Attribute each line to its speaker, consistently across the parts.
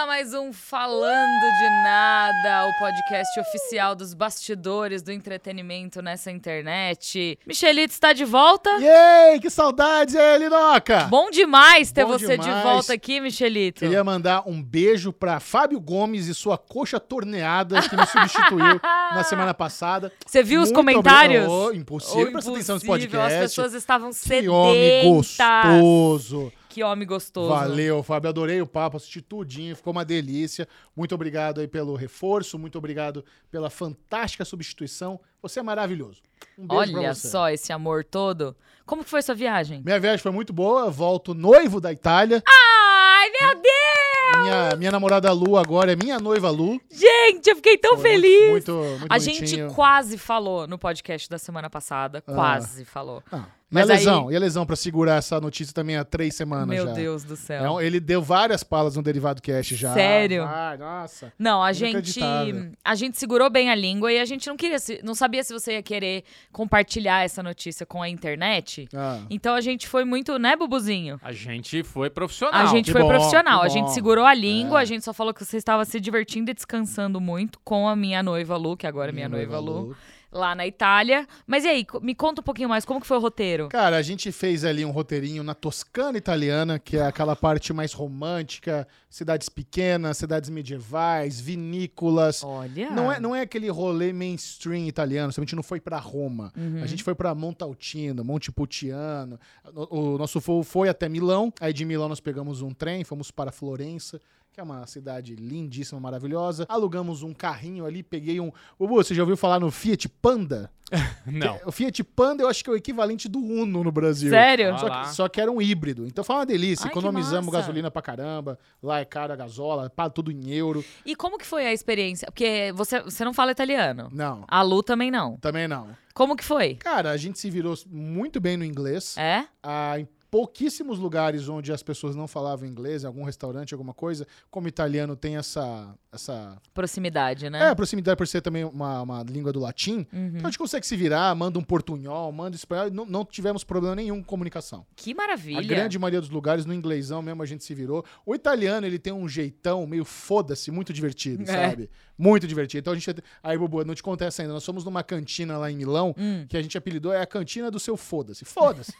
Speaker 1: a mais um Falando de Nada, o podcast oficial dos bastidores do entretenimento nessa internet. Michelito está de volta?
Speaker 2: Yay, que saudade, Linoca!
Speaker 1: Bom então. demais ter
Speaker 2: Bom
Speaker 1: você de
Speaker 2: demais.
Speaker 1: volta aqui, Michelito.
Speaker 2: Queria mandar um beijo pra Fábio Gomes e sua coxa torneada que me substituiu na semana passada.
Speaker 1: Você viu os
Speaker 2: Muito
Speaker 1: comentários?
Speaker 2: obrigado. Ô, impossível
Speaker 1: Ô,
Speaker 2: prestar atenção nesse
Speaker 1: impossível,
Speaker 2: podcast.
Speaker 1: As pessoas estavam sedentas.
Speaker 2: Que homem gostoso.
Speaker 1: Que homem gostoso.
Speaker 2: Valeu, Fábio. Adorei o papo, assisti tudinho, ficou uma delícia. Muito obrigado aí pelo reforço, muito obrigado pela fantástica substituição. Você é maravilhoso. Um beijo pra
Speaker 1: Olha
Speaker 2: você.
Speaker 1: só esse amor todo. Como que foi sua viagem?
Speaker 2: Minha viagem foi muito boa, volto noivo da Itália.
Speaker 1: Ai, meu Deus!
Speaker 2: Minha, minha namorada Lu agora é minha noiva Lu.
Speaker 1: Gente, eu fiquei tão
Speaker 2: Foi
Speaker 1: feliz.
Speaker 2: Muito, muito, muito
Speaker 1: a
Speaker 2: bonitinho.
Speaker 1: gente quase falou no podcast da semana passada.
Speaker 2: Ah.
Speaker 1: Quase falou.
Speaker 2: Não.
Speaker 1: Mas
Speaker 2: Ah, e a
Speaker 1: aí-
Speaker 2: lesão? E a lesão pra segurar essa notícia também há três semanas
Speaker 1: Meu
Speaker 2: já?
Speaker 1: Deus do céu.
Speaker 2: Então, ele deu várias palas no Derivado Cash já.
Speaker 1: Sério?
Speaker 2: Vai, nossa.
Speaker 1: Não, a gente,
Speaker 2: Inacreditável.
Speaker 1: a gente segurou bem a língua e a gente não queria, se- não sabia se você ia querer compartilhar essa notícia com a internet.
Speaker 2: Ah.
Speaker 1: Então a gente foi muito, né, Bubuzinho?
Speaker 3: A gente foi profissional.
Speaker 1: A gente
Speaker 2: que
Speaker 1: foi
Speaker 2: bom,
Speaker 1: profissional,
Speaker 2: que
Speaker 1: a gente
Speaker 2: bom. É.
Speaker 1: segurou a língua, a gente só falou que você estava se divertindo e descansando muito com a minha noiva Lu, que agora é minha, noiva Lu, lá na Itália. Mas e aí, co- me conta um pouquinho mais, como que foi o roteiro?
Speaker 2: Cara, a gente fez ali um roteirinho na Toscana italiana, que é aquela parte mais romântica, cidades pequenas, cidades medievais, vinícolas.
Speaker 1: Olha.
Speaker 2: Não é, não é aquele rolê mainstream italiano, a gente não foi pra Roma.
Speaker 1: Uhum.
Speaker 2: A gente foi pra Montaltino, Montepulciano. O, o nosso voo foi até Milão, aí de Milão nós pegamos um trem, fomos para Florença, que é uma cidade lindíssima, maravilhosa. Alugamos um carrinho ali, peguei um. Bubu, você já ouviu falar no Fiat Panda?
Speaker 1: é
Speaker 2: é,
Speaker 3: Não.
Speaker 2: O Fiat Panda eu acho que é o equivalente do Uno no Brasil.
Speaker 1: Sério?
Speaker 3: Ah,
Speaker 2: Só
Speaker 3: lá.
Speaker 2: que, só que era um híbrido. Então foi uma delícia.
Speaker 1: Ai, que
Speaker 2: Economizamos
Speaker 1: massa.
Speaker 2: gasolina pra caramba. Lá é cara a gasola, paga tudo em euro.
Speaker 1: E como que foi a experiência? Porque você, você não fala italiano.
Speaker 2: Não,
Speaker 1: A Lu também não.
Speaker 2: também não.
Speaker 1: Como que foi?
Speaker 2: Cara, a gente se virou muito bem no inglês.
Speaker 1: É?
Speaker 2: Ah, em pouquíssimos lugares onde as pessoas não falavam inglês, em algum restaurante, alguma coisa, como italiano tem essa. essa
Speaker 1: Proximidade, né?
Speaker 2: É, proximidade por ser também uma, uma língua do latim.
Speaker 1: Uhum.
Speaker 2: Então a gente consegue se virar, manda um portunhol, manda espanhol. Não, não tivemos problema nenhum com comunicação.
Speaker 1: Que maravilha.
Speaker 2: A grande maioria dos lugares, no inglêsão mesmo, a gente se virou. O italiano, ele tem um jeitão meio foda-se, muito divertido,
Speaker 1: É.
Speaker 2: sabe? Muito divertido. Então a gente. Aí, Bubu, eu não te contei essa ainda. Nós fomos numa cantina lá em Milão,
Speaker 1: Hum.
Speaker 2: que a gente apelidou é a cantina do seu foda-se. Foda-se.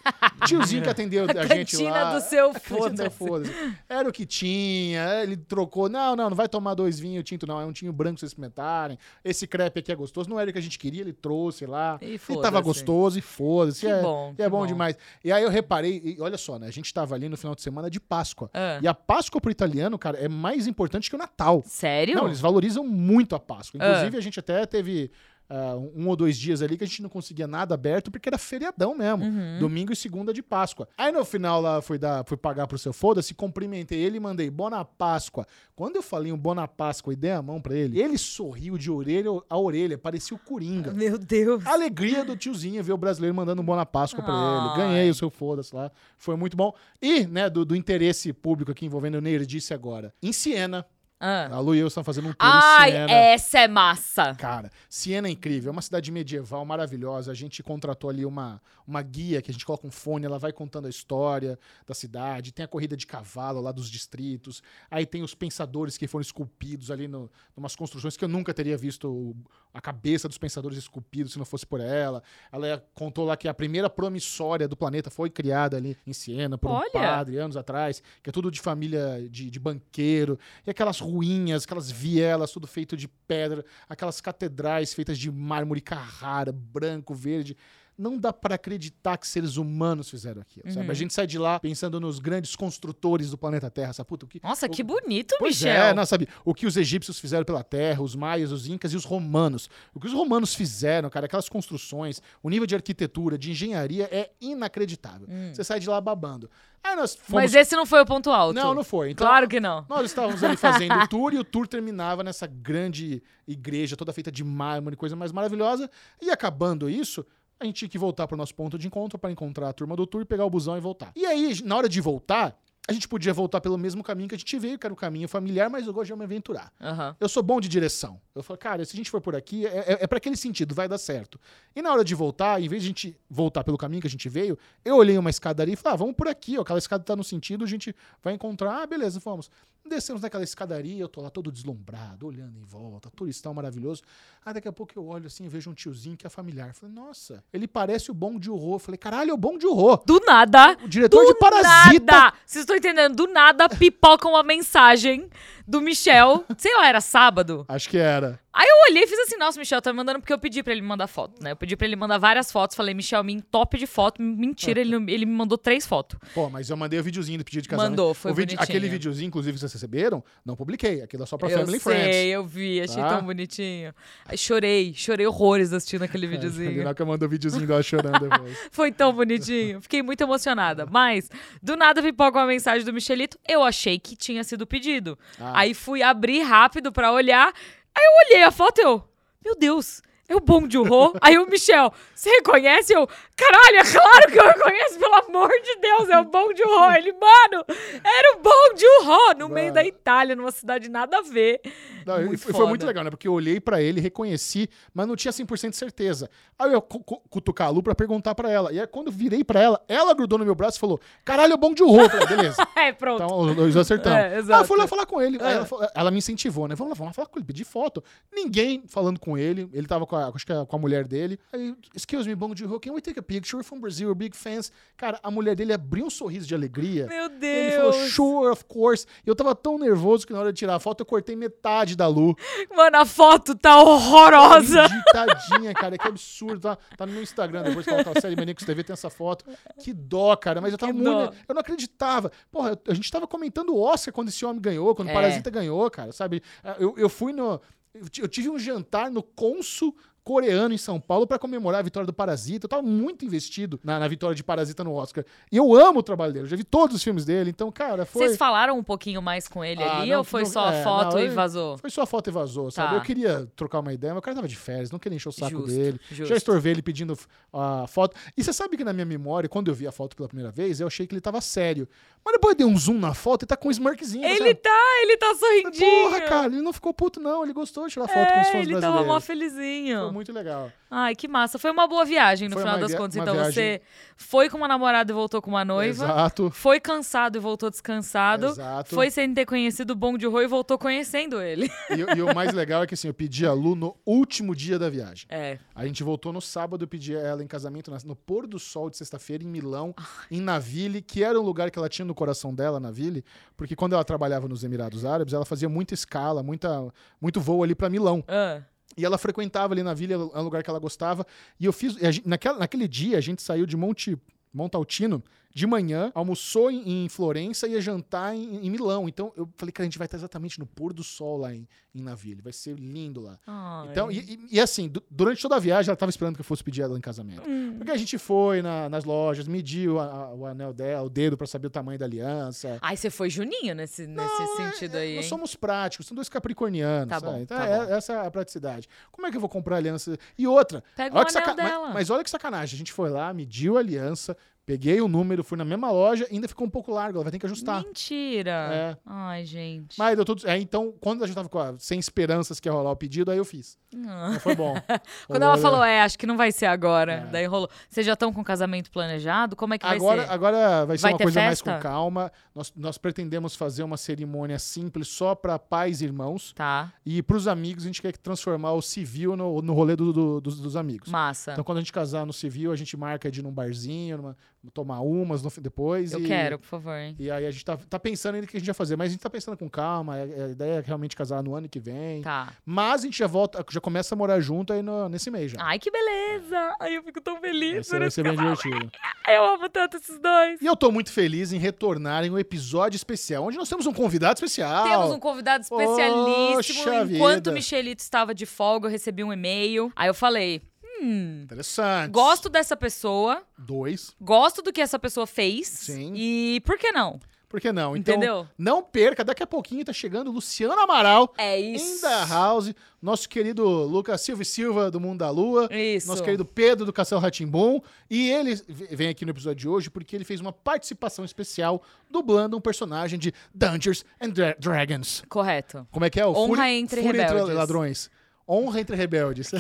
Speaker 2: Tiozinho que atendeu a,
Speaker 1: A
Speaker 2: gente
Speaker 1: cantina
Speaker 2: lá.
Speaker 1: do seu
Speaker 2: a cantina do seu
Speaker 1: foda-se.
Speaker 2: foda-se. Era o que tinha, ele trocou. Não, não, não vai tomar dois vinhos tinto, não. É um tinho branco pra vocês experimentarem. Esse crepe aqui é gostoso. Não era o que a gente queria, ele trouxe lá.
Speaker 1: E
Speaker 2: E
Speaker 1: foda-se.
Speaker 2: tava gostoso, e foda-se.
Speaker 1: Que
Speaker 2: é,
Speaker 1: bom.
Speaker 2: e é bom, demais. E aí eu reparei, e olha só, né? A gente tava ali no final de semana de Páscoa.
Speaker 1: Ah,
Speaker 2: E a Páscoa pro italiano, cara, é mais importante que o Natal.
Speaker 1: Sério?
Speaker 2: Não, eles valorizam muito a Páscoa.
Speaker 1: Ah.
Speaker 2: Inclusive, a gente até teve ah, um ou dois dias ali que a gente não conseguia nada aberto porque era feriadão mesmo.
Speaker 1: Uhum.
Speaker 2: Domingo e segunda de Páscoa. Aí no final lá fui, dar, fui pagar pro seu foda-se, cumprimentei ele e mandei Bona Páscoa. Quando eu falei um Bona Páscoa e dei a mão pra ele, ele sorriu de orelha a orelha, parecia o Coringa.
Speaker 1: Meu Deus.
Speaker 2: A alegria do tiozinho ver o brasileiro mandando um bom na Páscoa pra
Speaker 1: Ai.
Speaker 2: ele. Ganhei o seu foda-se lá. Foi muito bom. E, né, do, do interesse público aqui envolvendo o Nerdice agora. Em Siena,
Speaker 1: Ah.
Speaker 2: a Lu e eu estamos fazendo um tour
Speaker 1: Ai,
Speaker 2: em Siena.
Speaker 1: essa é massa.
Speaker 2: Cara, Siena é incrível, é uma cidade medieval maravilhosa. A gente contratou ali uma, uma guia que a gente coloca um fone, ela vai contando a história da cidade. Tem a corrida de cavalo lá dos distritos. Aí tem os pensadores que foram esculpidos ali no, numas construções que eu nunca teria visto o- a cabeça dos pensadores esculpidos se não fosse por ela. Ela é- contou lá que a primeira promissória do planeta foi criada ali em Siena por
Speaker 1: Olha!
Speaker 2: um padre anos atrás, que é tudo de família de, de banqueiro. E aquelas ruinhas, aquelas vielas, tudo feito de pedra aquelas catedrais feitas de mármore Carrara, branco, verde. Não dá pra acreditar que seres humanos fizeram aquilo,
Speaker 1: Uhum.
Speaker 2: sabe? A gente sai de lá pensando nos grandes construtores do planeta Terra, sabe? Puta, o que...
Speaker 1: Nossa,
Speaker 2: o-
Speaker 1: que bonito,
Speaker 2: Pois
Speaker 1: Michel.
Speaker 2: é, não, sabe? O que os egípcios fizeram pela Terra, os maias, os incas e os romanos. O que os romanos fizeram, cara, aquelas construções, o nível de arquitetura, de engenharia é inacreditável.
Speaker 1: Hum.
Speaker 2: Você sai de lá babando. Aí nós fomos...
Speaker 1: Mas esse não foi o ponto alto.
Speaker 2: Não, não foi. Então,
Speaker 1: Claro que não.
Speaker 2: nós estávamos ali fazendo o tour e o tour terminava nessa grande igreja toda feita de mármore, coisa mais maravilhosa. E acabando isso, a gente tinha que voltar para o nosso ponto de encontro para encontrar a turma do tour, pegar o busão e voltar. E aí, na hora de voltar, A gente podia voltar pelo mesmo caminho que a gente veio, que era o caminho familiar, mas é eu gosto de me aventurar.
Speaker 1: Aham.
Speaker 2: Eu sou bom de direção. Eu falo, cara, se a gente for por aqui, é, é, é para aquele sentido, vai dar certo. E na hora de voltar, em vez de a gente voltar pelo caminho que a gente veio, eu olhei uma escadaria e falei, ah, vamos por aqui, ó, aquela escada tá no sentido, a gente vai encontrar, ah, beleza, vamos. Descemos naquela escadaria, eu tô lá todo deslumbrado, olhando em volta, turistão maravilhoso. Ah, daqui a pouco eu olho assim, eu vejo um tiozinho que é familiar. Eu Falei, nossa, ele parece o bom de horror. Falei, caralho, é o bom de horror.
Speaker 1: Do nada.
Speaker 2: O diretor de Parasita.
Speaker 1: Nada. Vocês estão entendendo? Do nada pipoca uma mensagem do Michel. Sei lá, era sábado.
Speaker 2: Acho que era.
Speaker 1: Aí eu olhei e fiz assim, nossa, Michel tá me mandando, porque eu pedi pra ele me mandar foto, né? Eu pedi pra ele mandar várias fotos, falei, Michel, me entope de foto. Mentira, ele, não- ele me mandou três fotos.
Speaker 2: Pô, mas eu mandei o videozinho do pedido de casamento.
Speaker 1: Mandou, foi
Speaker 2: O vídeo-
Speaker 1: bonitinho.
Speaker 2: Aquele videozinho, inclusive, que vocês receberam, não publiquei. Aquilo é só pra
Speaker 1: eu
Speaker 2: Family
Speaker 1: sei,
Speaker 2: and Friends.
Speaker 1: eu vi, achei
Speaker 2: Tá?
Speaker 1: tão bonitinho. Aí Chorei, chorei horrores assistindo aquele
Speaker 2: A
Speaker 1: videozinho.
Speaker 2: Linoca mandou o videozinho dela chorando depois.
Speaker 1: Foi tão bonitinho. Fiquei muito emocionada. Mas, do nada pipoca uma mensagem do Michelito. Eu achei que tinha sido pedido.
Speaker 2: Ah.
Speaker 1: Aí fui abrir rápido pra olhar. Aí eu olhei a foto e eu, meu Deus, é o bom de horror. Aí o Michel, você reconhece? Eu, caralho, é claro que eu reconheço, pelo amor de Deus, é o bom de horror. Ele, mano, era o bom de horror no meio
Speaker 2: Mano.
Speaker 1: da Itália, numa cidade nada a ver.
Speaker 2: Não, e-
Speaker 1: Muito
Speaker 2: e foi
Speaker 1: foda.
Speaker 2: muito legal, né? Porque eu olhei pra ele, reconheci, mas não tinha 100% de certeza. Aí eu ia cu- cu- cutucar a Lu pra perguntar pra ela. E aí quando eu virei pra ela, ela grudou no meu braço e falou: caralho, é bom de horror. Eu falei, beleza.
Speaker 1: É, pronto.
Speaker 2: Então os dois acertamos.
Speaker 1: É,
Speaker 2: ah,
Speaker 1: exato. É.
Speaker 2: eu fui lá falar com ele. Aí ela, fa- ela me incentivou, né? Vamos lá, vamos lá falar com ele, pedir foto. Ninguém falando com ele. Ele tava com a, acho que era com a mulher dele. Aí, excuse me, bom de horror, can we take a picture from Brazil? We're big fans. Cara, a mulher dele abriu um sorriso de alegria.
Speaker 1: meu Deus.
Speaker 2: Ele falou, sure, of course. E eu tava tão nervoso que na hora de tirar a foto eu cortei metade da Lu.
Speaker 1: Mano, a foto tá horrorosa.
Speaker 2: Entendi, Tadinha, cara, que absurdo. Tá, tá no meu Instagram depois que ela tá série Maníacos TV, tem essa foto. Que dó, cara. Mas eu tava
Speaker 1: Que
Speaker 2: muito.
Speaker 1: dó.
Speaker 2: Eu não acreditava. Porra, eu- a gente tava comentando o Oscar quando esse homem ganhou, quando
Speaker 1: É.
Speaker 2: o Parasita ganhou, cara, sabe? Ah, Eu, eu fui no. eu ti- Eu tive um jantar no Consul coreano em São Paulo pra comemorar a vitória do Parasita. Eu tava muito investido na, na vitória de Parasita no Oscar. E eu amo o trabalho dele. Eu já vi todos os filmes dele. Então, cara, foi.
Speaker 1: Vocês falaram um pouquinho mais com ele
Speaker 2: Ah,
Speaker 1: ali
Speaker 2: não,
Speaker 1: ou foi
Speaker 2: não-
Speaker 1: só
Speaker 2: é,
Speaker 1: a foto
Speaker 2: não,
Speaker 1: e
Speaker 2: ele-
Speaker 1: vazou?
Speaker 2: Foi só a foto e vazou, sabe?
Speaker 1: Tá.
Speaker 2: Eu queria trocar uma ideia, mas o cara tava de férias, não queria encher o saco
Speaker 1: Justo,
Speaker 2: dele.
Speaker 1: justo.
Speaker 2: Já estorvei ele pedindo f- a foto. E você sabe que na minha memória, quando eu vi a foto pela primeira vez, eu achei que ele tava sério. Mas depois eu dei um zoom na foto e tá com um smirkzinho.
Speaker 1: Ele
Speaker 2: sabe?
Speaker 1: tá, ele tá sorrindinho.
Speaker 2: Porra, cara, ele não ficou puto, não. Ele gostou de tirar foto com os
Speaker 1: É,
Speaker 2: fãs
Speaker 1: ele tava
Speaker 2: brasileiros.
Speaker 1: mó
Speaker 2: Foi
Speaker 1: felizinho.
Speaker 2: muito legal.
Speaker 1: Ai, que massa. Foi uma boa viagem, no
Speaker 2: Foi
Speaker 1: final
Speaker 2: uma
Speaker 1: das
Speaker 2: via-
Speaker 1: contas.
Speaker 2: uma
Speaker 1: Então
Speaker 2: viagem-
Speaker 1: você foi com uma namorada e voltou com uma noiva.
Speaker 2: Exato.
Speaker 1: Foi cansado e voltou descansado.
Speaker 2: Exato.
Speaker 1: Foi sem ter conhecido o Bom de Rô e voltou conhecendo ele.
Speaker 2: E, e o mais legal é que assim, eu pedi a Lu no último dia da viagem.
Speaker 1: É.
Speaker 2: A gente voltou no sábado, eu pedi ela em casamento na- no pôr do sol de sexta-feira em Milão, em Naville, que era um lugar que ela tinha no coração dela, Naville, porque quando ela trabalhava nos Emirados Árabes, ela fazia muita escala, muita, muito voo ali para Milão.
Speaker 1: Ah,
Speaker 2: E ela frequentava ali Naville, é um lugar que ela gostava. E eu fiz. e a gen- naquela- naquele dia, a gente saiu de Monte. Montaltino, de manhã, almoçou em, em Florença e ia jantar em, em Milão. Então eu falei, cara, a gente vai estar exatamente no pôr do sol lá em, em Naville. Vai ser lindo lá.
Speaker 1: Ah. ai.
Speaker 2: Então, e, e- e assim, du- durante toda a viagem, ela tava esperando que eu fosse pedir ela em casamento.
Speaker 1: Hum.
Speaker 2: Porque a gente foi na- nas lojas, mediu a- a- o anel dela, o dedo pra saber o tamanho da aliança.
Speaker 1: Ai, você foi juninho nesse,
Speaker 2: é,
Speaker 1: nesse sentido aí.
Speaker 2: Nós
Speaker 1: hein?
Speaker 2: somos práticos, são dois capricornianos,
Speaker 1: Tá
Speaker 2: sabe?
Speaker 1: bom,
Speaker 2: então,
Speaker 1: tá
Speaker 2: é-
Speaker 1: bom.
Speaker 2: essa é a praticidade. Como é que eu vou comprar aliança? E outra,
Speaker 1: Pega o
Speaker 2: um- olha que
Speaker 1: É anel
Speaker 2: saca- mas-
Speaker 1: dela.
Speaker 2: Mas, olha que sacanagem. A gente foi lá, mediu a aliança, peguei o número, fui na mesma loja e ainda ficou um pouco largo, ela vai ter que ajustar.
Speaker 1: Mentira.
Speaker 2: É.
Speaker 1: Ai, gente.
Speaker 2: Mas deu tudo. É, então, quando a gente tava com a- sem esperanças que ia rolar o pedido, aí eu fiz.
Speaker 1: Ah.
Speaker 2: Mas foi bom.
Speaker 1: Quando
Speaker 2: Rolou,
Speaker 1: ela
Speaker 2: né?
Speaker 1: falou, é, acho que não vai ser agora.
Speaker 2: É.
Speaker 1: Daí rolou. Vocês já estão com casamento planejado? Como é que
Speaker 2: Agora,
Speaker 1: vai ser?
Speaker 2: agora vai ser
Speaker 1: Vai
Speaker 2: uma
Speaker 1: ter
Speaker 2: coisa
Speaker 1: festa?
Speaker 2: mais com calma. Nós, nós pretendemos fazer uma cerimônia simples só para pais e irmãos.
Speaker 1: Tá,
Speaker 2: E para os amigos, a gente quer que transformar o civil no, no rolê do- do- dos, dos amigos.
Speaker 1: massa.
Speaker 2: Então, quando a gente casar no civil, a gente marca de ir num barzinho, numa- tomar umas no, fim- depois.
Speaker 1: Eu
Speaker 2: e,
Speaker 1: quero, por favor. hein?
Speaker 2: E aí a gente tá, tá pensando ainda o que a gente vai fazer, mas a gente tá pensando com calma. A, a ideia é realmente casar no ano que vem.
Speaker 1: Tá.
Speaker 2: Mas a gente já volta, já começa a morar junto aí no- nesse mês já.
Speaker 1: Ai, que beleza! Ai, eu fico tão
Speaker 2: vai
Speaker 1: feliz.
Speaker 2: ser,
Speaker 1: por
Speaker 2: vai
Speaker 1: isso
Speaker 2: ser
Speaker 1: que
Speaker 2: bem
Speaker 1: Eu falo.
Speaker 2: divertido.
Speaker 1: Eu amo tanto esses dois.
Speaker 2: E eu tô muito feliz em retornar em um episódio especial, onde nós temos um convidado especial.
Speaker 1: Temos um convidado especialíssimo.
Speaker 2: Poxa
Speaker 1: Enquanto
Speaker 2: vida.
Speaker 1: o Michelito estava de folga, eu recebi um e-mail. Aí eu falei: hum,
Speaker 2: Interessante.
Speaker 1: gosto dessa pessoa,
Speaker 2: Dois.
Speaker 1: gosto do que essa pessoa fez.
Speaker 2: Sim.
Speaker 1: E por que não?
Speaker 2: Por que não? Então,
Speaker 1: Entendeu?
Speaker 2: não perca. Daqui a pouquinho tá chegando Luciano Amaral
Speaker 1: É
Speaker 2: em
Speaker 1: isso.
Speaker 2: da House, nosso querido Lucas Silva e Silva do Mundo da Lua,
Speaker 1: Isso.
Speaker 2: nosso querido Pedro do Castelo Ratimbum, e ele v- vem aqui no episódio de hoje porque ele fez uma participação especial dublando um personagem de Dungeons and Dra- Dragons.
Speaker 1: Correto.
Speaker 2: Como é que é? O
Speaker 1: Honra
Speaker 2: Fúria-
Speaker 1: entre
Speaker 2: Fúria
Speaker 1: rebeldes.
Speaker 2: ladrões. Honra entre rebeldes.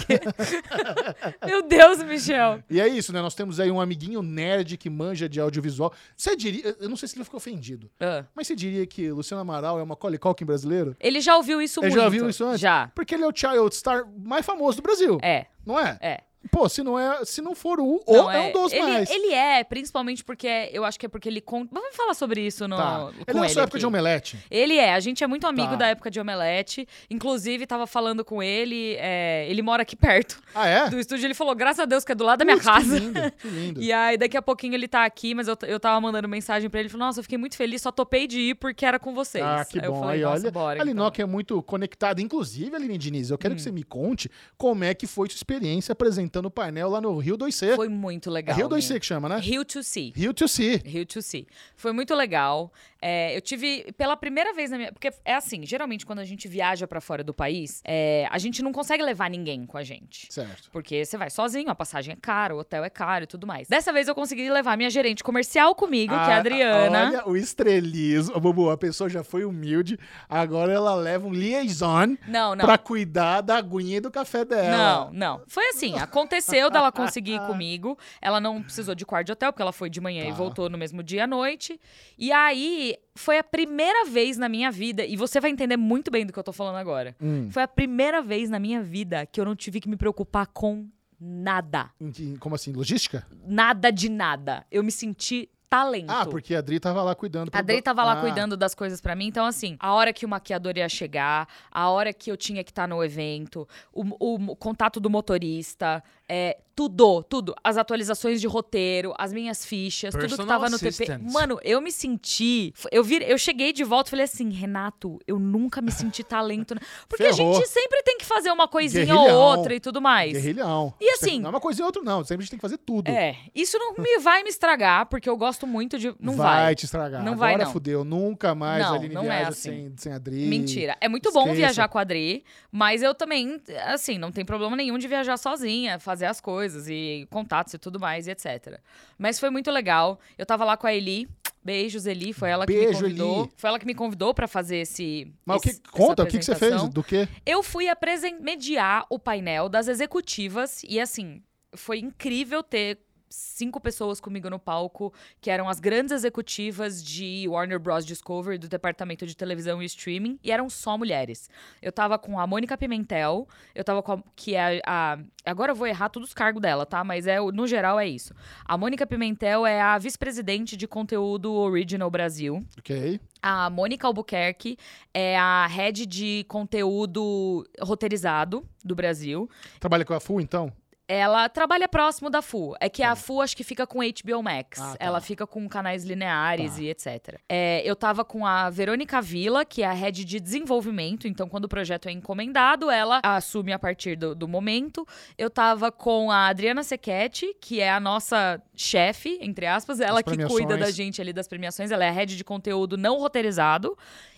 Speaker 2: É.
Speaker 1: Meu Deus, Michel.
Speaker 2: E é isso, né? Nós temos aí um amiguinho nerd que manja de audiovisual. Você diria, eu não sei se ele ficou ofendido,
Speaker 1: Ah.
Speaker 2: mas você diria que Luciano Amaral é uma Macaulay Culkin brasileiro?
Speaker 1: Ele já ouviu isso
Speaker 2: Ele
Speaker 1: muito.
Speaker 2: já ouviu isso antes?
Speaker 1: Já.
Speaker 2: Porque ele é o child star mais famoso do Brasil,
Speaker 1: É,
Speaker 2: não é?
Speaker 1: é.
Speaker 2: Pô, se não é, se não for o,
Speaker 1: Não,
Speaker 2: ou é, um dos
Speaker 1: ele,
Speaker 2: mais.
Speaker 1: Ele é, principalmente porque eu acho que é porque ele conta. Mas vamos falar sobre isso no. com
Speaker 2: tá. ele é a sua época
Speaker 1: aqui.
Speaker 2: de omelete.
Speaker 1: Ele é, a gente é muito amigo
Speaker 2: Tá.
Speaker 1: da época de Omelete. Inclusive, tava falando com ele, é, ele mora aqui perto
Speaker 2: Ah, é?
Speaker 1: do estúdio. Ele falou, graças a Deus, que é do lado da minha
Speaker 2: Putz, Que
Speaker 1: casa.
Speaker 2: lindo, que lindo.
Speaker 1: E aí, daqui a pouquinho ele tá aqui, mas eu, t- eu tava mandando mensagem pra ele. Ele falou, nossa, eu fiquei muito feliz, só topei de ir porque era com vocês.
Speaker 2: Ah, que
Speaker 1: aí
Speaker 2: bom.
Speaker 1: Eu falei,
Speaker 2: aí,
Speaker 1: nossa,
Speaker 2: olha,
Speaker 1: bora,
Speaker 2: a
Speaker 1: então." Hum.
Speaker 2: Linoca é muito conectada. Inclusive, Aline Diniz, eu quero que você me conte como é que foi sua experiência apresentando o painel lá no Rio 2C.
Speaker 1: Foi muito
Speaker 2: é
Speaker 1: legal.
Speaker 2: Rio 2C
Speaker 1: né?
Speaker 2: que chama, né?
Speaker 1: Rio to See.
Speaker 2: Rio 2C.
Speaker 1: Rio to Sea. Foi muito legal. É, eu tive, pela primeira vez na minha. Porque é assim, geralmente quando a gente viaja pra fora do país, é, a gente não consegue levar ninguém com a gente.
Speaker 2: Certo.
Speaker 1: Porque você vai sozinho, a passagem é cara, o hotel é caro e tudo mais. Dessa vez eu consegui levar minha gerente comercial comigo, que é a
Speaker 2: Ah,
Speaker 1: Adriana.
Speaker 2: Olha o estrelismo. Ô, Bubu, a pessoa já foi humilde, agora ela leva um liaison
Speaker 1: Não, não.
Speaker 2: pra cuidar da aguinha e do café dela.
Speaker 1: Não, não. Foi assim, aconteceu dela conseguir ir comigo. Ela não precisou de quarto de hotel, porque ela foi de manhã e
Speaker 2: Tá.
Speaker 1: voltou no mesmo dia à noite. E aí, foi a primeira vez na minha vida, e você vai entender muito bem do que eu tô falando agora.
Speaker 2: Hum.
Speaker 1: Foi a primeira vez na minha vida que eu não tive que me preocupar com nada.
Speaker 2: Em que- Como assim? Logística?
Speaker 1: Nada de nada. Eu me senti talento.
Speaker 2: Ah, porque a Adri tava lá cuidando.
Speaker 1: A Dri tava lá
Speaker 2: Ah,
Speaker 1: cuidando das coisas pra mim. Então, assim, a hora que o maquiador ia chegar, a hora que eu tinha que estar no evento, o, o- o contato do motorista, é, tudo, tudo. As atualizações de roteiro, as minhas fichas, tudo que
Speaker 3: Personal
Speaker 1: tava no
Speaker 3: assistant.
Speaker 1: TP. Mano, eu me senti. Eu, vir, eu cheguei de volta e falei assim, Renato, eu nunca me senti talento. na-" Porque
Speaker 2: Ferrou.
Speaker 1: a gente sempre tem que fazer uma coisinha
Speaker 2: Guerrilhão.
Speaker 1: ou outra e tudo mais.
Speaker 2: Guerrilhão.
Speaker 1: E assim-
Speaker 2: Não é uma coisa e outra, não. Sempre a gente tem que fazer tudo.
Speaker 1: É, isso não me vai me estragar, porque eu gosto muito de. Não vai.
Speaker 2: te estragar.
Speaker 1: Não vai,
Speaker 2: Agora
Speaker 1: não.
Speaker 2: fudeu. Nunca mais
Speaker 1: Não,
Speaker 2: a Aline
Speaker 1: não é
Speaker 2: viaja
Speaker 1: assim.
Speaker 2: sem, sem a Dri.
Speaker 1: Mentira. É muito bom
Speaker 2: esqueça.
Speaker 1: viajar com a Adri, mas eu também, assim, não tem problema nenhum de viajar sozinha, fazer as coisas e contatos e tudo mais e etc. Mas foi muito legal. Eu tava lá com a Eli. Beijos, Eli. Foi ela que
Speaker 2: Beijo,
Speaker 1: me convidou.
Speaker 2: Eli.
Speaker 1: Foi ela que me convidou pra fazer esse.
Speaker 2: Mas o que,
Speaker 1: esse- essa
Speaker 2: conta, o que, que você fez?
Speaker 1: apresentação.
Speaker 2: Do quê?
Speaker 1: Eu fui apresen- mediar o painel das executivas e, assim, foi incrível ter cinco pessoas comigo no palco, que eram as grandes executivas de Warner Bros. Discovery, do departamento de televisão e streaming, e eram só mulheres. Eu tava com a Mônica Pimentel, eu tava com a, que é a, agora eu vou errar todos os cargos dela, tá? Mas é o- no geral é isso. A Mônica Pimentel é a vice-presidente de conteúdo Original Brasil.
Speaker 2: Ok.
Speaker 1: A Mônica Albuquerque é a head de conteúdo roteirizado do Brasil.
Speaker 2: Trabalha com a FU, então?
Speaker 1: Ela trabalha próximo da FU. É que a FU acho que fica com HBO Max.
Speaker 2: Ah, tá.
Speaker 1: Ela fica com canais lineares
Speaker 2: Tá.
Speaker 1: e etc. É, eu tava com a Verônica Vila, que é a head de desenvolvimento. Então, quando o projeto é encomendado, ela assume a partir do, do momento. Eu tava com a Adriana Sequete, que é a nossa chefe, entre aspas. Ela que cuida
Speaker 2: premiações.
Speaker 1: da gente ali das premiações. Ela é a head de conteúdo não roteirizado.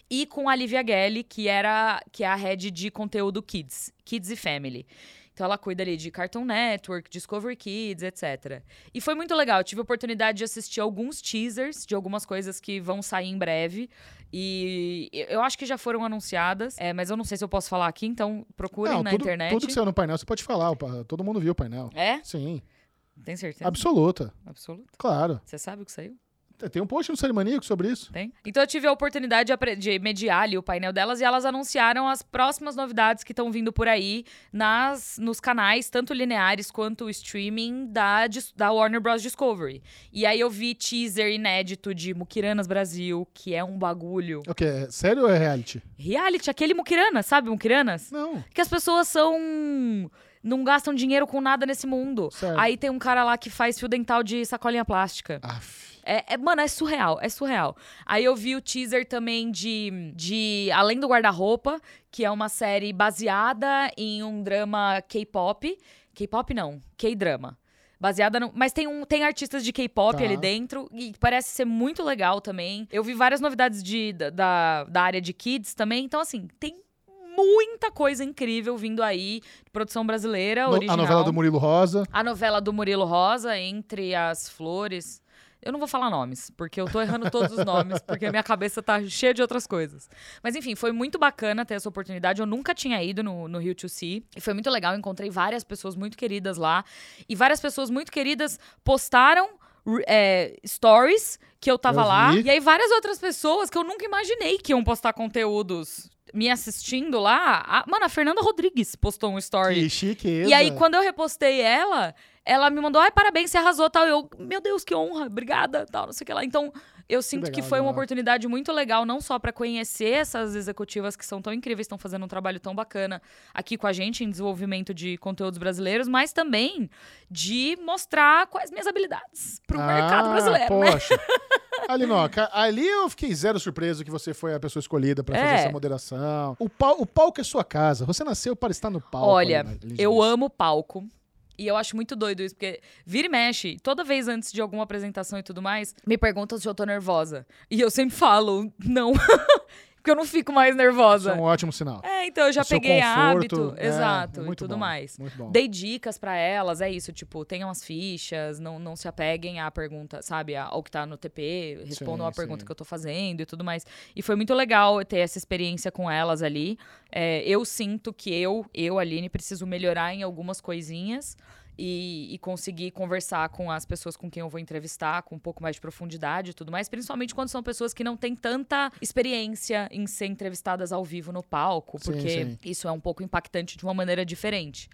Speaker 1: E com a Lívia Gelli, que, era, que é a head de conteúdo Kids, Kids e Family. Então ela cuida ali de Cartoon Network, Discovery Kids, etc. E foi muito legal. Eu tive a oportunidade de assistir alguns teasers de algumas coisas que vão sair em breve. E eu acho que já foram anunciadas, é, mas eu não sei se eu posso falar aqui, então procurem
Speaker 2: não,
Speaker 1: na
Speaker 2: tudo,
Speaker 1: internet.
Speaker 2: tudo que saiu no painel, você pode falar. o pa- Todo mundo viu o painel.
Speaker 1: É?
Speaker 2: Sim.
Speaker 1: Tem certeza?
Speaker 2: Absoluta.
Speaker 1: Absoluto.
Speaker 2: Claro.
Speaker 1: Você sabe o que saiu?
Speaker 2: Tem um post no Serimaníaco sobre isso.
Speaker 1: Tem? Então eu tive a oportunidade de apre- de mediar ali o painel delas e elas anunciaram as próximas novidades que estão vindo por aí nas, nos canais, tanto lineares quanto o streaming da, Dis- da Warner Bros. Discovery. E aí eu vi teaser inédito de Mukiranas Brasil, que é um bagulho.
Speaker 2: Ok, é sério ou é reality?
Speaker 1: Reality, aquele Mukiranas, sabe Mukiranas?
Speaker 2: Não.
Speaker 1: Que as pessoas são. não gastam dinheiro com nada nesse mundo.
Speaker 2: Certo.
Speaker 1: Aí tem um cara lá que faz fio dental de sacolinha plástica.
Speaker 2: Aff.
Speaker 1: É, é- mano, é surreal, é surreal. Aí eu vi o teaser também de, de Além do Guarda-Roupa, que é uma série baseada em um drama K-pop. K-pop não, K-drama. Baseada no. Mas tem, um, tem artistas de K-pop
Speaker 2: Tá.
Speaker 1: ali dentro. E parece ser muito legal também. Eu vi várias novidades de, da- da, da área de kids também. Então, assim, tem muita coisa incrível vindo aí. de Produção brasileira,
Speaker 2: No-
Speaker 1: é original.
Speaker 2: a novela do Murilo Rosa.
Speaker 1: A novela do Murilo Rosa, Entre as Flores. Eu não vou falar nomes, porque eu tô errando todos os nomes, porque a minha cabeça tá cheia de outras coisas. Mas enfim, foi muito bacana ter essa oportunidade. Eu nunca tinha ido no, no Rio to Sea. E foi muito legal. Eu Encontrei várias pessoas muito queridas lá. E várias pessoas muito queridas postaram re- é, stories que eu tava
Speaker 2: Eu
Speaker 1: lá.
Speaker 2: vi.
Speaker 1: E aí várias outras pessoas que eu nunca imaginei que iam postar conteúdos me assistindo lá. A- mano, a Fernanda Rodrigues postou um story
Speaker 2: Que chiqueza.
Speaker 1: e aí, quando eu repostei ela, ela me mandou, ai, parabéns, você arrasou, tal. Eu, meu Deus, que honra, obrigada, tal, não sei o que lá. Então, eu sinto que
Speaker 2: legal,
Speaker 1: foi uma
Speaker 2: legal.
Speaker 1: oportunidade muito legal, não só pra conhecer essas executivas que são tão incríveis, estão fazendo um trabalho tão bacana aqui com a gente em desenvolvimento de conteúdos brasileiros, mas também de mostrar quais minhas habilidades pro
Speaker 2: Ah,
Speaker 1: mercado brasileiro, né?
Speaker 2: Poxa. Ali, não, ca- ali eu fiquei zero surpreso que você foi a pessoa escolhida pra fazer
Speaker 1: É.
Speaker 2: essa moderação. O, pau- o palco é sua casa. Você nasceu para estar no palco. né?
Speaker 1: Olha,
Speaker 2: Aline- Aline
Speaker 1: Eu
Speaker 2: Diniz.
Speaker 1: amo palco. E eu acho muito doido isso, porque vira e mexe, toda vez antes de alguma apresentação e tudo mais, me perguntam se eu tô nervosa. E eu sempre falo, não. porque eu não fico mais
Speaker 2: Isso
Speaker 1: nervosa.
Speaker 2: é um ótimo sinal.
Speaker 1: É, então eu já
Speaker 2: O seu
Speaker 1: peguei
Speaker 2: conforto,
Speaker 1: hábito.
Speaker 2: é,
Speaker 1: exato, e
Speaker 2: muito
Speaker 1: tudo
Speaker 2: bom,
Speaker 1: mais.
Speaker 2: Muito bom.
Speaker 1: Dei dicas pra elas, é isso, tipo, tenham as fichas, não, não se apeguem à pergunta, sabe, a- ao que tá no TP, respondam a
Speaker 2: Sim,
Speaker 1: pergunta
Speaker 2: sim.
Speaker 1: que eu tô fazendo e tudo mais. E foi muito legal ter essa experiência com elas ali. É, eu sinto que eu, eu, Aline, preciso melhorar em algumas coisinhas. E, e conseguir conversar com as pessoas com quem eu vou entrevistar, com um pouco mais de profundidade e tudo mais, principalmente quando são pessoas que não têm tanta experiência em ser entrevistadas ao vivo no palco,
Speaker 2: Sim,
Speaker 1: porque
Speaker 2: sim.
Speaker 1: isso é um pouco impactante de uma maneira diferente.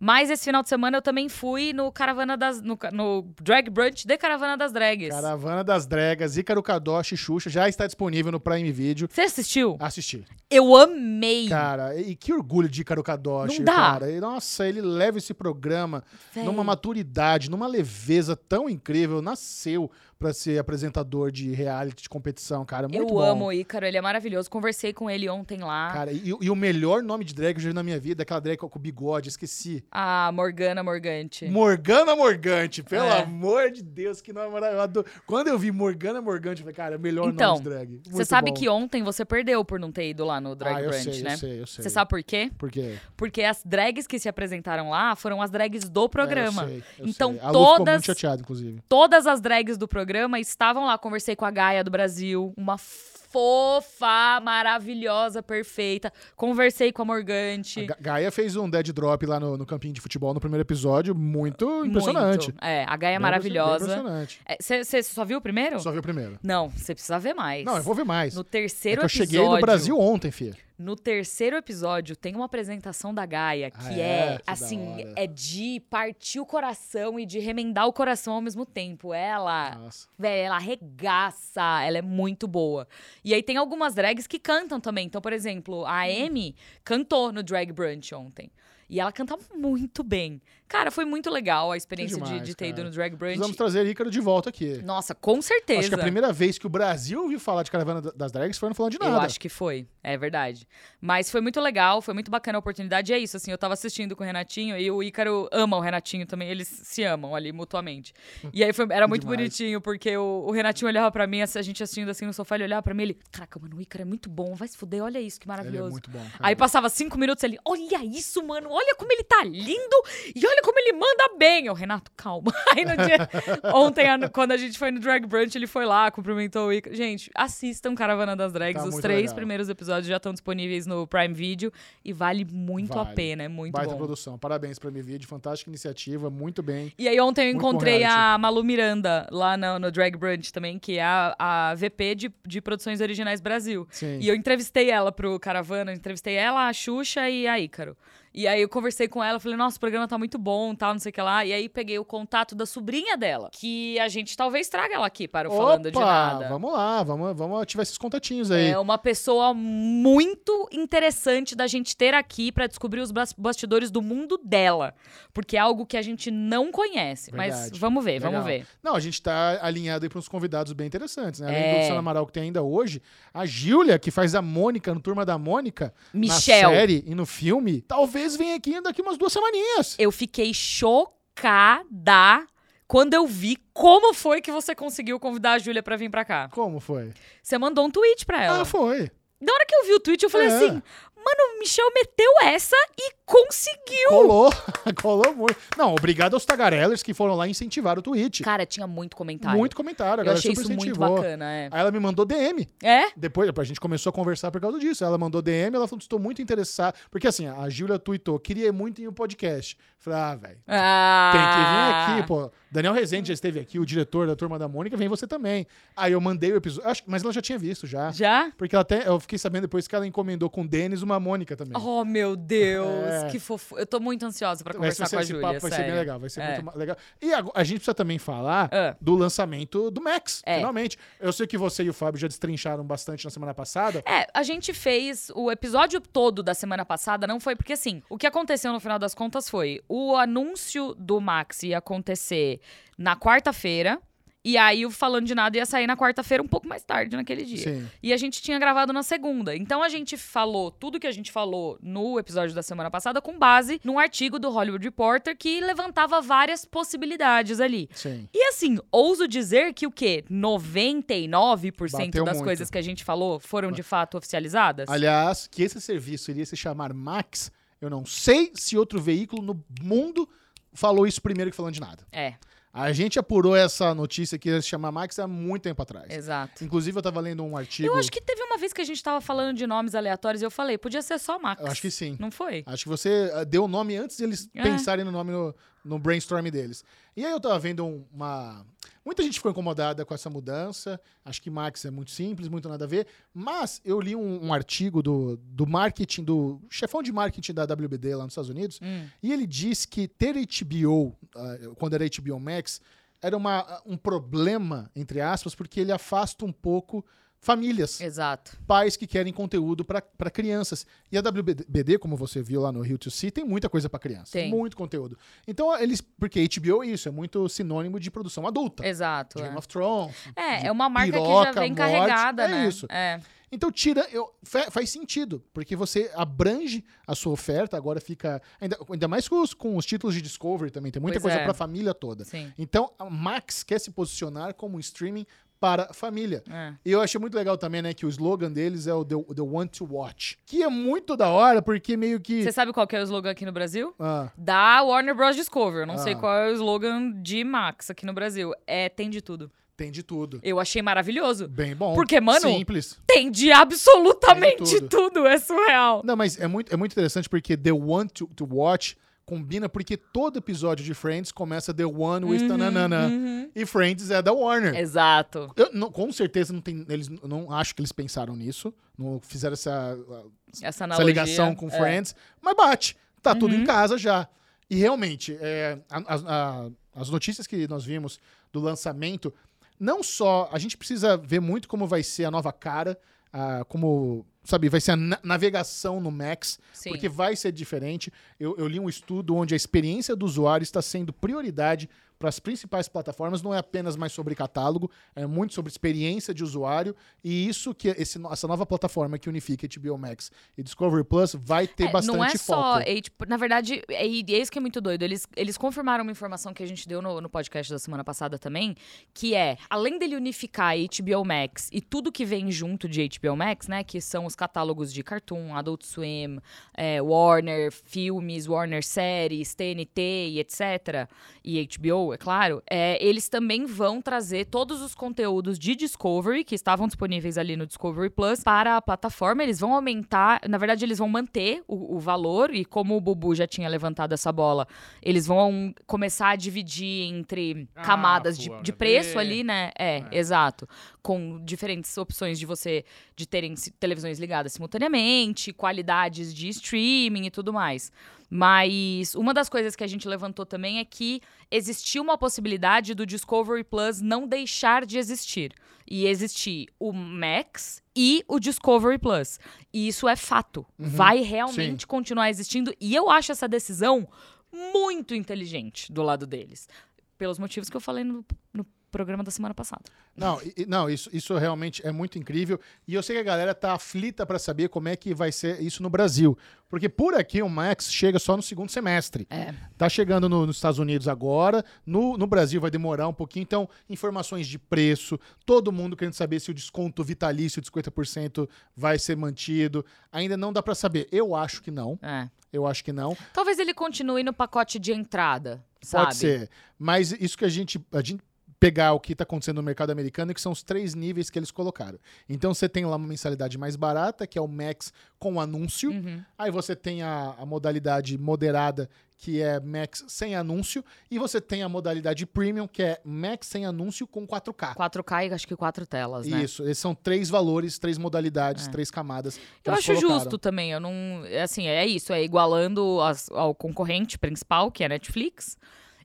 Speaker 1: Mas esse final de semana eu também fui no Caravana das. no, ca- no Drag Brunch de Caravana das Drags.
Speaker 2: Caravana das Dregas, Ícaro Kadoshi, Xuxa já está disponível no Prime Video.
Speaker 1: Você assistiu?
Speaker 2: Assistir.
Speaker 1: Eu amei.
Speaker 2: Cara, e que orgulho de Ícaro Kadoshi,
Speaker 1: Não dá.
Speaker 2: cara. E, nossa, ele leva esse programa
Speaker 1: Véi.
Speaker 2: numa maturidade, numa leveza tão incrível. Nasceu pra ser apresentador de reality, de competição, cara. Muito
Speaker 1: eu
Speaker 2: bom.
Speaker 1: amo o Ícaro, ele tá? é maravilhoso. Conversei com ele ontem lá.
Speaker 2: Cara, e, e o melhor nome de drag que eu já vi na minha vida, é aquela drag com o bigode, esqueci.
Speaker 1: A Morgana Morgante.
Speaker 2: Morgana Morgante, pelo
Speaker 1: É.
Speaker 2: amor de Deus, que nome maravilhoso. Eu adoro. Quando eu vi Morgana Morgante, eu falei, cara, é o melhor
Speaker 1: Então,
Speaker 2: nome de drag.
Speaker 1: Você sabe que ontem você perdeu por não ter ido lá no Drag
Speaker 2: ah, eu
Speaker 1: Brunch,
Speaker 2: sei,
Speaker 1: né?
Speaker 2: Eu sei, eu sei.
Speaker 1: Você sabe por quê?
Speaker 2: por quê?
Speaker 1: Porque as drags que se apresentaram lá foram as drags do programa.
Speaker 2: É, eu sei, eu
Speaker 1: Então,
Speaker 2: sei. A Lu ficou
Speaker 1: todas-
Speaker 2: muito chateada, inclusive.
Speaker 1: Todas as drags do programa estavam lá. Conversei com a Gaia do Brasil, uma fofa, maravilhosa, perfeita. Conversei com a
Speaker 2: A
Speaker 1: Morgante.
Speaker 2: Ga- Gaia fez um dead drop lá no, no campinho de futebol no primeiro episódio, muito
Speaker 1: Muito.
Speaker 2: impressionante.
Speaker 1: É, a Gaia é
Speaker 2: Bem
Speaker 1: maravilhosa.
Speaker 2: Impressionante.
Speaker 1: Você só viu o primeiro?
Speaker 2: Só vi o primeiro.
Speaker 1: Não, você precisa ver mais.
Speaker 2: Não, eu vou ver mais.
Speaker 1: No
Speaker 2: É
Speaker 1: terceiro
Speaker 2: que eu
Speaker 1: episódio.
Speaker 2: cheguei no Brasil ontem, filha.
Speaker 1: No terceiro episódio tem uma apresentação da Gaia
Speaker 2: Ah,
Speaker 1: que
Speaker 2: é?
Speaker 1: é,
Speaker 2: Que da
Speaker 1: assim,
Speaker 2: hora.
Speaker 1: é de partir o coração e de remendar o coração ao mesmo tempo. Ela.
Speaker 2: Nossa.
Speaker 1: Véi, ela arregaça, ela é muito boa. E aí tem algumas drags que cantam também. Então, por exemplo, a
Speaker 2: Hum.
Speaker 1: Amy cantou no Drag Brunch ontem. E ela canta muito bem. Cara, foi muito legal a experiência de,
Speaker 2: demais,
Speaker 1: de ter ido
Speaker 2: cara.
Speaker 1: no Drag Brunch.
Speaker 2: Precisamos trazer Ícaro de volta aqui.
Speaker 1: Nossa, com certeza.
Speaker 2: Acho que a primeira vez que o Brasil ouviu falar de Caravana da- das Drags foi no Falando de Nada.
Speaker 1: Eu acho que foi, é verdade. Mas foi muito legal, foi muito bacana a oportunidade. E é isso, assim, eu tava assistindo com o Renatinho e o Ícaro ama o Renatinho também, eles se amam ali mutuamente. E aí foi- era muito
Speaker 2: Hum. Demais.
Speaker 1: bonitinho, porque o, o Renatinho olhava pra mim, a gente assistindo assim no sofá, ele olhava pra mim e ele, caraca, mano, o Ícaro é muito bom, vai se fuder, olha isso, que
Speaker 2: Ele é
Speaker 1: maravilhoso.
Speaker 2: muito bom. cara.
Speaker 1: Aí passava cinco minutos ele, olha isso, mano, olha como ele tá lindo e olha como ele manda bem. Eu, Renato, calma. Aí no dia, ontem, a no- quando a gente foi no Drag Brunch, ele foi lá, cumprimentou o Ica. Gente, assistam Caravana das Drags,
Speaker 2: Tá
Speaker 1: os
Speaker 2: muito
Speaker 1: três
Speaker 2: legal.
Speaker 1: primeiros episódios já estão disponíveis no Prime Video e vale muito a
Speaker 2: Vale.
Speaker 1: pena, é muito
Speaker 2: Baita
Speaker 1: bom.
Speaker 2: produção. Parabéns pra MVide, fantástica iniciativa, muito bem.
Speaker 1: E aí ontem eu
Speaker 2: Muito bom
Speaker 1: encontrei a
Speaker 2: reality.
Speaker 1: Malu Miranda lá no, no Drag Brunch também, que é a, a VP de, de Produções Originais Brasil.
Speaker 2: Sim.
Speaker 1: E eu entrevistei ela pro Caravana, eu entrevistei ela, a Xuxa e a Ícaro. E aí eu conversei com ela, falei, nossa, o programa tá muito bom, tal, não sei o que lá. E aí peguei o contato da sobrinha dela, que a gente talvez traga ela aqui para o Falando de
Speaker 2: Opa,
Speaker 1: Nada.
Speaker 2: Vamos lá, vamos, vamos ativar esses contatinhos aí.
Speaker 1: É uma pessoa muito interessante da gente ter aqui pra descobrir os bas- bastidores do mundo dela. Porque é algo que a gente não conhece. Mas
Speaker 2: Verdade.
Speaker 1: vamos ver, vamos
Speaker 2: Legal.
Speaker 1: ver.
Speaker 2: Não, a gente tá alinhado aí para uns convidados bem interessantes, né? Além
Speaker 1: É.
Speaker 2: do Luciano Amaral que tem ainda hoje, a Júlia, que faz a Mônica no Turma da Mônica,
Speaker 1: Michel,
Speaker 2: na série e no filme, talvez venha aqui daqui umas duas semaninhas.
Speaker 1: eu fiquei chocada quando eu vi como foi que você conseguiu convidar a Júlia pra vir pra cá.
Speaker 2: Como foi?
Speaker 1: Você mandou um tweet pra ela.
Speaker 2: Ah, foi.
Speaker 1: Na hora que eu vi o tweet, eu falei
Speaker 2: É.
Speaker 1: assim: mano, o Michel meteu essa e conseguiu.
Speaker 2: Colou. Colou muito. Não, obrigado aos tagarelas que foram lá e incentivaram o tweet.
Speaker 1: Cara, tinha muito comentário.
Speaker 2: Muito comentário, a
Speaker 1: Eu
Speaker 2: galera
Speaker 1: achei
Speaker 2: super
Speaker 1: isso muito
Speaker 2: incentivou.
Speaker 1: bacana, é.
Speaker 2: Aí ela me mandou DM.
Speaker 1: É?
Speaker 2: Depois a gente começou a conversar por causa disso. Ela mandou DM, ela falou: estou muito interessada. Porque assim, a Júlia tweetou, queria muito ir no podcast. Falei, ah, velho,
Speaker 1: Ah.
Speaker 2: Tem que vir aqui, pô. Daniel Rezende já esteve aqui, o diretor da Turma da Mônica, vem você também. Aí eu mandei o episódio, acho, mas ela já tinha visto já.
Speaker 1: Já?
Speaker 2: Porque ela até, eu fiquei sabendo depois que ela encomendou com o Denis uma Mônica também.
Speaker 1: Oh, meu Deus,
Speaker 2: É.
Speaker 1: que fofo. Eu tô muito ansiosa pra
Speaker 2: vai ser,
Speaker 1: conversar com a
Speaker 2: esse
Speaker 1: Júlia,
Speaker 2: papo vai ser bem
Speaker 1: sério.
Speaker 2: legal, vai ser
Speaker 1: É.
Speaker 2: muito ma- legal. E agora, a gente precisa também falar
Speaker 1: Ah.
Speaker 2: do lançamento do Max,
Speaker 1: É.
Speaker 2: finalmente. Eu sei que você e o Fábio já destrincharam bastante na semana passada.
Speaker 1: É, a gente fez o episódio todo da semana passada, não foi porque assim, o que aconteceu no final das contas foi o anúncio do Max ia acontecer na quarta-feira. E aí, o Falando de Nada ia sair na quarta-feira, um pouco mais tarde naquele dia.
Speaker 2: Sim.
Speaker 1: E a gente tinha gravado na segunda. Então a gente falou tudo que a gente falou no episódio da semana passada com base num artigo do Hollywood Reporter que levantava várias possibilidades ali.
Speaker 2: Sim.
Speaker 1: E assim, ouso dizer que o quê? 99%
Speaker 2: Bateu
Speaker 1: das
Speaker 2: muito.
Speaker 1: coisas que a gente falou foram de fato oficializadas?
Speaker 2: Aliás, que esse serviço iria se chamar Max, eu não sei se outro veículo no mundo falou isso primeiro que falando de nada.
Speaker 1: É,
Speaker 2: A gente apurou essa notícia que ia se chamar Max há muito tempo atrás.
Speaker 1: exato.
Speaker 2: Inclusive, eu tava lendo um artigo.
Speaker 1: Eu acho que teve uma vez que a gente tava falando de nomes aleatórios e eu falei, podia ser só Max.
Speaker 2: Eu acho que sim.
Speaker 1: Não foi?
Speaker 2: Acho que você ah, deu o nome antes deles
Speaker 1: É.
Speaker 2: pensarem no nome no, no brainstorm deles. E aí eu tava vendo um- uma. Muita gente ficou incomodada com essa mudança. Acho que Max é muito simples, muito nada a ver. Mas eu li um, um artigo do, do marketing, do chefão de marketing da WBD lá nos Estados Unidos,
Speaker 1: Hum.
Speaker 2: e ele diz que ter HBO, ah, quando era HBO Max, era uma, um problema, entre aspas, porque ele afasta um pouco famílias.
Speaker 1: Exato.
Speaker 2: pais que querem conteúdo para crianças. E a WBD, como você viu lá no Rio to See, tem muita coisa para criança.
Speaker 1: Tem.
Speaker 2: Muito conteúdo. Então, eles. Porque HBO é isso, é muito sinônimo de produção adulta.
Speaker 1: Exato.
Speaker 2: De Game
Speaker 1: é.
Speaker 2: of Thrones.
Speaker 1: É,
Speaker 2: Tá. de
Speaker 1: é uma marca que
Speaker 2: piroca,
Speaker 1: já vem
Speaker 2: morte,
Speaker 1: carregada,
Speaker 2: é
Speaker 1: né?
Speaker 2: isso.
Speaker 1: É,
Speaker 2: Então, tira. Eu, fa- faz sentido, porque você abrange a sua oferta, agora fica. Ainda, ainda mais com os, com os títulos de Discovery também, tem muita
Speaker 1: Pois
Speaker 2: coisa
Speaker 1: é.
Speaker 2: para família toda.
Speaker 1: sim.
Speaker 2: Então, a Max quer se posicionar como um streaming para a família.
Speaker 1: É.
Speaker 2: E eu achei muito legal também, né, que o slogan deles é o The, the Want to Watch. Que é muito da hora, porque meio que.
Speaker 1: Você sabe qual que é o slogan aqui no Brasil?
Speaker 2: Ah,
Speaker 1: Da Warner Bros. Discovery. Eu não sei
Speaker 2: Ah.
Speaker 1: qual é o slogan de Max aqui no Brasil. É, tem de tudo.
Speaker 2: tem de tudo.
Speaker 1: Eu achei maravilhoso.
Speaker 2: Bem bom.
Speaker 1: Porque, mano-
Speaker 2: Simples.
Speaker 1: Tem de absolutamente
Speaker 2: Tem de
Speaker 1: tudo. É surreal.
Speaker 2: Não, mas é muito, é muito interessante porque The Want to, to Watch combina porque todo episódio de Friends começa The One with Nanana.
Speaker 1: Uhum.
Speaker 2: E Friends é da Warner.
Speaker 1: Exato.
Speaker 2: Eu não- com certeza não tem. Eles não acho que eles pensaram nisso. Não fizeram essa
Speaker 1: Essa
Speaker 2: essa
Speaker 1: analogia.
Speaker 2: ligação com
Speaker 1: é. Uhum.
Speaker 2: Friends, mas bate. Tá tudo em casa já. E realmente, é, a- a- a- as notícias que nós vimos do lançamento, não só. A gente precisa ver muito como vai ser a nova cara, ah, como. Sabe, vai ser a na- navegação no Max,
Speaker 1: Sim. É,
Speaker 2: porque vai ser diferente. Eu, eu li um estudo onde a experiência do usuário está sendo prioridade para as principais plataformas. Não é apenas mais sobre catálogo, é muito sobre experiência de usuário. E isso que esse no- essa nova plataforma que unifica HBO Max e Discovery Plus vai ter
Speaker 1: É,
Speaker 2: bastante
Speaker 1: não é só.
Speaker 2: foco.
Speaker 1: é, tipo, na verdade, é, e é isso que é muito doido. Eles, eles confirmaram uma informação que a gente deu no, no podcast da semana passada também, que é, além dele unificar HBO Max e tudo que vem junto de HBO Max, né? Que são os catálogos de Cartoon, Adult Swim, é, Warner, filmes, Warner séries, TNT e etc. E HBO, é claro. é, eles também vão trazer todos os conteúdos de Discovery, que estavam disponíveis ali no Discovery Plus, para a plataforma. Eles vão aumentar, na verdade, eles vão manter o, o valor. E como o Bubu já tinha levantado essa bola, eles vão começar a dividir entre
Speaker 3: Ah,
Speaker 1: camadas de,
Speaker 3: fulano
Speaker 1: de
Speaker 3: vê.
Speaker 1: preço ali, né? É,
Speaker 3: É.
Speaker 1: exato. Com diferentes opções de você de terem si- televisões ligadas simultaneamente, qualidades de streaming e tudo mais. Mas uma das coisas que a gente levantou também é que existia uma possibilidade do Discovery Plus não deixar de existir. E existir o Max e o Discovery Plus. E isso é fato.
Speaker 2: Uhum,
Speaker 1: Vai realmente continuar existindo. E eu acho essa decisão muito inteligente do lado deles. Pelos motivos que eu falei no, no programa da semana passada.
Speaker 2: Não, e- e- não isso, isso realmente é muito incrível. E eu sei que a galera tá aflita para saber como é que vai ser isso no Brasil. Porque por aqui o Max chega só no segundo semestre.
Speaker 1: É.
Speaker 2: Tá chegando no- nos Estados Unidos agora. No, no Brasil vai demorar um pouquinho. Então, informações de preço. Todo mundo querendo saber se o desconto vitalício de 50% vai ser mantido. Ainda não dá para saber. Eu acho que não.
Speaker 1: É.
Speaker 2: Eu acho que não.
Speaker 1: Talvez ele continue no pacote de entrada, sabe?
Speaker 2: Pode ser. Mas isso que a gente. A gente pegar o que está acontecendo no mercado americano, que são os três níveis que eles colocaram. Então você tem lá uma mensalidade mais barata, que é o Max com anúncio.
Speaker 1: Uhum.
Speaker 2: Aí você tem a, a modalidade moderada, que é Max sem anúncio. E você tem a modalidade premium, que é Max sem anúncio com 4K.
Speaker 1: 4K e acho que quatro telas, né?
Speaker 2: Isso, esses são três valores, três modalidades,
Speaker 1: É.
Speaker 2: três camadas. que
Speaker 1: Eu
Speaker 2: eles
Speaker 1: acho
Speaker 2: colocaram.
Speaker 1: justo também. Eu não. é Assim, é isso. É igualando as- ao concorrente principal, que é a Netflix.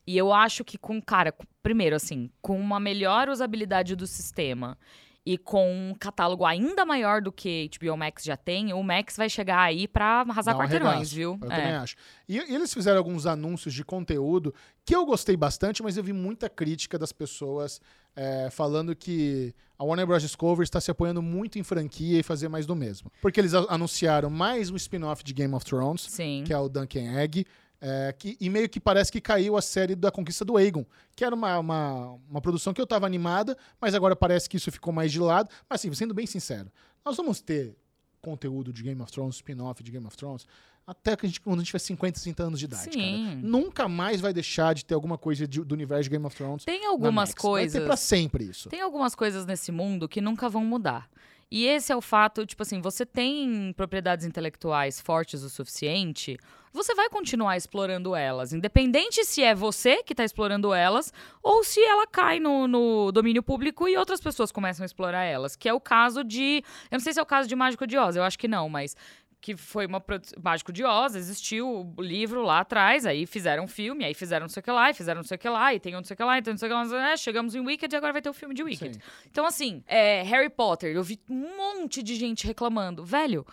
Speaker 1: E eu acho que com, cara, com- primeiro, assim, com uma melhor usabilidade do sistema e com um catálogo ainda maior do que HBO Max já tem, o Max vai chegar aí pra arrasar
Speaker 2: Dá um
Speaker 1: quarteirões,
Speaker 2: arregaço.
Speaker 1: viu?
Speaker 2: Eu
Speaker 1: É.
Speaker 2: também acho. E, e eles fizeram alguns anúncios de conteúdo que eu gostei bastante, mas eu vi muita crítica das pessoas é, falando que a Warner Bros. Discovery está se apoiando muito em franquia e fazer mais do mesmo. Porque eles a- anunciaram mais um spin-off de Game of Thrones,
Speaker 1: Sim.
Speaker 2: que é o Duncan Egg. é, que, e meio que parece que caiu a série da Conquista do Aegon, que era uma, uma, uma produção que eu tava animada, mas agora parece que isso ficou mais de lado. Mas assim, sendo bem sincero, nós vamos ter conteúdo de Game of Thrones, spin-off de Game of Thrones, até que a gente, quando a gente tiver 50, 60 anos de idade, cara.
Speaker 1: Sim.
Speaker 2: Nunca mais vai deixar de ter alguma coisa de- do universo de Game of Thrones. na
Speaker 1: Tem algumas
Speaker 2: Max. Vai ter pra
Speaker 1: coisas.
Speaker 2: sempre isso.
Speaker 1: Tem algumas coisas nesse mundo que nunca vão mudar. E esse é o fato, tipo assim, você tem propriedades intelectuais fortes o suficiente, você vai continuar explorando elas, independente se é você que está explorando elas ou se ela cai no, no domínio público e outras pessoas começam a explorar elas, que é o caso de, eu não sei se é o caso de Mágico de Oz, eu acho que não, mas que foi uma produ- Mágico de Oz, existiu o livro lá atrás, aí fizeram um filme, aí fizeram não sei o que lá, e fizeram não sei o que lá, e tem um não sei o que lá, e tem um não sei o que lá, não sei o que lá, é, chegamos em Wicked e agora vai ter o filme de Wicked.
Speaker 2: Sim.
Speaker 1: Então, assim, é, Harry Potter, eu vi um monte de gente reclamando. Velho,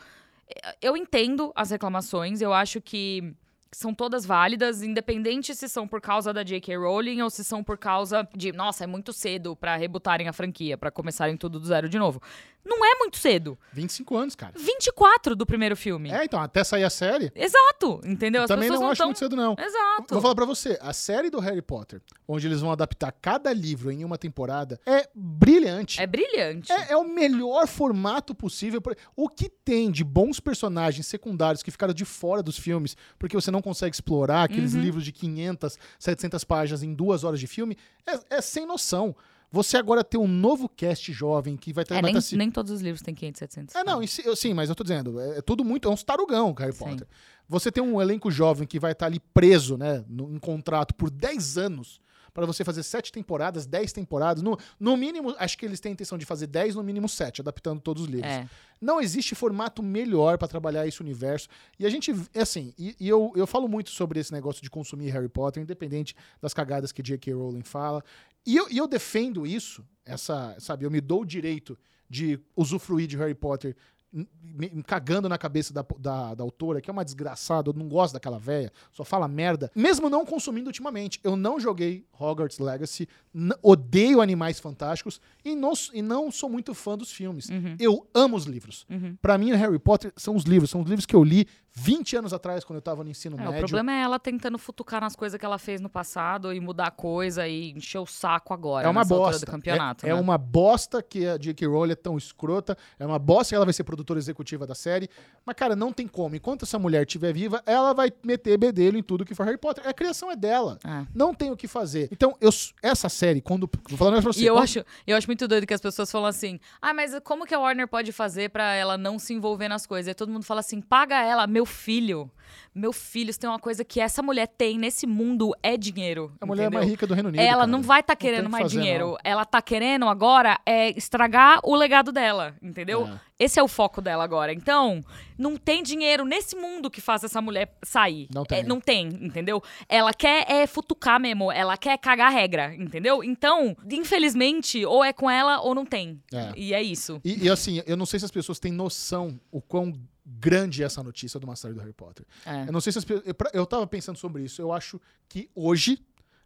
Speaker 1: eh, eu entendo as reclamações, eu acho que são todas válidas, independente se são por causa da J.K. Rowling ou se são por causa de, nossa, é muito cedo pra rebutarem a franquia, pra começarem tudo do zero de novo. Não é muito cedo.
Speaker 2: 25 anos, cara.
Speaker 1: 24 do primeiro filme.
Speaker 2: É, então, até sair a série,
Speaker 1: Exato, entendeu? As
Speaker 2: também
Speaker 1: pessoas
Speaker 2: não
Speaker 1: não
Speaker 2: acho
Speaker 1: estão.
Speaker 2: muito cedo, não.
Speaker 1: Exato.
Speaker 2: Vou falar pra você, a série do Harry Potter, onde eles vão adaptar cada livro em uma temporada, é brilhante.
Speaker 1: É brilhante.
Speaker 2: É, é o melhor formato possível. Por- O que tem de bons personagens secundários que ficaram de fora dos filmes, porque você não consegue explorar aqueles
Speaker 1: Uhum.
Speaker 2: livros de 500, 700 páginas em duas horas de filme, é, é sem noção. Você agora ter um novo cast jovem que vai tá
Speaker 1: É,
Speaker 2: trabalhar.
Speaker 1: nem, nem todos os livros têm 500, 700.
Speaker 2: assim É, não, isso- eu- sim, mas eu tô dizendo, é, é tudo muito. É um tarugão, Harry
Speaker 1: né? Sim.
Speaker 2: Potter. Você tem um elenco jovem que vai estar ali preso, né, num contrato por 10 anos. Pra você fazer sete temporadas, 10 temporadas, no, no mínimo, acho que eles têm a intenção de fazer 10, no mínimo 7, adaptando todos os livros.
Speaker 1: É.
Speaker 2: Não existe formato melhor pra trabalhar esse universo. E a gente, é assim, e, e eu, eu falo muito sobre esse negócio de consumir Harry Potter, independente das cagadas que J.K. Rowling fala. E eu, e eu defendo isso, essa, sabe, eu me dou o direito de usufruir de Harry Potter m- me- cagando na cabeça da, da, da autora, que é uma desgraçada, eu não gosto daquela véia, só fala merda. Mesmo não consumindo ultimamente. Eu não joguei Hogwarts Legacy, n- odeio Animais Fantásticos e não, s- e não sou muito fã dos filmes.
Speaker 1: Uhum.
Speaker 2: Eu amo os livros.
Speaker 1: Uhum.
Speaker 2: Pra mim, Harry Potter são os livros. São os livros que eu li 20 anos atrás, quando eu tava no ensino
Speaker 1: É, o
Speaker 2: médio.
Speaker 1: problema é ela tentando futucar nas coisas que ela fez no passado e mudar a coisa e encher o saco agora.
Speaker 2: É uma
Speaker 1: nessa altura
Speaker 2: bosta.
Speaker 1: Do campeonato,
Speaker 2: é, é
Speaker 1: né?
Speaker 2: uma bosta que a J.K. Rowling é tão escrota. É uma bosta que ela vai ser produtora executiva da série. Mas, cara, não tem como. Enquanto essa mulher estiver viva, ela vai meter bedelho em tudo que for Harry Potter. A criação é dela.
Speaker 1: É.
Speaker 2: Não tem o que fazer. Então, eu, essa série, quando. Vou falar mais pra você.
Speaker 1: E eu
Speaker 2: quando-
Speaker 1: acho, eu acho muito doido que as pessoas falam assim: ah, mas como que a Warner pode fazer pra ela não se envolver nas coisas? E todo mundo fala assim: paga ela, meu filho. Meu filho, se tem uma coisa que essa mulher tem nesse mundo é dinheiro.
Speaker 2: A mulher é
Speaker 1: entendeu?
Speaker 2: mais rica do Reino Unido.
Speaker 1: Ela
Speaker 2: cara.
Speaker 1: não vai estar
Speaker 2: tem
Speaker 1: querendo
Speaker 2: que
Speaker 1: mais
Speaker 2: fazer,
Speaker 1: dinheiro. Ela tá querendo agora é estragar o legado dela, entendeu?
Speaker 2: É.
Speaker 1: Esse é o foco dela agora. Então, não tem dinheiro nesse mundo que faz essa mulher sair.
Speaker 2: Não tem.
Speaker 1: É, não tem, entendeu? Ela quer é futucar mesmo. Ela quer cagar a regra, entendeu? Então, infelizmente, ou é com ela ou não tem.
Speaker 2: É.
Speaker 1: E é isso.
Speaker 2: E, e, assim, eu não sei se as pessoas têm noção o quão grande é essa notícia de uma série do Harry Potter.
Speaker 1: É.
Speaker 2: Eu não sei se as pessoas. Eu, pra- eu tava pensando sobre isso. Eu acho que hoje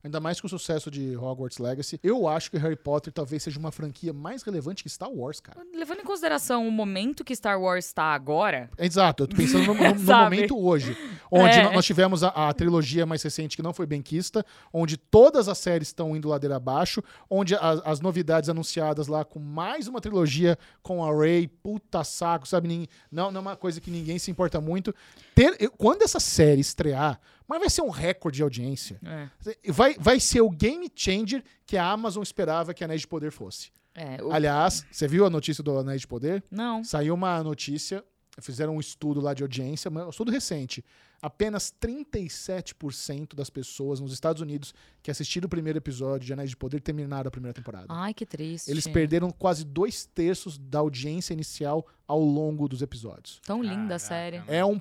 Speaker 2: Ainda mais com o sucesso de Hogwarts Legacy. Eu acho que Harry Potter talvez seja uma franquia mais relevante que Star Wars, cara.
Speaker 1: Levando em consideração o momento que Star Wars está agora,
Speaker 2: Exato, eu tô pensando no, no- no
Speaker 1: Sabe?
Speaker 2: momento hoje. Onde
Speaker 1: É.
Speaker 2: no- nós tivemos a, a trilogia mais recente que não foi benquista, onde todas as séries estão indo ladeira abaixo, onde a- as novidades anunciadas lá com mais uma trilogia com a Ray, puta saco, sabe? Nin- Não, não é uma coisa que ninguém se importa muito. Ter, eu- quando essa série estrear, mas vai ser um recorde de audiência.
Speaker 1: é,
Speaker 2: Vai, vai ser o game changer que a Amazon esperava que a Anéis de Poder fosse.
Speaker 1: é, o-
Speaker 2: Aliás, você viu a notícia do Anéis de Poder?
Speaker 1: não.
Speaker 2: Saiu uma notícia, fizeram um estudo lá de audiência, mas um estudo recente. Apenas 37% das pessoas nos Estados Unidos que assistiram o primeiro episódio de Anéis de Poder terminaram a primeira temporada.
Speaker 1: Ai, que triste.
Speaker 2: Eles perderam quase dois terços da audiência inicial ao longo dos episódios.
Speaker 1: Tão linda a
Speaker 3: Caraca,
Speaker 1: série.
Speaker 3: mano.
Speaker 2: É um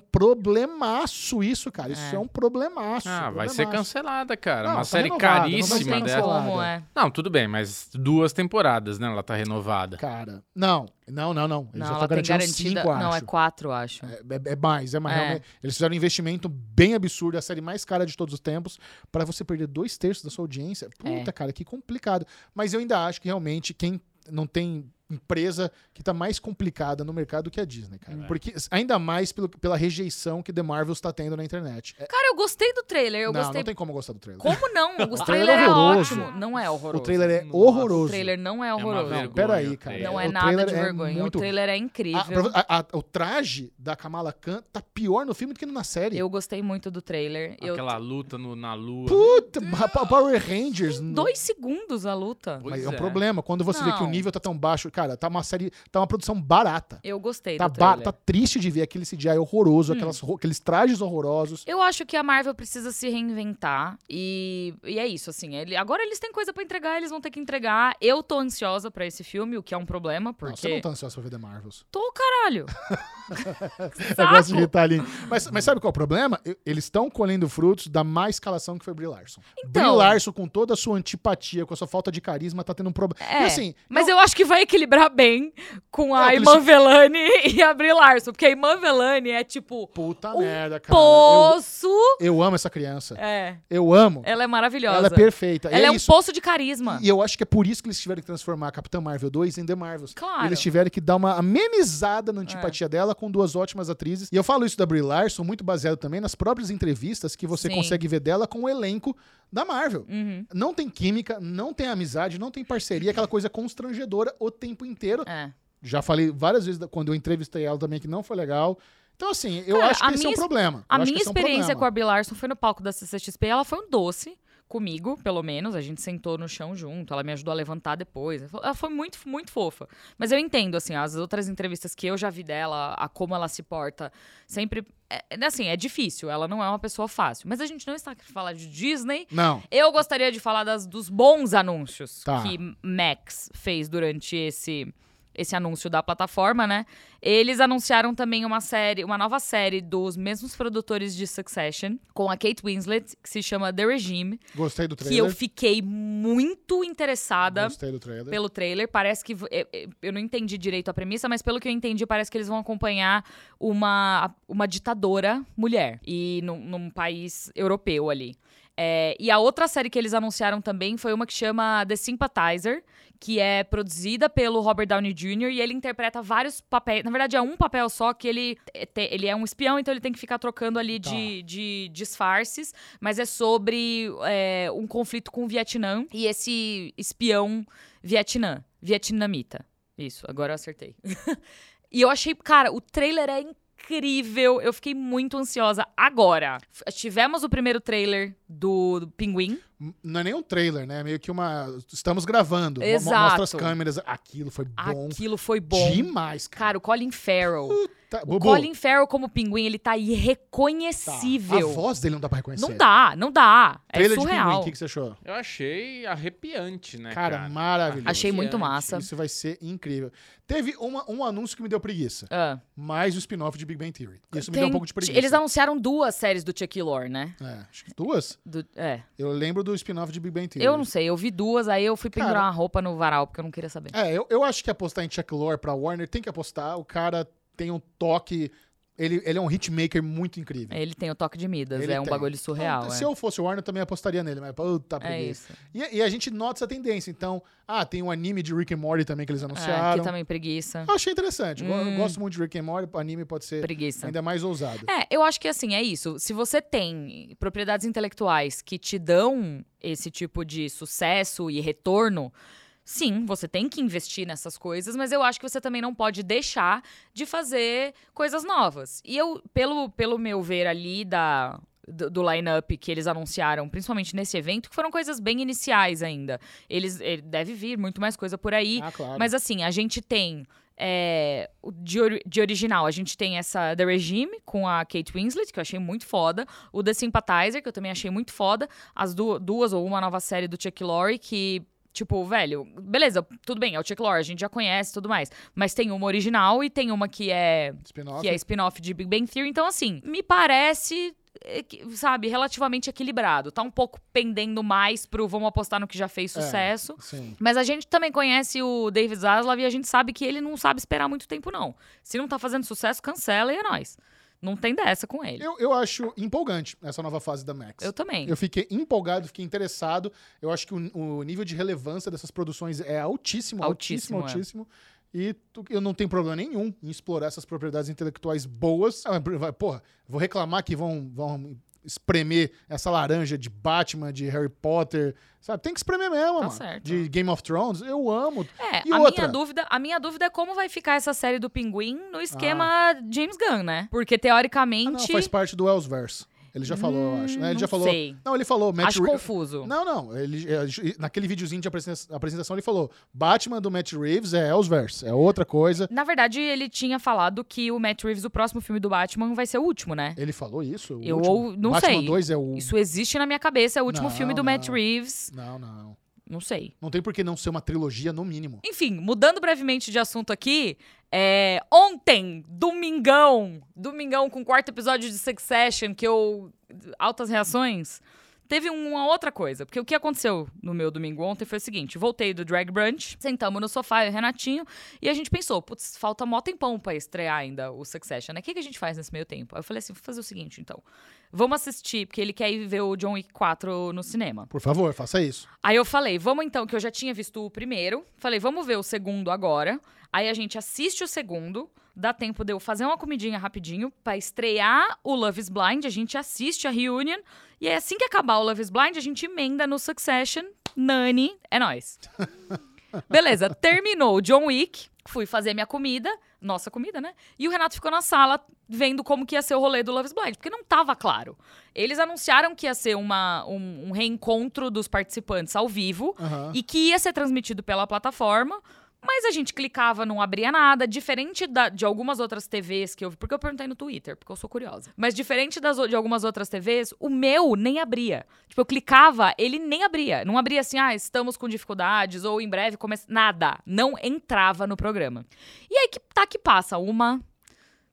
Speaker 2: problemaço isso, cara. Isso é,
Speaker 1: Hum. É.
Speaker 2: um problemaço.
Speaker 3: Ah, vai
Speaker 2: problemaço.
Speaker 3: ser cancelada, cara.
Speaker 2: Não,
Speaker 3: Uma
Speaker 2: tá
Speaker 3: série
Speaker 2: renovada, não vai
Speaker 1: Não
Speaker 2: Sim,
Speaker 1: tem
Speaker 3: caríssima
Speaker 2: mas é-
Speaker 3: dela.
Speaker 1: como, é.
Speaker 3: Não, tudo bem, mas duas temporadas, né? Ela tá renovada.
Speaker 2: Cara, não, não, não, não. Eles
Speaker 1: Não,
Speaker 2: já
Speaker 1: ela
Speaker 2: estão
Speaker 1: tem
Speaker 2: garantindo
Speaker 1: garantida.
Speaker 2: cinco,
Speaker 1: não, é
Speaker 2: acho.
Speaker 1: quatro, acho.
Speaker 2: É, é mais, é mais.
Speaker 1: É.
Speaker 2: realmente. Eles fizeram um investimento bem absurdo, é a série mais cara de todos os tempos, pra você perder dois terços da sua audiência.
Speaker 1: É.
Speaker 2: Puta, cara, que complicado. Mas eu ainda acho que realmente quem não tem empresa que tá mais complicada no mercado que a Disney, cara.
Speaker 3: É.
Speaker 2: Porque ainda mais pelo- pela rejeição que The Marvel está tendo na internet. É,
Speaker 1: Cara, eu gostei do trailer. Eu
Speaker 2: não,
Speaker 1: gostei.
Speaker 2: não tem como gostar do trailer.
Speaker 1: Como não? O,
Speaker 2: trailer
Speaker 1: trailer,
Speaker 2: é
Speaker 1: é
Speaker 2: horroroso.
Speaker 1: ótimo. Não é horroroso.
Speaker 2: O trailer é
Speaker 3: Nossa.
Speaker 2: horroroso.
Speaker 1: O trailer não é
Speaker 3: uma
Speaker 1: horroroso.
Speaker 2: Não,
Speaker 3: vergonha,
Speaker 2: peraí, cara.
Speaker 3: o
Speaker 1: não
Speaker 2: É,
Speaker 1: é
Speaker 2: o
Speaker 1: nada
Speaker 2: trailer
Speaker 1: de
Speaker 2: é
Speaker 1: vergonha.
Speaker 2: muito-
Speaker 1: O trailer é incrível.
Speaker 2: Ah, pra vo- a- a- o traje da Kamala Khan tá pior no filme do que na série.
Speaker 1: Eu gostei muito do trailer. Eu...
Speaker 3: Aquela luta no- na lua. né?
Speaker 2: Puta, pa- Power Rangers. no-
Speaker 1: Dois segundos a luta.
Speaker 3: Pois
Speaker 2: Mas é um
Speaker 3: é.
Speaker 2: problema. Quando você vê que o
Speaker 1: Não.
Speaker 2: nível tá tão baixo, cara, tá uma série, tá uma produção barata.
Speaker 1: Eu gostei
Speaker 2: Tá,
Speaker 1: do
Speaker 2: ba-
Speaker 1: trailer. Hum.
Speaker 2: tá triste de ver aquele CGI horroroso, aquelas ro- aqueles trajes horrorosos.
Speaker 1: Eu acho que a Marvel precisa se reinventar e, e é isso, assim. ele- agora eles têm coisa pra entregar, eles vão ter que entregar. Eu tô ansiosa pra esse filme, o que é um problema,
Speaker 2: Não,
Speaker 1: porque...
Speaker 2: você não tá ansioso pra ver The Marvels.
Speaker 1: Tô, caralho!
Speaker 2: Eu gosto de
Speaker 1: Saco!
Speaker 2: irritar ali. Mas, mas sabe qual é o problema? Eu- Eles estão colhendo frutos da má escalação que foi Brie Larson.
Speaker 1: Então!
Speaker 2: Brie Larson, com toda a sua antipatia, com a sua falta de carisma, tá tendo um problema.
Speaker 1: É,
Speaker 2: e assim,
Speaker 1: Mas eu acho que vai equilibrar bem com
Speaker 2: Não,
Speaker 1: a
Speaker 2: eles-
Speaker 1: Iman Velani e a Brie Larson, porque a Iman Velani é tipo...
Speaker 2: puta
Speaker 1: um
Speaker 2: merda, cara. Eu,
Speaker 1: Poço!
Speaker 2: eu amo essa criança.
Speaker 1: É,
Speaker 2: Eu amo.
Speaker 1: ela é maravilhosa.
Speaker 2: Ela é perfeita.
Speaker 1: Ela
Speaker 2: é,
Speaker 1: é um
Speaker 2: isso.
Speaker 1: poço de carisma.
Speaker 2: E eu acho que é por isso que eles tiveram que transformar a Capitã Marvel 2 em The Marvels.
Speaker 1: Claro. É.
Speaker 2: Eles tiveram que dar uma amenizada na antipatia dela com duas ótimas atrizes. E eu falo isso da Brie Larson muito baseado também nas próprias entrevistas que você
Speaker 1: Sim.
Speaker 2: consegue ver dela com o elenco da Marvel.
Speaker 1: Uhum,
Speaker 2: Não tem química, não tem amizade, não tem parceria, aquela coisa constrangedora o tempo inteiro.
Speaker 1: é.
Speaker 2: Já falei várias vezes da- quando eu entrevistei ela também que não foi legal. Então, assim, eu
Speaker 1: Cara,
Speaker 2: acho
Speaker 1: a
Speaker 2: que esse é um
Speaker 1: minha-
Speaker 2: problema.
Speaker 1: A
Speaker 2: Eu acho
Speaker 1: minha
Speaker 2: que esse é um
Speaker 1: experiência
Speaker 2: problema.
Speaker 1: com a Brie Larson foi no palco da CCXP. Ela foi um doce comigo, pelo menos. A gente sentou no chão junto. Ela me ajudou a levantar depois. Ela fo- Ela foi muito, muito fofa. Mas eu entendo, assim, as outras entrevistas que eu já vi dela, a como ela se porta, sempre. É, é, assim, é difícil. Ela não é uma pessoa fácil. Mas a gente não está aqui pra falar de Disney.
Speaker 2: Não.
Speaker 1: Eu gostaria de falar das, dos bons anúncios
Speaker 2: Tá.
Speaker 1: que Max fez durante esse, esse anúncio da plataforma, né? Eles anunciaram também uma série, uma nova série dos mesmos produtores de Succession, com a Kate Winslet, que se chama The Regime,
Speaker 2: Gostei do
Speaker 1: que eu
Speaker 2: trailer.
Speaker 1: fiquei muito interessada
Speaker 2: Gostei do trailer.
Speaker 1: pelo trailer. Parece que. v- é, é, Eu não entendi direito a premissa, mas pelo que eu entendi, parece que eles vão acompanhar uma, uma ditadora mulher. E num, num país europeu ali. É, e a outra série que eles anunciaram também foi uma que chama The Sympathizer, que é produzida pelo Robert Downey Jr. e ele interpreta vários papéis. Na verdade, é um papel só que ele, é te- ele é um espião, então ele tem que ficar trocando ali
Speaker 2: Tá.
Speaker 1: de, de disfarces mas é sobre é, um conflito com o Vietnã e esse espião Vietnã, vietnamita. Isso, agora eu acertei. e eu achei, cara, o trailer é incrível, eu fiquei muito ansiosa. Agora, f- tivemos o primeiro trailer do, do Pinguim.
Speaker 2: Não é nem um trailer, né? É Meio que uma. Estamos gravando. Mo- mo-
Speaker 1: Exato.
Speaker 2: Mostra as câmeras. Aquilo foi bom,
Speaker 1: Aquilo foi bom.
Speaker 2: demais, cara.
Speaker 1: Cara, o Colin Farrell.
Speaker 2: Tá,
Speaker 1: O
Speaker 2: Bubu,
Speaker 1: Colin Farrell como pinguim, ele tá
Speaker 2: tá.
Speaker 1: irreconhecível.
Speaker 2: A voz dele não dá pra reconhecer.
Speaker 1: não dá, não dá. É
Speaker 2: Trailer de
Speaker 1: surreal.
Speaker 2: Pinguim, o que, que você achou?
Speaker 3: Eu achei arrepiante, né,
Speaker 2: Cara,
Speaker 3: cara?
Speaker 2: maravilhoso.
Speaker 1: Achei muito massa.
Speaker 2: Isso vai ser incrível. Teve uma- um anúncio que me deu preguiça.
Speaker 1: Ah.
Speaker 2: Mais o spin-off de Big Bang Theory. Isso me
Speaker 1: Tem-
Speaker 2: deu um pouco de preguiça.
Speaker 1: Eles anunciaram duas séries do Chuck E. Lore, né?
Speaker 2: É, acho que duas.
Speaker 1: Do- é.
Speaker 2: Eu lembro do spin-off de Big Bang Theory.
Speaker 1: Eu não sei, eu vi duas, aí eu fui
Speaker 2: Cara-
Speaker 1: pendurar uma roupa no varal, porque eu não queria saber.
Speaker 2: É, eu, eu acho que apostar em Chuck Lorre pra Warner tem que apostar. O cara tem um toque Ele, ele é um hitmaker muito incrível.
Speaker 1: Ele tem o toque de Midas,
Speaker 2: É. Ele
Speaker 1: é um
Speaker 2: tem.
Speaker 1: bagulho surreal.
Speaker 2: Então,
Speaker 1: é.
Speaker 2: Se eu fosse o Warner, eu também apostaria nele, mas puta
Speaker 1: É
Speaker 2: preguiça.
Speaker 1: isso.
Speaker 2: E, e a gente nota essa tendência. Então, ah, tem o anime de Rick and Morty também que eles
Speaker 1: Ah,
Speaker 2: anunciaram.
Speaker 1: aqui também preguiça.
Speaker 2: Eu achei interessante. Go-
Speaker 1: Hum.
Speaker 2: Gosto muito de Rick and Morty, anime pode ser
Speaker 1: Preguiça.
Speaker 2: ainda mais ousado.
Speaker 1: É, eu acho que assim, é isso. Se você tem propriedades intelectuais que te dão esse tipo de sucesso e retorno, sim, você tem que investir nessas coisas, mas eu acho que você também não pode deixar de fazer coisas novas. E eu, pelo, pelo meu ver ali da. Do, do line-up que eles anunciaram, principalmente nesse evento, que foram coisas bem iniciais ainda. Eles, ele deve vir muito mais coisa por aí.
Speaker 2: Ah, claro.
Speaker 1: Mas assim, a gente tem. é, o de, ori- de original, a gente tem essa The Regime com a Kate Winslet, que eu achei muito foda. O The Sympathizer, que eu também achei muito foda. As du- duas ou uma nova série do Chuck Lorre, que, tipo, velho, beleza, tudo bem, é o Chuck Lorre, a gente já conhece e tudo mais. Mas tem uma original e tem uma que é
Speaker 2: Spin-off.
Speaker 1: que é spin-off de Big Bang Theory. Então, assim, me parece, eh, que, sabe, relativamente equilibrado. Tá um pouco pendendo mais pro vamos apostar no que já fez
Speaker 2: É.
Speaker 1: sucesso.
Speaker 2: Sim.
Speaker 1: Mas a gente também conhece o David Zaslav e a gente sabe que ele não sabe esperar muito tempo, não. Se não tá fazendo sucesso, cancela e é nóis. Não tem dessa com ele. Eu,
Speaker 2: Eu, eu acho empolgante essa nova fase da Max.
Speaker 1: também.
Speaker 2: Eu fiquei empolgado, fiquei interessado. Eu acho que o, o nível de relevância dessas produções é altíssimo,
Speaker 1: Altíssimo,
Speaker 2: altíssimo,
Speaker 1: é.
Speaker 2: altíssimo. E tu- eu não tenho problema nenhum em explorar essas propriedades intelectuais boas. Ah, mas, vai- Porra, vou reclamar que vão, vão espremer essa laranja de Batman, de Harry Potter, sabe? Tem que espremer mesmo,
Speaker 1: Tá
Speaker 2: mano.
Speaker 1: certo.
Speaker 2: De Game of Thrones, eu amo.
Speaker 1: É,
Speaker 2: E
Speaker 1: a
Speaker 2: outra?
Speaker 1: minha dúvida, a minha dúvida é como vai ficar essa série do Pinguim no esquema James Gunn, né? Porque
Speaker 2: Ah,
Speaker 1: teoricamente
Speaker 2: não, faz parte do Elseverse. Ele já falou, eu acho. né? Ele
Speaker 1: Hum, não
Speaker 2: já falou.
Speaker 1: sei.
Speaker 2: Não, ele falou. Matt
Speaker 1: acho
Speaker 2: Re-
Speaker 1: confuso.
Speaker 2: Não, não. Ele, eh, ju- naquele videozinho de apresen- apresentação, ele falou: Batman do Matt Reeves é Elseverse, é outra coisa.
Speaker 1: Na verdade, ele tinha falado que o Matt Reeves, o próximo filme do Batman, vai ser o último, né?
Speaker 2: Ele falou isso? O
Speaker 1: Eu
Speaker 2: último?
Speaker 1: ou- não
Speaker 2: Batman
Speaker 1: sei.
Speaker 2: 2 é o.
Speaker 1: Isso existe na minha cabeça, é o último
Speaker 2: Não,
Speaker 1: filme do
Speaker 2: não.
Speaker 1: Matt Reeves.
Speaker 2: Não, não.
Speaker 1: Não sei.
Speaker 2: Não tem por que não ser uma trilogia, no mínimo.
Speaker 1: Enfim, mudando brevemente de assunto aqui, é, ontem, domingão, domingão com o quarto episódio de Succession, que eu. altas reações. Teve um, uma outra coisa, porque o que aconteceu no meu domingo ontem foi o seguinte: voltei do Drag Brunch, sentamos no sofá, eu e o Renatinho, e a gente pensou, putz, falta mó tempão pra estrear ainda o Succession, né? O que, que a gente faz nesse meio tempo? Aí eu falei assim: vou fazer o seguinte, então. Vamos assistir, porque ele quer ir ver o John Wick 4 no cinema.
Speaker 2: Por favor, faça isso.
Speaker 1: Aí eu falei, vamos então, que eu já tinha visto o primeiro. Falei, vamos ver o segundo agora. Aí a gente assiste o segundo. Dá tempo de eu fazer uma comidinha rapidinho pra estrear o Love is Blind. A gente assiste a reunion. E aí, assim que acabar o Love is Blind, a gente emenda no Succession. Nani, é nóis. Beleza, terminou o John Wick. Fui fazer minha comida, nossa comida, né? E o Renato ficou na sala vendo como que ia ser o rolê do Love is Blind, porque não tava claro. Eles anunciaram que ia ser uma, um, um reencontro dos participantes ao vivo
Speaker 2: Aham.
Speaker 1: e que ia ser transmitido pela plataforma. Mas a gente clicava, não abria nada, diferente da- de algumas outras TVs que eu vi. Porque eu perguntei no Twitter, porque eu sou curiosa. Mas diferente das o- de algumas outras TVs, o meu nem abria. Tipo, eu clicava, ele nem abria. Não abria assim, ah, estamos com dificuldades, ou em breve começa. Nada. Não entrava no programa. E aí que tá que passa uma,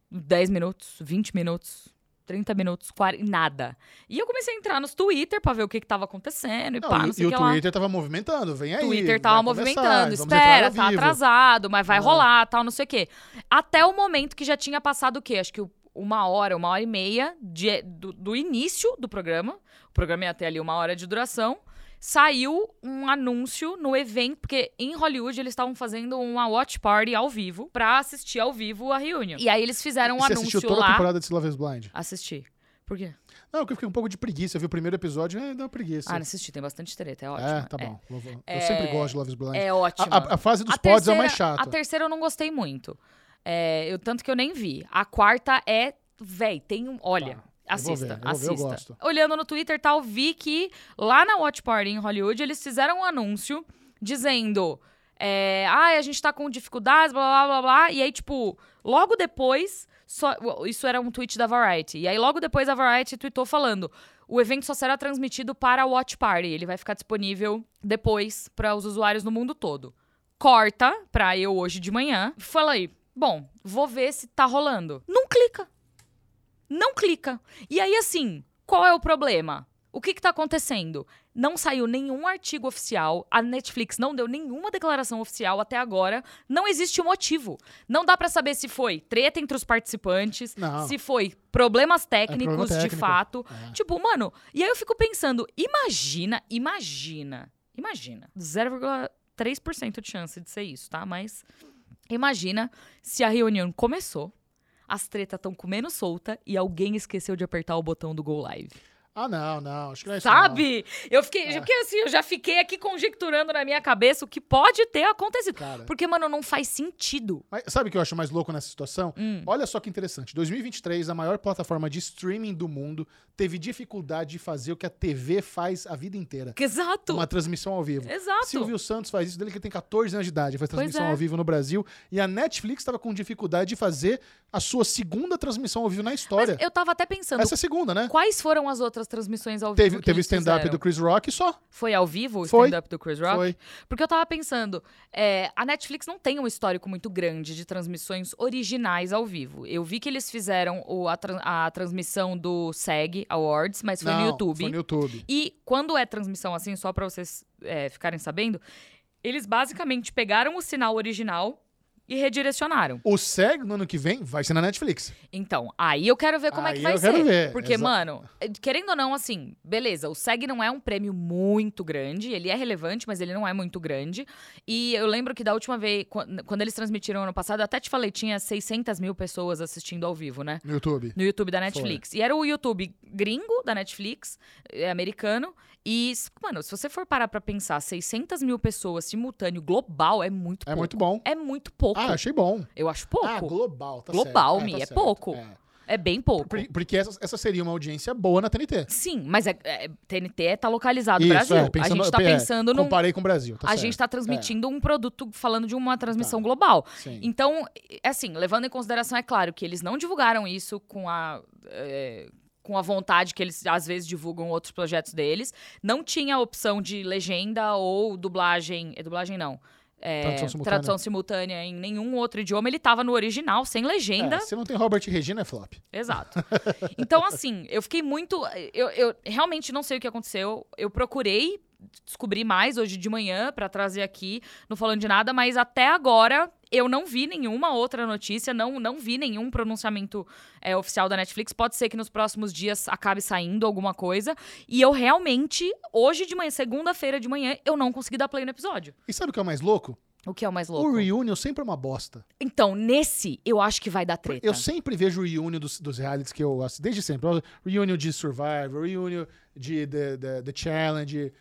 Speaker 1: 10 minutos, 20 minutos, 30 minutos, 40, nada. E eu comecei a entrar nos Twitter pra ver o que, que tava acontecendo e
Speaker 2: Não,
Speaker 1: pá, não
Speaker 2: e
Speaker 1: sei
Speaker 2: e
Speaker 1: o
Speaker 2: o
Speaker 1: que lá.
Speaker 2: Twitter tava movimentando, vem aí.
Speaker 1: Twitter
Speaker 2: É vai
Speaker 1: tava
Speaker 2: começar,
Speaker 1: movimentando,
Speaker 2: vamos entrar
Speaker 1: espera,
Speaker 2: ao
Speaker 1: tá
Speaker 2: vivo.
Speaker 1: atrasado, mas vai
Speaker 2: Ah.
Speaker 1: rolar, tal, não sei o quê. Até o momento que já tinha passado o quê? Acho que o- uma hora, uma hora e meia de- do, do início do programa. O programa ia ter ali uma hora de duração. Saiu um anúncio no evento, porque em Hollywood eles estavam fazendo uma watch party ao vivo pra assistir ao vivo a reunião. E aí eles fizeram um
Speaker 2: E Você
Speaker 1: anúncio
Speaker 2: assistiu toda
Speaker 1: lá.
Speaker 2: a temporada de Love is Blind?
Speaker 1: Assisti. Por quê?
Speaker 2: Não, porque eu fiquei um pouco de preguiça. Eu vi o primeiro episódio, é, dá uma preguiça.
Speaker 1: Ah, não assisti, tem bastante treta, é ótimo.
Speaker 2: é, tá bom. Vou- vou- Eu sempre gosto de Love is Blind.
Speaker 1: É, ótimo.
Speaker 2: A, a- a fase dos
Speaker 1: A
Speaker 2: pods é o mais
Speaker 1: terceira-
Speaker 2: chato.
Speaker 1: A terceira eu não gostei muito. É, eu, tanto que eu nem vi. A quarta é. Véi, tem um. Olha.
Speaker 2: Tá. Eu vou
Speaker 1: Assista,
Speaker 2: ver, eu vou ver, eu
Speaker 1: assista.
Speaker 2: gosto.
Speaker 1: Olhando no Twitter e tal, vi que lá na Watch Party em Hollywood eles fizeram um anúncio dizendo: é, ah, a gente tá com dificuldades, blá blá blá blá. E aí, tipo, logo depois, só- isso era um tweet da Variety. E aí, logo depois, a Variety tweetou falando: o evento só será transmitido para a Watch Party. Ele vai ficar disponível depois para os usuários no mundo todo. Corta pra eu hoje de manhã. Fala aí, bom, vou ver se tá rolando. Não clica. Não clica. E aí, assim, qual é o problema? O que que tá acontecendo? Não saiu nenhum artigo oficial, a Netflix não deu nenhuma declaração oficial até agora. Não existe o motivo. Não dá pra saber se foi treta entre os participantes,
Speaker 2: Não. É
Speaker 1: se foi problemas técnicos de
Speaker 2: técnico.
Speaker 1: fato.
Speaker 2: É.
Speaker 1: Tipo, mano, e aí eu fico pensando, imagina, imagina, imagina. 0,3% de chance de ser isso, tá? Mas imagina se a reunião começou, as tretas estão comendo solta e alguém esqueceu de apertar o botão do Go Live.
Speaker 2: Ah, não, não. Acho que não é isso,
Speaker 1: Sabe? Eu fiquei,
Speaker 2: É.
Speaker 1: porque assim, eu já fiquei aqui conjecturando na minha cabeça o que pode ter
Speaker 2: não,
Speaker 1: acontecido.
Speaker 2: cara.
Speaker 1: Porque, mano, não faz sentido.
Speaker 2: Mas sabe o que eu acho mais louco nessa situação?
Speaker 1: Hum.
Speaker 2: Olha só que interessante. 2023, a maior plataforma de streaming do mundo teve dificuldade de fazer o que a TV faz a vida inteira.
Speaker 1: Exato.
Speaker 2: Uma transmissão ao vivo.
Speaker 1: Exato.
Speaker 2: Silvio Santos faz isso dele que tem 14 anos de idade, faz
Speaker 1: Pois
Speaker 2: transmissão
Speaker 1: é.
Speaker 2: ao vivo no Brasil. E a Netflix estava com dificuldade de fazer a sua segunda transmissão ao vivo na
Speaker 1: Mas
Speaker 2: história.
Speaker 1: eu tava até pensando,
Speaker 2: Essa é a segunda, né?
Speaker 1: quais foram as outras transmissões ao
Speaker 2: Teve,
Speaker 1: vivo? que
Speaker 2: teve o
Speaker 1: eles
Speaker 2: stand-up
Speaker 1: fizeram?
Speaker 2: do Chris Rock e só.
Speaker 1: Foi ao vivo o
Speaker 2: Foi.
Speaker 1: stand-up do Chris Rock?
Speaker 2: Foi.
Speaker 1: Porque eu tava pensando, é, a Netflix não tem um histórico muito grande de transmissões originais ao vivo. Eu vi que eles fizeram o- a, tran- a transmissão do SEG Awards, mas foi
Speaker 2: Não,
Speaker 1: no YouTube.
Speaker 2: Foi no YouTube.
Speaker 1: E quando é transmissão assim, só pra vocês é, ficarem sabendo, eles basicamente pegaram o sinal original e redirecionaram.
Speaker 2: O SEG no ano que vem vai ser na Netflix.
Speaker 1: Então, aí eu quero ver como é que
Speaker 2: Aí
Speaker 1: vai
Speaker 2: eu
Speaker 1: ser.
Speaker 2: quero ver,
Speaker 1: Porque,
Speaker 2: exa-
Speaker 1: mano, eh, querendo ou não, assim, beleza, o SEG não é um prêmio muito grande, ele é relevante, mas ele não é muito grande. E eu lembro que da última vez, quan- quando eles transmitiram ano passado, eu até te falei, tinha 600 mil pessoas assistindo ao vivo, né?
Speaker 2: No YouTube. É
Speaker 1: No YouTube da Netflix. E era o YouTube gringo da Netflix, é, americano. E, s- mano, se você for parar pra pensar, 600 mil pessoas simultâneo, global, é muito
Speaker 2: É
Speaker 1: pouco.
Speaker 2: muito bom.
Speaker 1: É muito pouco.
Speaker 2: Ah, achei bom.
Speaker 1: Eu acho
Speaker 2: Ah,
Speaker 1: pouco.
Speaker 2: global, tá
Speaker 1: Global,
Speaker 2: certo.
Speaker 1: Mi,
Speaker 2: tá
Speaker 1: é
Speaker 2: certo.
Speaker 1: pouco.
Speaker 2: É.
Speaker 1: é bem pouco.
Speaker 2: Por- Porque essa, essa seria uma audiência boa na TNT.
Speaker 1: Sim, mas é, é, TNT tá localizado no
Speaker 2: Isso,
Speaker 1: Brasil.
Speaker 2: é, pensando-
Speaker 1: a gente tá
Speaker 2: é,
Speaker 1: pensando num.
Speaker 2: Comparei com o Brasil, tá
Speaker 1: a
Speaker 2: certo.
Speaker 1: gente tá transmitindo um produto falando de uma transmissão
Speaker 2: Tá.
Speaker 1: global.
Speaker 2: Sim.
Speaker 1: Então, é assim, levando em consideração, é claro que eles não divulgaram isso com a. é, com a vontade que eles às vezes divulgam outros projetos deles. Não tinha a opção de legenda ou dublagem. É dublagem não. É,
Speaker 2: Tradução simultânea.
Speaker 1: tradução simultânea em nenhum outro idioma. Ele tava no original, sem legenda.
Speaker 2: É, se não tem Robert e Regina, é flop.
Speaker 1: Exato. Então, assim, eu fiquei muito. Eu, eu realmente não sei o que aconteceu. Eu procurei descobrir mais hoje de manhã pra trazer aqui, não falando de nada, mas até agora eu não vi nenhuma outra notícia, não, não vi nenhum pronunciamento é, oficial da Netflix. Pode ser que nos próximos dias acabe saindo alguma coisa. E eu realmente, hoje de manhã, segunda-feira de manhã, eu não consegui dar play no episódio.
Speaker 2: E sabe o que é o mais louco?
Speaker 1: O que é o mais
Speaker 2: O
Speaker 1: louco?
Speaker 2: Reunion sempre é uma bosta.
Speaker 1: Então, nesse, eu acho que vai dar treta.
Speaker 2: Eu sempre vejo o Reunion dos, dos realities que eu assisto, desde sempre. Ó, Reunion de Survivor, Reunion de The, The, The Challenge,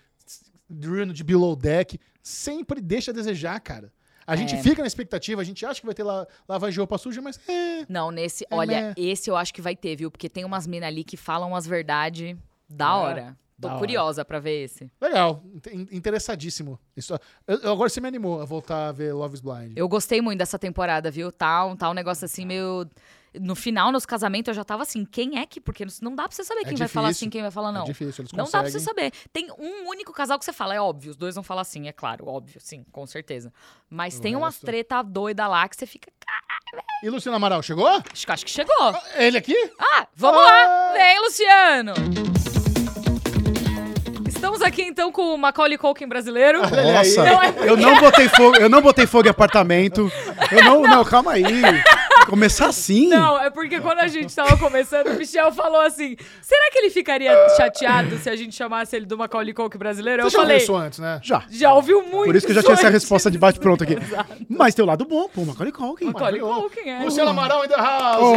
Speaker 2: Reunion de Below Deck. Sempre deixa a desejar, cara. A gente
Speaker 1: É.
Speaker 2: fica na expectativa, a gente acha que vai ter la, lavagem de roupa suja, mas é...
Speaker 1: Não, nesse. olha,
Speaker 2: né?
Speaker 1: esse eu acho que vai ter, viu? Porque tem umas minas ali que falam as verdades da
Speaker 2: É,
Speaker 1: hora. Tô
Speaker 2: da hora.
Speaker 1: curiosa pra ver esse.
Speaker 2: Legal, in- interessadíssimo. Isso, eu- eu- agora você me animou a voltar a ver Love is Blind.
Speaker 1: Eu gostei muito dessa temporada, viu? Tá um, tá um negócio assim meio. No final, nos casamentos, eu já tava assim, quem é que? Porque não dá pra você saber
Speaker 2: É
Speaker 1: quem vai falar
Speaker 2: difícil.
Speaker 1: assim, quem vai falar não.
Speaker 2: É difícil, eles
Speaker 1: Não dá pra
Speaker 2: conseguem.
Speaker 1: você saber. Tem um único casal que você fala, é óbvio. Os dois vão falar assim, é claro, óbvio, sim, com certeza. Mas
Speaker 2: O
Speaker 1: tem umas
Speaker 2: resto-
Speaker 1: treta doida lá que você fica. "Cara,
Speaker 2: E Luciano Amaral, chegou?
Speaker 1: Acho, que- acho que chegou. Ah,
Speaker 2: Ele aqui?
Speaker 1: vamos lá!
Speaker 2: Ah!
Speaker 1: Vem, Luciano! Estamos aqui então com o Macaulay Culkin brasileiro.
Speaker 4: Nossa,
Speaker 1: Não é-
Speaker 4: eu não botei fogo, eu não botei fogo em apartamento. Eu não, não, calma aí. Começar assim?
Speaker 1: Não, é porque quando a gente tava começando, o Michel falou assim: será que ele ficaria chateado se a gente chamasse ele do Macaulay Culkin brasileiro?
Speaker 2: Você
Speaker 1: Eu
Speaker 2: já ouviu
Speaker 1: falei.
Speaker 2: isso antes, né?
Speaker 4: Já.
Speaker 1: Já ouviu muito.
Speaker 4: Por isso que eu já tinha
Speaker 1: isso
Speaker 4: essa
Speaker 1: antes."
Speaker 4: resposta de bate-pronto aqui.
Speaker 1: Exato.
Speaker 4: Mas tem o lado bom, pô, Macaulay Culkin.
Speaker 1: Macaulay Culkin, é.
Speaker 2: Luciano Amaral in the house!
Speaker 4: Oh,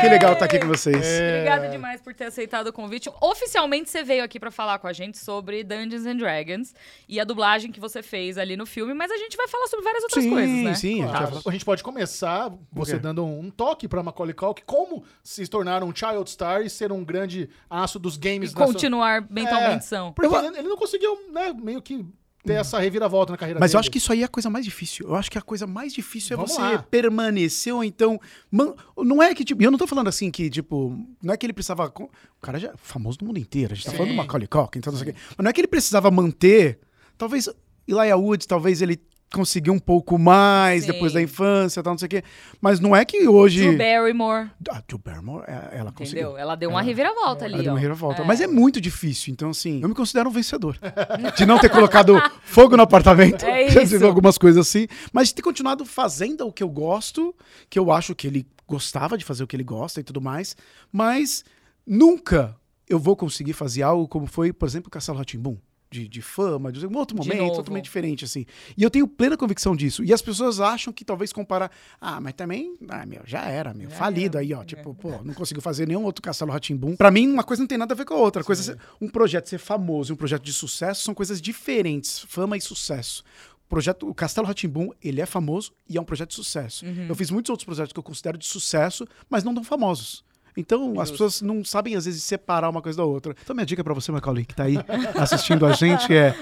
Speaker 4: Que legal estar aqui com vocês.
Speaker 1: Obrigada demais por ter aceitado o convite. Oficialmente você veio aqui pra falar com a gente sobre Dungeons and Dragons e a dublagem que você fez ali no filme, mas a gente vai falar sobre várias outras
Speaker 4: sim,
Speaker 1: coisas, né?
Speaker 4: sim.
Speaker 2: Claro. A gente pode começar você
Speaker 4: Tá. quê?
Speaker 2: dando um toque pra Macaulay Culkin, como se tornar um child star e ser um grande aço dos games.
Speaker 1: E
Speaker 2: nacion-
Speaker 1: continuar mentalmente
Speaker 2: É.
Speaker 1: são.
Speaker 2: Porque ele, ele não conseguiu, né, meio que ter essa reviravolta na carreira
Speaker 4: Mas
Speaker 2: dele.
Speaker 4: eu acho que isso aí é a coisa mais difícil. Eu acho que a coisa mais difícil é
Speaker 2: Vamos
Speaker 4: você
Speaker 2: lá.
Speaker 4: permanecer ou então. man- Não é que, tipo, e eu não tô falando assim que, tipo, não é que ele precisava. co- O cara já é famoso no mundo inteiro. A gente tá
Speaker 2: Sim.
Speaker 4: falando do Macaulay Culkin, então não sei o quê. Mas não é que ele precisava manter. Talvez Elijah Woods, talvez ele conseguiu um pouco mais
Speaker 1: Sim.
Speaker 4: depois da infância, tal, não sei o quê. Mas não é que hoje.
Speaker 1: Drew Barrymore,
Speaker 4: Ah, Drew Barrymore, é- ela conseguiu.
Speaker 1: entendeu? Ela deu uma
Speaker 4: Ela-
Speaker 1: reviravolta ali,
Speaker 4: Ela deu
Speaker 1: ó.
Speaker 4: uma reviravolta.
Speaker 1: É.
Speaker 4: Mas é muito difícil. Então, assim, eu me considero um vencedor. de não ter colocado fogo no apartamento.
Speaker 1: É
Speaker 4: de
Speaker 1: isso.
Speaker 4: Algumas coisas assim. Mas de ter continuado fazendo o que eu gosto, que eu acho que ele gostava de fazer o que ele gosta e tudo mais. Mas nunca eu vou conseguir fazer algo como foi, por exemplo, o Castelo Ratimbum. De, de fama, de um outro
Speaker 1: De
Speaker 4: momento,
Speaker 1: novo.
Speaker 4: totalmente diferente, assim. E eu tenho plena convicção disso. E as pessoas acham que talvez comparar. Ah, mas também. Ah, meu, já era, meu.
Speaker 1: Já
Speaker 4: falido
Speaker 1: era.
Speaker 4: aí, ó.
Speaker 1: É.
Speaker 4: Tipo, pô, não conseguiu fazer nenhum outro Castelo Ratimbum. Pra mim, uma coisa não tem nada a ver com a outra. Coisa, ser- um projeto ser famoso e um projeto de sucesso são coisas diferentes. Fama e sucesso. O Projeto, o Castelo Ratimbum, ele é famoso e é um projeto de sucesso.
Speaker 1: Uhum.
Speaker 4: Eu fiz muitos outros projetos que eu considero de sucesso, mas não tão famosos. Então, as
Speaker 1: Justo.
Speaker 4: pessoas não sabem, às vezes, separar uma coisa da outra. Então, minha dica pra você, Macaulay, que tá aí assistindo a gente é...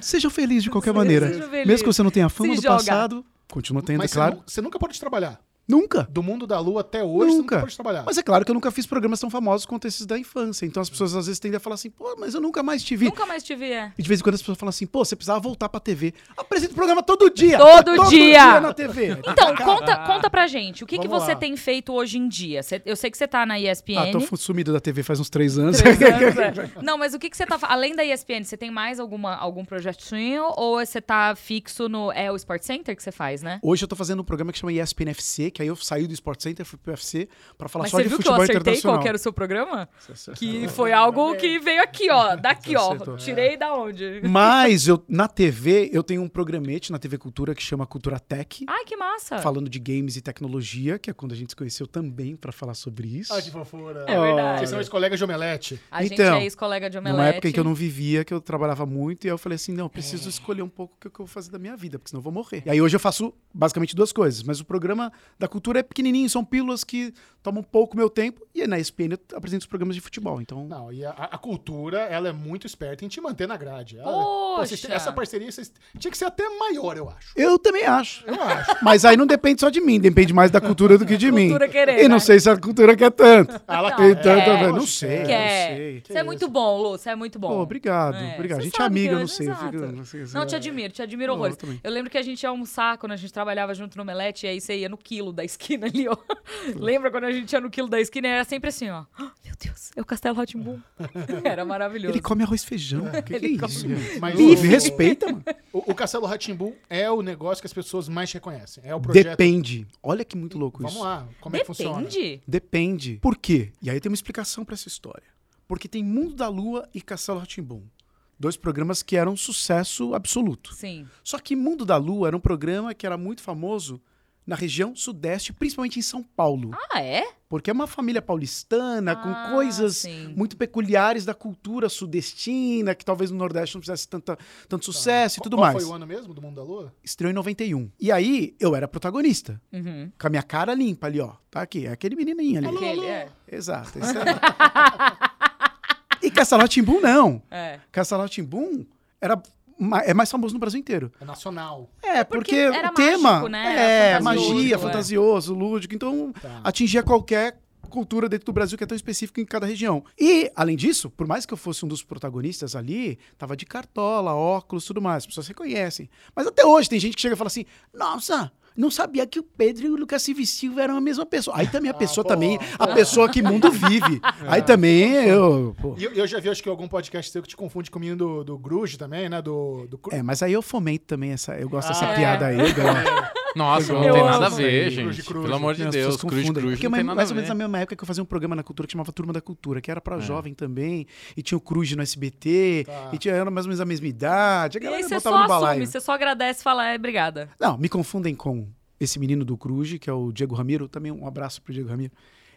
Speaker 4: Seja feliz de qualquer
Speaker 1: Seja
Speaker 4: maneira.
Speaker 1: feliz.
Speaker 4: Mesmo que você não tenha fama
Speaker 1: Se
Speaker 4: do
Speaker 1: joga.
Speaker 4: passado, continua tendo, é
Speaker 2: Mas você
Speaker 4: claro.
Speaker 2: nu- você nunca pode trabalhar.
Speaker 4: Nunca.
Speaker 2: Do mundo da lua até hoje, você
Speaker 4: Nunca.
Speaker 2: nunca pode trabalhar.
Speaker 4: Mas é claro que eu nunca fiz programas tão famosos quanto esses da infância. Então as pessoas às vezes tendem a falar assim, pô, mas eu nunca mais te vi.
Speaker 1: Nunca mais te vi, é.
Speaker 4: E de vez em quando as pessoas falam assim, pô, você precisava voltar pra TV. Apresenta o programa todo dia.
Speaker 1: Todo dia.
Speaker 4: na TV.
Speaker 1: Então, conta, conta pra gente. O que, que
Speaker 4: Vamos
Speaker 1: você
Speaker 4: lá.
Speaker 1: tem feito hoje em dia? Cê- eu sei que você tá na ESPN.
Speaker 4: Ah, tô fu- sumido da TV faz uns três anos.
Speaker 1: Três anos, é. Não, mas o que, que você tá. fa- Além da ESPN, você tem mais alguma, algum projetinho? Ou você tá fixo no. É o Sport Center que você faz, né?
Speaker 4: Hoje eu tô fazendo um programa que chama ESPN FC, que aí eu saí do Sport Center, fui pro UFC pra falar
Speaker 1: Mas
Speaker 4: só
Speaker 1: você
Speaker 4: de
Speaker 1: viu que eu
Speaker 4: futebol
Speaker 1: acertei um?
Speaker 4: internacional.
Speaker 1: qual que era o seu programa?
Speaker 4: Você
Speaker 1: Que foi algo que veio aqui, ó. Daqui, ó.
Speaker 4: Acertou. é.
Speaker 1: Tirei da onde?
Speaker 4: Mas eu, na TV, eu tenho um programete na TV Cultura que chama Cultura Tech.
Speaker 1: Ai, que massa.
Speaker 4: Falando de games e tecnologia, que é quando a gente se conheceu também pra falar sobre isso.
Speaker 2: Ah, que fofura.
Speaker 1: É verdade.
Speaker 2: Vocês são ex-colegas de omelete.
Speaker 1: A gente
Speaker 4: Então,
Speaker 1: é ex-colega de Omelete.
Speaker 4: Numa época em que eu não vivia, que eu trabalhava muito, e aí eu falei assim: não, eu
Speaker 1: É.
Speaker 4: preciso escolher um pouco o que eu- que eu vou fazer da minha vida, porque senão eu vou morrer. E aí hoje eu faço basicamente duas coisas, mas o programa da cultura é pequenininho, são pílulas que tomam pouco meu tempo, e na ESPN eu apresento os programas de futebol. Então,
Speaker 2: Não, e a, a cultura, ela é muito esperta em te manter na grade. Ela-
Speaker 1: Poxa!
Speaker 2: vocês têm- essa parceria vocês- tinha que ser até maior, eu acho.
Speaker 4: eu também acho.
Speaker 2: Eu acho.
Speaker 4: Mas aí não depende só de mim, depende mais da cultura do que de mim.
Speaker 1: Cultura querer,
Speaker 4: E não
Speaker 1: né?
Speaker 4: sei se a cultura quer tanto.
Speaker 2: Ah, ela
Speaker 1: Não,
Speaker 2: quer,
Speaker 1: então,
Speaker 2: ela
Speaker 1: tá
Speaker 2: quer,
Speaker 1: vendo?
Speaker 2: ela
Speaker 4: Não sei.
Speaker 2: quer.
Speaker 1: Quer.
Speaker 4: sei.
Speaker 1: Você é muito bom, Lu. Você é muito bom.
Speaker 4: Pô, obrigado,
Speaker 1: É,
Speaker 4: obrigado. A
Speaker 1: você
Speaker 4: gente é
Speaker 1: sabe que
Speaker 4: amiga,
Speaker 1: eu-
Speaker 4: eu não sei. eu
Speaker 1: exato.
Speaker 4: fico- não, sei, sei
Speaker 1: Não,
Speaker 4: lá.
Speaker 1: te admiro, te admiro
Speaker 4: Não,
Speaker 1: horrores.
Speaker 4: eu também.
Speaker 1: Eu lembro que a gente ia almoçar quando a gente trabalhava junto no Melete, e aí você ia no quilo da esquina ali, ó. Lembra quando a gente ia no quilo da esquina? Era sempre assim, ó. "Ah, Meu Deus, é o Castelo Rotimbu. Era maravilhoso.
Speaker 4: Ele come arroz e feijão. O que, que é
Speaker 1: Ele
Speaker 4: isso?
Speaker 1: come-
Speaker 4: gente?
Speaker 2: Mas
Speaker 4: Me
Speaker 2: o-
Speaker 4: respeita, mano.
Speaker 2: O, o Castelo Ratimbu é o negócio que as pessoas mais reconhecem. É o projeto.
Speaker 4: Depende. Olha que muito louco
Speaker 2: Vamos
Speaker 4: isso.
Speaker 2: lá, como é que funciona?
Speaker 1: Depende.
Speaker 4: Depende. Por quê? E aí tem uma explicação pra essa história. Porque tem Mundo da Lua e Castelo Ratimbum. Dois programas que eram um sucesso absoluto.
Speaker 1: Sim.
Speaker 4: Só que Mundo da Lua era um programa que era muito famoso na região sudeste, principalmente em São Paulo.
Speaker 1: Ah, é?
Speaker 4: Porque é uma família paulistana,
Speaker 1: Ah,
Speaker 4: Tá com coisas
Speaker 1: sim.
Speaker 4: muito peculiares da cultura sudestina, que talvez no Nordeste não fizesse tanta, tanto sucesso e tudo
Speaker 2: Tá. Qual
Speaker 4: mais.
Speaker 2: foi o ano mesmo do Mundo da Lua?
Speaker 4: Estreou em 91. E aí, eu era protagonista.
Speaker 1: Uhum.
Speaker 4: Com a minha cara limpa ali, ó. Tá aqui, é aquele menininho ali.
Speaker 1: Aquele, é.
Speaker 4: Exato. esse aí. e Castelotimbum não.
Speaker 1: É.
Speaker 4: Castelotimbum era ma- é mais famoso no Brasil inteiro.
Speaker 2: É nacional.
Speaker 4: É,
Speaker 1: porque
Speaker 4: porque,
Speaker 1: era
Speaker 4: o tema
Speaker 1: mágico, né?
Speaker 4: é
Speaker 1: Era fantasioso,
Speaker 4: magia,
Speaker 1: é.
Speaker 4: fantasioso, lúdico, então
Speaker 2: Tá.
Speaker 4: atingia qualquer cultura dentro do Brasil que é tão específico em cada região. E além disso, por mais que eu fosse um dos protagonistas ali, tava de cartola, óculos, tudo mais, as pessoas reconhecem. Mas até hoje tem gente que chega e fala assim: "Nossa, não sabia que o Pedro e o Lucas Silva e Silva eram a mesma pessoa". Aí também a
Speaker 2: Ah, É.
Speaker 4: pessoa
Speaker 2: pô,
Speaker 4: também, a
Speaker 2: pô.
Speaker 4: pessoa que mundo vive. Aí também eu, pô.
Speaker 2: E eu, eu já vi, acho que algum podcast seu que te confunde com o menino do, do Grunge também, né? Do, do Cru-
Speaker 4: É, mas aí eu fomento também essa, eu gosto
Speaker 2: Ah,
Speaker 4: dessa
Speaker 1: é.
Speaker 4: piada aí, eu gosto.
Speaker 3: Nossa, não
Speaker 1: Eu
Speaker 3: tem
Speaker 1: amo.
Speaker 3: nada a ver,
Speaker 2: Cruz de
Speaker 3: gente.
Speaker 2: cruz.
Speaker 3: Pelo amor de
Speaker 4: As
Speaker 3: Deus,
Speaker 4: pessoas
Speaker 3: cruz de
Speaker 4: confundem.
Speaker 3: cruz
Speaker 4: Porque
Speaker 3: não
Speaker 4: mais,
Speaker 3: tem nada a
Speaker 4: mais ou menos na
Speaker 3: ver. É.
Speaker 4: mesma época que eu fazia um programa na cultura que chamava Turma da Cultura, que era pra jovem também, e tinha o Cruz no SBT,
Speaker 2: Tá.
Speaker 4: e tipo, tinha era mais ou menos a mesma idade, a
Speaker 1: E aí
Speaker 4: galera
Speaker 1: você
Speaker 4: botava
Speaker 1: só
Speaker 4: no balaio.
Speaker 1: assume, você só agradece e fala, é, obrigada.
Speaker 4: Não, me confundem com esse menino do Cruz, que é o Diego Ramiro, também um abraço pro Diego Ramiro.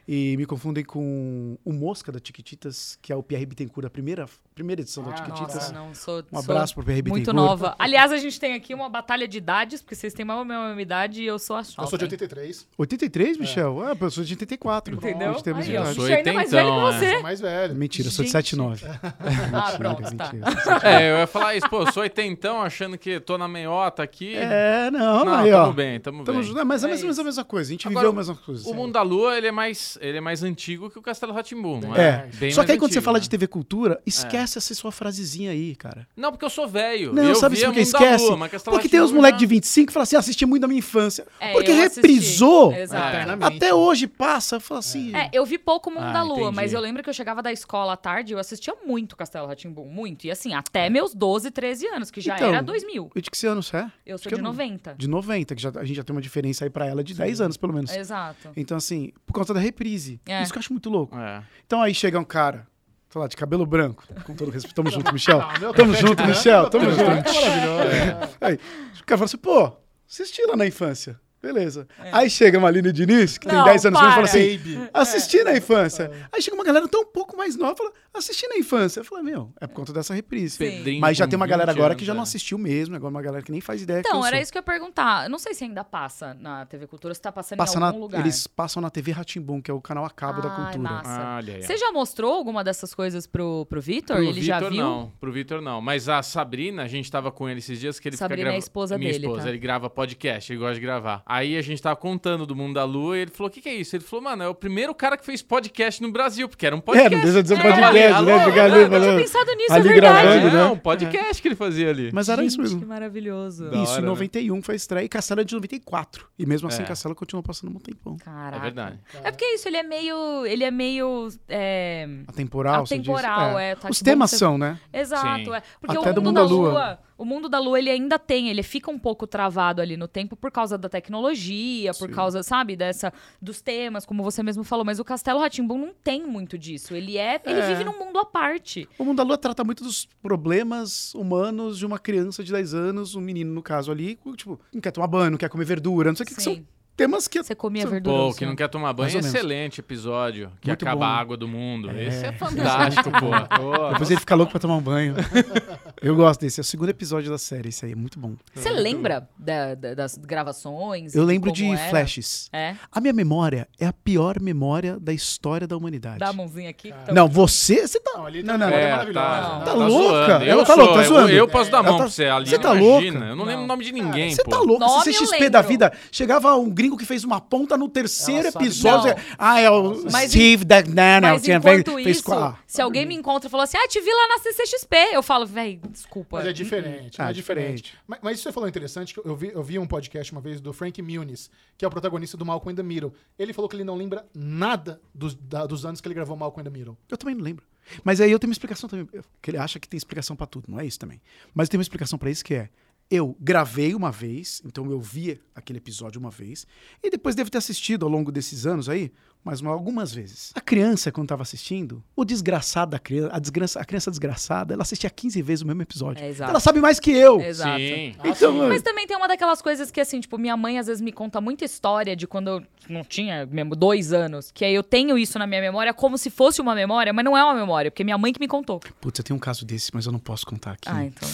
Speaker 4: E me confundem com o Mosca da Tiquititas, que é o Pierre Bittencourt, da primeira, primeira edição
Speaker 2: Ah,
Speaker 4: da Tiquititas.
Speaker 1: Nossa, não, sou,
Speaker 4: Um
Speaker 1: sou
Speaker 4: abraço pro Pierre Bittencourt.
Speaker 1: muito nova. Aliás, a gente tem aqui uma batalha de idades, porque vocês têm mais ou menos a mesma idade e eu sou a jovem.
Speaker 2: Eu sou de 83,
Speaker 3: É.
Speaker 4: 83, Michel? Ah, eu sou de 84.
Speaker 1: Entendeu?
Speaker 4: A gente tem a mesma
Speaker 1: Aí, ó,
Speaker 3: Eu
Speaker 4: idade.
Speaker 3: sou
Speaker 1: Michel é ainda mais velho que
Speaker 3: oitentão, é.
Speaker 1: você.
Speaker 2: sou mais velho.
Speaker 4: Mentira, eu sou de
Speaker 1: Gente.
Speaker 4: 79.
Speaker 1: Ah, pronto,
Speaker 4: Mentira,
Speaker 1: tá.
Speaker 4: mentira.
Speaker 3: É, eu ia falar isso, pô, eu sou oitentão achando que tô na meiota aqui.
Speaker 4: É, não,
Speaker 3: não,
Speaker 4: aí, ó.
Speaker 3: tamo bem, tamo,
Speaker 4: Tamo
Speaker 3: bem.
Speaker 4: junto. Não, mas é,
Speaker 1: É
Speaker 4: mais ou menos
Speaker 1: isso.
Speaker 4: a mesma coisa. A gente
Speaker 3: Agora,
Speaker 4: viveu a mesma coisa.
Speaker 3: O Mundo da Lua, ele é mais, ele é mais antigo que o Castelo Rá-Tim-Bum, não
Speaker 4: é.
Speaker 3: é? Bem
Speaker 4: Só
Speaker 3: mais
Speaker 4: que aí quando você
Speaker 3: antigo,
Speaker 4: fala
Speaker 3: né?
Speaker 4: de TV Cultura, esquece Esquece essa sua frasezinha aí, cara.
Speaker 3: Não, porque eu sou velho.
Speaker 4: Não,
Speaker 3: eu
Speaker 4: sabe
Speaker 3: via
Speaker 4: por que
Speaker 3: Mundo da
Speaker 4: esquece?
Speaker 3: Lua, mas Castelo
Speaker 4: Porque tem uns
Speaker 3: Rá-Tim-Bum
Speaker 4: moleques de
Speaker 3: já-
Speaker 4: 25 que falam assim, assisti muito da minha infância.
Speaker 1: É,
Speaker 4: porque
Speaker 1: eu assisti.
Speaker 4: reprisou.
Speaker 1: Exato.
Speaker 3: É.
Speaker 2: Eternamente.
Speaker 4: Até hoje passa, fala assim.
Speaker 1: É, eu vi pouco Mundo
Speaker 3: Ah,
Speaker 1: da Lua,
Speaker 3: entendi.
Speaker 1: mas eu lembro que eu chegava da escola à tarde e eu assistia muito Castelo Ratimbum, muito. E assim, até meus 12, 13 anos, que já
Speaker 4: Então,
Speaker 1: era 2000.
Speaker 4: Eu de que ano você é?
Speaker 1: Eu sou
Speaker 4: que
Speaker 1: de
Speaker 4: eu não-
Speaker 1: 90.
Speaker 4: De 90, que já, a gente já tem uma diferença aí pra ela de 10 anos, pelo menos.
Speaker 1: Exato.
Speaker 4: Então, assim, por conta da reprise.
Speaker 1: É.
Speaker 4: Isso que eu acho muito louco.
Speaker 3: É.
Speaker 4: Então aí chega um cara, sei lá, de cabelo branco, com todo respeito. Tamo junto, Michel.
Speaker 2: Ah, meu
Speaker 4: Tamo
Speaker 2: café
Speaker 4: junto,
Speaker 2: de
Speaker 4: Michel.
Speaker 2: branco,
Speaker 4: Tamo
Speaker 2: café de
Speaker 4: junto.
Speaker 2: branco é maravilhoso.
Speaker 4: Aí, o cara fala assim, pô, assisti lá na infância. Beleza.
Speaker 3: É.
Speaker 4: Aí chega uma Aline Diniz, que tem
Speaker 1: Não,
Speaker 4: 10 anos e fala
Speaker 1: para.
Speaker 4: assim,
Speaker 2: Baby.
Speaker 4: assisti
Speaker 3: É.
Speaker 4: na infância. Aí chega uma galera tão um pouco mais nova, fala, assisti na infância. Eu falo, meu, é por conta dessa reprise.
Speaker 1: Sim.
Speaker 3: Pedrinho
Speaker 4: Mas já
Speaker 3: com
Speaker 4: tem uma galera
Speaker 3: 20
Speaker 4: agora
Speaker 3: anos,
Speaker 4: que já não
Speaker 3: é.
Speaker 4: assistiu mesmo, agora uma galera que nem faz ideia que
Speaker 1: Então,
Speaker 4: eu
Speaker 1: era
Speaker 4: sou.
Speaker 1: isso que eu ia perguntar. Eu Não sei se ainda passa na TV Cultura, se tá passando
Speaker 4: Passa
Speaker 1: em
Speaker 4: na,
Speaker 1: algum lugar.
Speaker 4: Eles passam na TV Ratimbum, que é o canal a cabo da
Speaker 1: Ai,
Speaker 4: cultura.
Speaker 1: massa.
Speaker 3: Ah, olha aí. ó.
Speaker 1: Você já mostrou alguma dessas coisas pro, pro Vitor?
Speaker 3: Pro
Speaker 1: Ele já
Speaker 3: Vitor,
Speaker 1: viu? É.
Speaker 3: Não, pro Vitor não. Mas a Sabrina, a gente tava com ele esses dias que ele
Speaker 1: Sabrina é a
Speaker 3: fica gravando.
Speaker 1: esposa
Speaker 3: Minha
Speaker 1: dele,
Speaker 3: esposa,
Speaker 1: tá?
Speaker 3: ele grava podcast, ele gosta de gravar. Aí a gente tava contando do Mundo da Lua e ele falou: o que, que é isso? Ele falou, mano, é o primeiro cara que fez podcast no Brasil, porque era um
Speaker 4: É,
Speaker 3: podcast.
Speaker 4: não deixa de ser um
Speaker 1: É,
Speaker 4: podcast,
Speaker 3: alô,
Speaker 4: né?
Speaker 3: alô,
Speaker 4: Ficar ali
Speaker 3: alô.
Speaker 1: Eu não tinha
Speaker 4: falando.
Speaker 1: pensado nisso,
Speaker 4: Ali
Speaker 1: é verdade.
Speaker 4: gravando, né?
Speaker 3: É, um podcast que ele fazia ali. É
Speaker 4: Mas era
Speaker 1: Gente,
Speaker 4: isso mesmo.
Speaker 1: que maravilhoso.
Speaker 3: Da
Speaker 4: isso,
Speaker 3: hora,
Speaker 4: em
Speaker 3: né?
Speaker 4: 91 foi a estreia e Castelo é de 94. E mesmo assim,
Speaker 3: É.
Speaker 4: Castelo continuou passando um tempão.
Speaker 1: Caraca.
Speaker 3: É verdade.
Speaker 1: É porque isso, ele é meio. Ele é meio. é,
Speaker 4: Atemporal, você diz?
Speaker 1: Atemporal, é, tá
Speaker 4: Os
Speaker 1: que bom
Speaker 4: temas
Speaker 1: que você-
Speaker 4: são, né?
Speaker 1: Exato,
Speaker 3: Sim.
Speaker 1: é. Porque
Speaker 4: Até
Speaker 1: o
Speaker 4: do
Speaker 1: mundo,
Speaker 4: Mundo
Speaker 1: da
Speaker 4: da Lua.
Speaker 1: Lua, o mundo da Lua, ele ainda tem, ele fica um pouco travado ali no tempo por causa da tecnologia, por
Speaker 4: Sim.
Speaker 1: causa, sabe, dessa dos temas, como você mesmo falou, mas o Castelo Ratimbum não tem muito disso. Ele é, ele
Speaker 4: É.
Speaker 1: vive num mundo à parte.
Speaker 4: O Mundo da Lua trata muito dos problemas humanos de uma criança de 10 anos, um menino, no caso, ali, que, tipo, não quer tomar banho, não quer comer verdura, não sei o que, que são
Speaker 1: Sim.
Speaker 4: temas que...
Speaker 1: Você comia
Speaker 4: São
Speaker 1: verdura.
Speaker 3: Pô,
Speaker 1: no
Speaker 3: que não
Speaker 1: sonho.
Speaker 3: quer tomar banho, é
Speaker 4: Mais ou menos.
Speaker 3: excelente episódio. Que
Speaker 4: Muito
Speaker 3: acaba
Speaker 4: bom,
Speaker 3: a
Speaker 4: né?
Speaker 3: água do mundo. Esse é fantástico, pô.
Speaker 4: Depois ele fica louco pra tomar um banho. Eu gosto desse, é o segundo episódio da série, esse aí, é muito bom.
Speaker 1: Você lembra da- da- das gravações?
Speaker 4: Eu lembro
Speaker 1: como
Speaker 4: de
Speaker 1: era?
Speaker 4: flashes.
Speaker 1: É,
Speaker 4: A minha memória é a pior memória da história da humanidade.
Speaker 1: dá a mãozinha aqui. então.
Speaker 4: Não, você, você tá...
Speaker 2: Não, ali
Speaker 4: Não,
Speaker 2: tá
Speaker 4: não,
Speaker 2: é,
Speaker 3: É,
Speaker 2: maravilhosa.
Speaker 3: tá,
Speaker 2: né?
Speaker 4: Tá
Speaker 3: zoando.
Speaker 4: louca?
Speaker 3: Eu
Speaker 4: Ela tá
Speaker 3: sou,
Speaker 4: louca, tá
Speaker 3: eu-
Speaker 4: zoando?
Speaker 3: Eu, posso dar a
Speaker 4: Ela
Speaker 3: mão
Speaker 4: tá-
Speaker 3: pra você, Aline.
Speaker 4: Você tá
Speaker 3: imagina.
Speaker 4: louca?
Speaker 3: Eu não lembro
Speaker 1: Não.
Speaker 3: o nome de ninguém,
Speaker 4: Você
Speaker 3: pô.
Speaker 4: tá louco?
Speaker 1: Nome
Speaker 4: Você
Speaker 1: eu
Speaker 4: CXP da
Speaker 1: lembro.
Speaker 4: vida. Chegava um gringo que fez uma ponta no terceiro
Speaker 2: Ela sabe
Speaker 4: episódio.
Speaker 1: tudo.
Speaker 4: Ah, é o
Speaker 1: Mas
Speaker 4: Steve é Dagnano.
Speaker 1: Mas
Speaker 4: Ah, tinha-
Speaker 1: enquanto
Speaker 4: fez
Speaker 1: isso,
Speaker 4: com a-
Speaker 1: se alguém me encontra e falar assim, ah, te vi lá na CCXP, eu falo, véi, desculpa.
Speaker 2: Mas é diferente,
Speaker 4: Ah,
Speaker 2: é diferente.
Speaker 4: diferente.
Speaker 2: Mas, mas isso que você falou é interessante, que eu vi, eu vi um podcast uma vez do Frank Muniz, que é o protagonista do Malcolm in the Middle. Ele falou que ele não lembra nada dos, da- dos anos que ele gravou Malcolm in the Middle.
Speaker 4: Eu também não lembro. Mas aí eu tenho uma explicação também. Que ele acha que tem explicação pra tudo, não é isso também. Mas tem uma explicação pra isso que é. Eu gravei uma vez, então eu vi aquele episódio uma vez, e depois devo ter assistido ao longo desses anos aí, mas uma- algumas vezes. A criança, quando estava assistindo, o desgraçado da criança, a, desgraça, a criança desgraçada, ela assistia 15 vezes o mesmo episódio.
Speaker 1: É, exato.
Speaker 4: Ela sabe mais que eu.
Speaker 1: Exato.
Speaker 3: Sim.
Speaker 4: Então,
Speaker 1: Mas também tem uma daquelas coisas que, assim, tipo, minha mãe às vezes me conta muita história de quando eu não tinha mesmo dois anos. Que aí eu tenho isso na minha memória como se fosse uma memória, mas não é uma memória, porque minha mãe que me contou.
Speaker 4: Putz, eu tenho um caso desse, mas eu não posso contar aqui.
Speaker 1: Ah, então.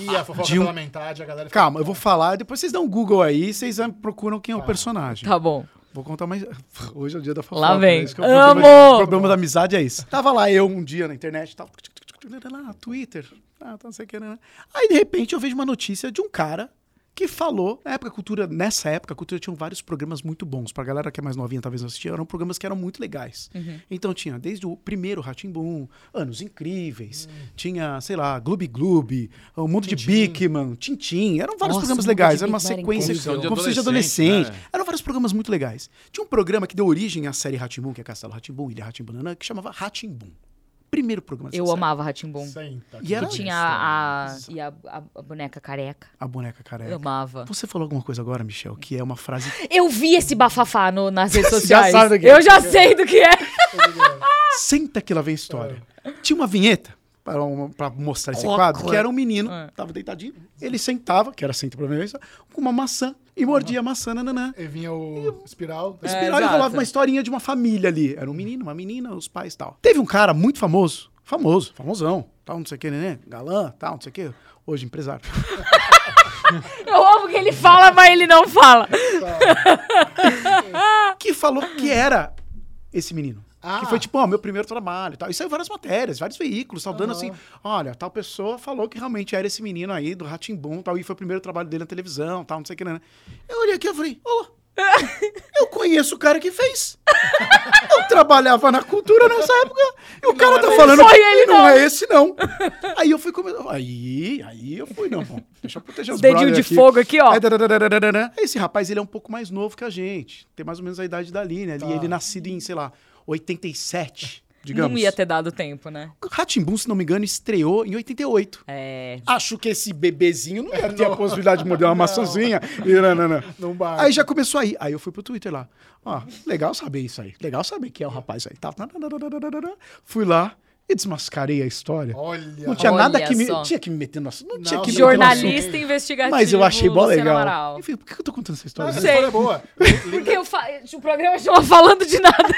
Speaker 2: E a fofoca
Speaker 4: De um-
Speaker 2: pela metade, a galera fica-
Speaker 4: Calma, eu vou falar, depois vocês dão um Google aí, vocês procuram quem é o personagem.
Speaker 1: Tá bom.
Speaker 4: Vou contar mais. Hoje é o dia da fofoca.
Speaker 1: Lá vem.
Speaker 4: né? Esse que é o problema-
Speaker 1: Amo!
Speaker 4: O problema da amizade é isso. Tava lá eu um dia na internet, tal, lá, Twitter, ah, tá, não sei o que, né? Aí, de repente, eu vejo uma notícia de um cara que falou, na época, a cultura, nessa época, a cultura tinha vários programas muito bons. Pra galera que é mais novinha, talvez não assistia, eram programas que eram muito legais.
Speaker 1: Uhum.
Speaker 4: Então tinha desde o primeiro Ratimbum, Anos Incríveis, tinha, sei lá, Gloob Gloob, o mundo de Bikman, Tintim. Eram vários
Speaker 1: Nossa,
Speaker 4: programas
Speaker 1: o Mundo
Speaker 4: legais,
Speaker 1: de
Speaker 4: era uma
Speaker 1: Bikman era
Speaker 4: sequência
Speaker 3: incrível.
Speaker 4: como seja
Speaker 3: Adolescente,
Speaker 4: adolescente.
Speaker 3: né?
Speaker 4: Eram vários programas muito legais. Tinha um programa que deu origem à série Ratimbum, que é Castelo Ratimbum, Ilha Ratimbum, que chamava Ratimbum. Primeiro programa dessa
Speaker 1: Eu
Speaker 4: série.
Speaker 1: amava Ratimbum.
Speaker 2: Senta.
Speaker 4: E era
Speaker 1: Que tinha a, a- e a, a- a boneca careca.
Speaker 4: a boneca careca.
Speaker 1: Eu amava.
Speaker 4: Você falou alguma coisa agora, Michel, que é uma frase.
Speaker 1: Eu vi esse bafafá no- nas redes
Speaker 4: Já
Speaker 1: sociais.
Speaker 4: sabe do que é.
Speaker 1: eu já sei do que é.
Speaker 4: Senta que lá vem a história. Tinha uma vinheta para uma- para mostrar esse
Speaker 1: Clá,
Speaker 4: quadro,
Speaker 1: clá.
Speaker 4: que era um menino,
Speaker 1: É.
Speaker 4: tava deitadinho, ele sentava, que era senta pra mim, com uma maçã e mordia a maçã, nananã.
Speaker 2: E vinha o espiral.
Speaker 1: É,
Speaker 4: espiral e
Speaker 1: exato.
Speaker 4: rolava uma historinha de uma família ali. Era um menino, uma menina, os pais e tal. Teve um cara muito famoso, famoso, famosão, tal, não sei o que, né? Galã, tal, não sei o que. Hoje empresário.
Speaker 1: Eu amo que ele fala, mas ele não fala.
Speaker 4: Que falou que era esse menino.
Speaker 2: Ah.
Speaker 4: Que foi tipo, ó, meu primeiro trabalho e tal. E saiu várias matérias, vários veículos, tal, dando assim, olha, tal pessoa falou que realmente era esse menino aí do Ratimbum, tal, e foi o primeiro trabalho dele na televisão, tal, não sei o que, né? Eu olhei né." aqui e falei, ó, Eu conheço o cara que fez. Eu trabalhava na cultura nessa época. E o cara tá falando
Speaker 1: foi é ele,
Speaker 4: "E não,
Speaker 1: não."
Speaker 4: é esse, não. Aí eu fui começar. Aí, aí eu fui, não, bom, deixa eu proteger os
Speaker 1: Dedinho
Speaker 4: brother
Speaker 1: de
Speaker 4: aqui.
Speaker 1: fogo aqui, ó.
Speaker 4: Aí, dadadadadadadá. Esse rapaz, ele é um pouco mais novo que a gente. Tem mais ou menos a idade da Aline. Ali,
Speaker 2: Tá.
Speaker 4: Ele é nascido em, sei lá, 87, digamos.
Speaker 1: Não ia ter dado tempo, né?
Speaker 4: Ratimbun, se não me engano, estreou em 88.
Speaker 1: É.
Speaker 4: Acho que esse bebezinho É, não ia ter a possibilidade de morder uma maçãzinha. E não, não, não.
Speaker 2: Não bate.
Speaker 4: Aí já começou aí. Aí eu fui pro Twitter lá. Ó, legal saber isso aí. Legal saber que é o rapaz aí. Tá. Fui lá e desmascarei a história.
Speaker 2: Ah, Olha.
Speaker 4: Não tinha nada
Speaker 1: Olha
Speaker 4: que me.
Speaker 1: só.
Speaker 4: Tinha que me meter no assunto. Não,
Speaker 2: Não,
Speaker 4: tinha que me meter no assunto.
Speaker 1: Jornalista investigativo.
Speaker 4: Mas eu achei bom
Speaker 1: Luciano
Speaker 4: legal.
Speaker 1: Amaral.
Speaker 4: Enfim, por que eu tô contando essa
Speaker 2: Não,
Speaker 4: história?
Speaker 2: essa
Speaker 1: sei.
Speaker 2: história é boa.
Speaker 1: Porque eu fa- o programa chama Falando de Nada.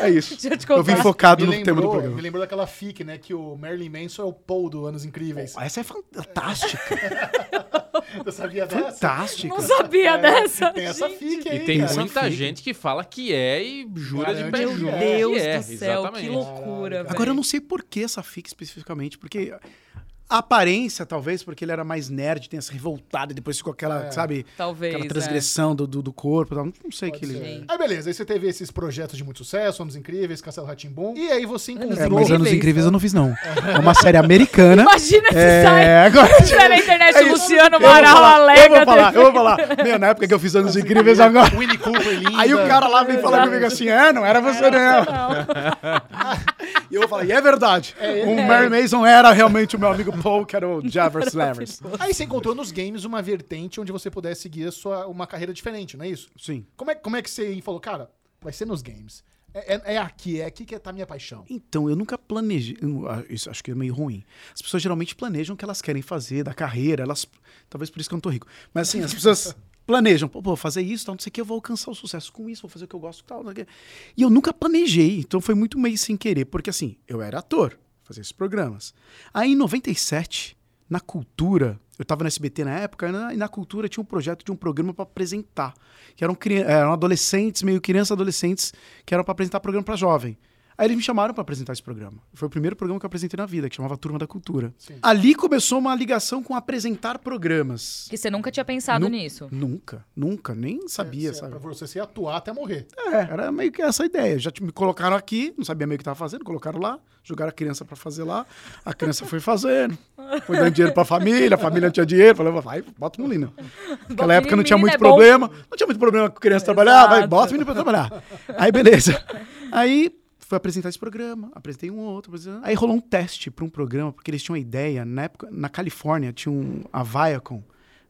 Speaker 4: É isso.
Speaker 1: Deixa eu te
Speaker 4: Eu vim
Speaker 1: contar.
Speaker 4: focado
Speaker 2: Me
Speaker 4: no tema do
Speaker 2: lembrou, me
Speaker 4: programa.
Speaker 2: lembrou daquela fic, né? Que o Marilyn Manson é o Paul do Anos Incríveis.
Speaker 4: Essa é fantástica.
Speaker 2: Eu sabia
Speaker 4: é
Speaker 2: dessa? É,
Speaker 4: fantástica.
Speaker 1: Não
Speaker 4: é,
Speaker 1: sabia dessa.
Speaker 2: Tem essa fic aí,
Speaker 3: E tem
Speaker 2: cara.
Speaker 3: muita gente que fala que é e jura de
Speaker 2: Garante
Speaker 3: pé
Speaker 2: que
Speaker 1: Meu
Speaker 3: junto
Speaker 2: é.
Speaker 1: Deus
Speaker 3: que é,
Speaker 1: do céu,
Speaker 3: exatamente.
Speaker 1: que loucura, velho.
Speaker 4: né, Agora eu não sei por que essa fic especificamente, porque a aparência, talvez, porque ele era mais nerd, tem essa revoltada, e depois ficou aquela,
Speaker 2: É.
Speaker 4: sabe,
Speaker 1: Talvez,
Speaker 4: aquela
Speaker 1: é.
Speaker 4: transgressão do, do, do corpo. e Tal. Não sei
Speaker 2: Pode
Speaker 4: que ele. é.
Speaker 2: ser.
Speaker 1: Gente.
Speaker 2: Aí beleza, aí você teve esses projetos de muito sucesso, Anos Incríveis, Castelo Ratimbum. E aí você
Speaker 4: É,
Speaker 2: encontrou.
Speaker 4: mas
Speaker 1: Incríveis,
Speaker 4: anos incríveis
Speaker 1: né?
Speaker 4: eu não fiz, não. É uma série americana.
Speaker 1: Imagina se sai.
Speaker 4: né? É, agora.
Speaker 1: Se sai na internet,
Speaker 4: É isso.
Speaker 1: Luciano
Speaker 4: Eu vou
Speaker 1: Amaral
Speaker 4: falar,
Speaker 1: alega.
Speaker 4: Eu vou falar, eu vou falar. Meu, na época que eu fiz anos incríveis agora.
Speaker 2: Winnie Cooper, linda.
Speaker 4: Aí o cara lá vem falar comigo assim: é, não era você, não. E eu vou falar, e é verdade. o Mary Mason era realmente o meu amigo Paul, que era o Javers Levers.
Speaker 2: Aí você encontrou nos games uma vertente onde você pudesse seguir a sua, uma carreira diferente, não é isso?
Speaker 4: Sim.
Speaker 2: Como é, como é que você falou, cara, vai ser nos games? É, é- é aqui, é aqui que tá a minha paixão.
Speaker 4: Então, eu nunca planejei. eu não- ah, Isso acho que é meio ruim. As pessoas geralmente planejam o que elas querem fazer, da carreira, elas. Talvez por isso que eu não tô rico. Mas assim, as pessoas planejam, pô, pô, fazer isso, tal, não sei o que, eu vou alcançar o sucesso com isso, vou fazer o que eu gosto, tal, não sei o quê. E eu nunca planejei, então foi muito meio sem querer, porque assim, eu era ator, fazia esses programas. Aí em 97, na cultura, eu tava no SBT na época, né, e na cultura tinha um projeto de um programa para apresentar, que eram, cri- eram adolescentes, meio crianças adolescentes, que eram para apresentar programa para jovem. Aí eles me chamaram para apresentar esse programa. Foi o primeiro programa que eu apresentei na vida, que chamava Turma da Cultura.
Speaker 2: Sim.
Speaker 4: Ali começou uma ligação com apresentar programas.
Speaker 1: Que você nunca tinha pensado
Speaker 4: Nu-
Speaker 1: nisso.
Speaker 4: Nunca, nunca, nem sabia,
Speaker 2: É,
Speaker 4: sabe?
Speaker 2: Pra você se atuar até morrer.
Speaker 4: É, era meio que essa a ideia. Já te- me colocaram aqui, não sabia meio o que tava fazendo, colocaram lá, jogaram a criança pra fazer lá, a criança foi fazendo, foi dando dinheiro pra família, a família não tinha dinheiro, falou, vai, bota o menino. Naquela época não tinha
Speaker 1: Menino
Speaker 4: muito
Speaker 1: é bom.
Speaker 4: problema, não tinha muito problema com criança trabalhar, vai, bota o menino pra trabalhar. Aí, beleza. Aí, fui apresentar esse programa, apresentei um outro, apresentei... aí rolou um teste pra um programa, porque eles tinham uma ideia, na época, na Califórnia, tinha um, a Viacom,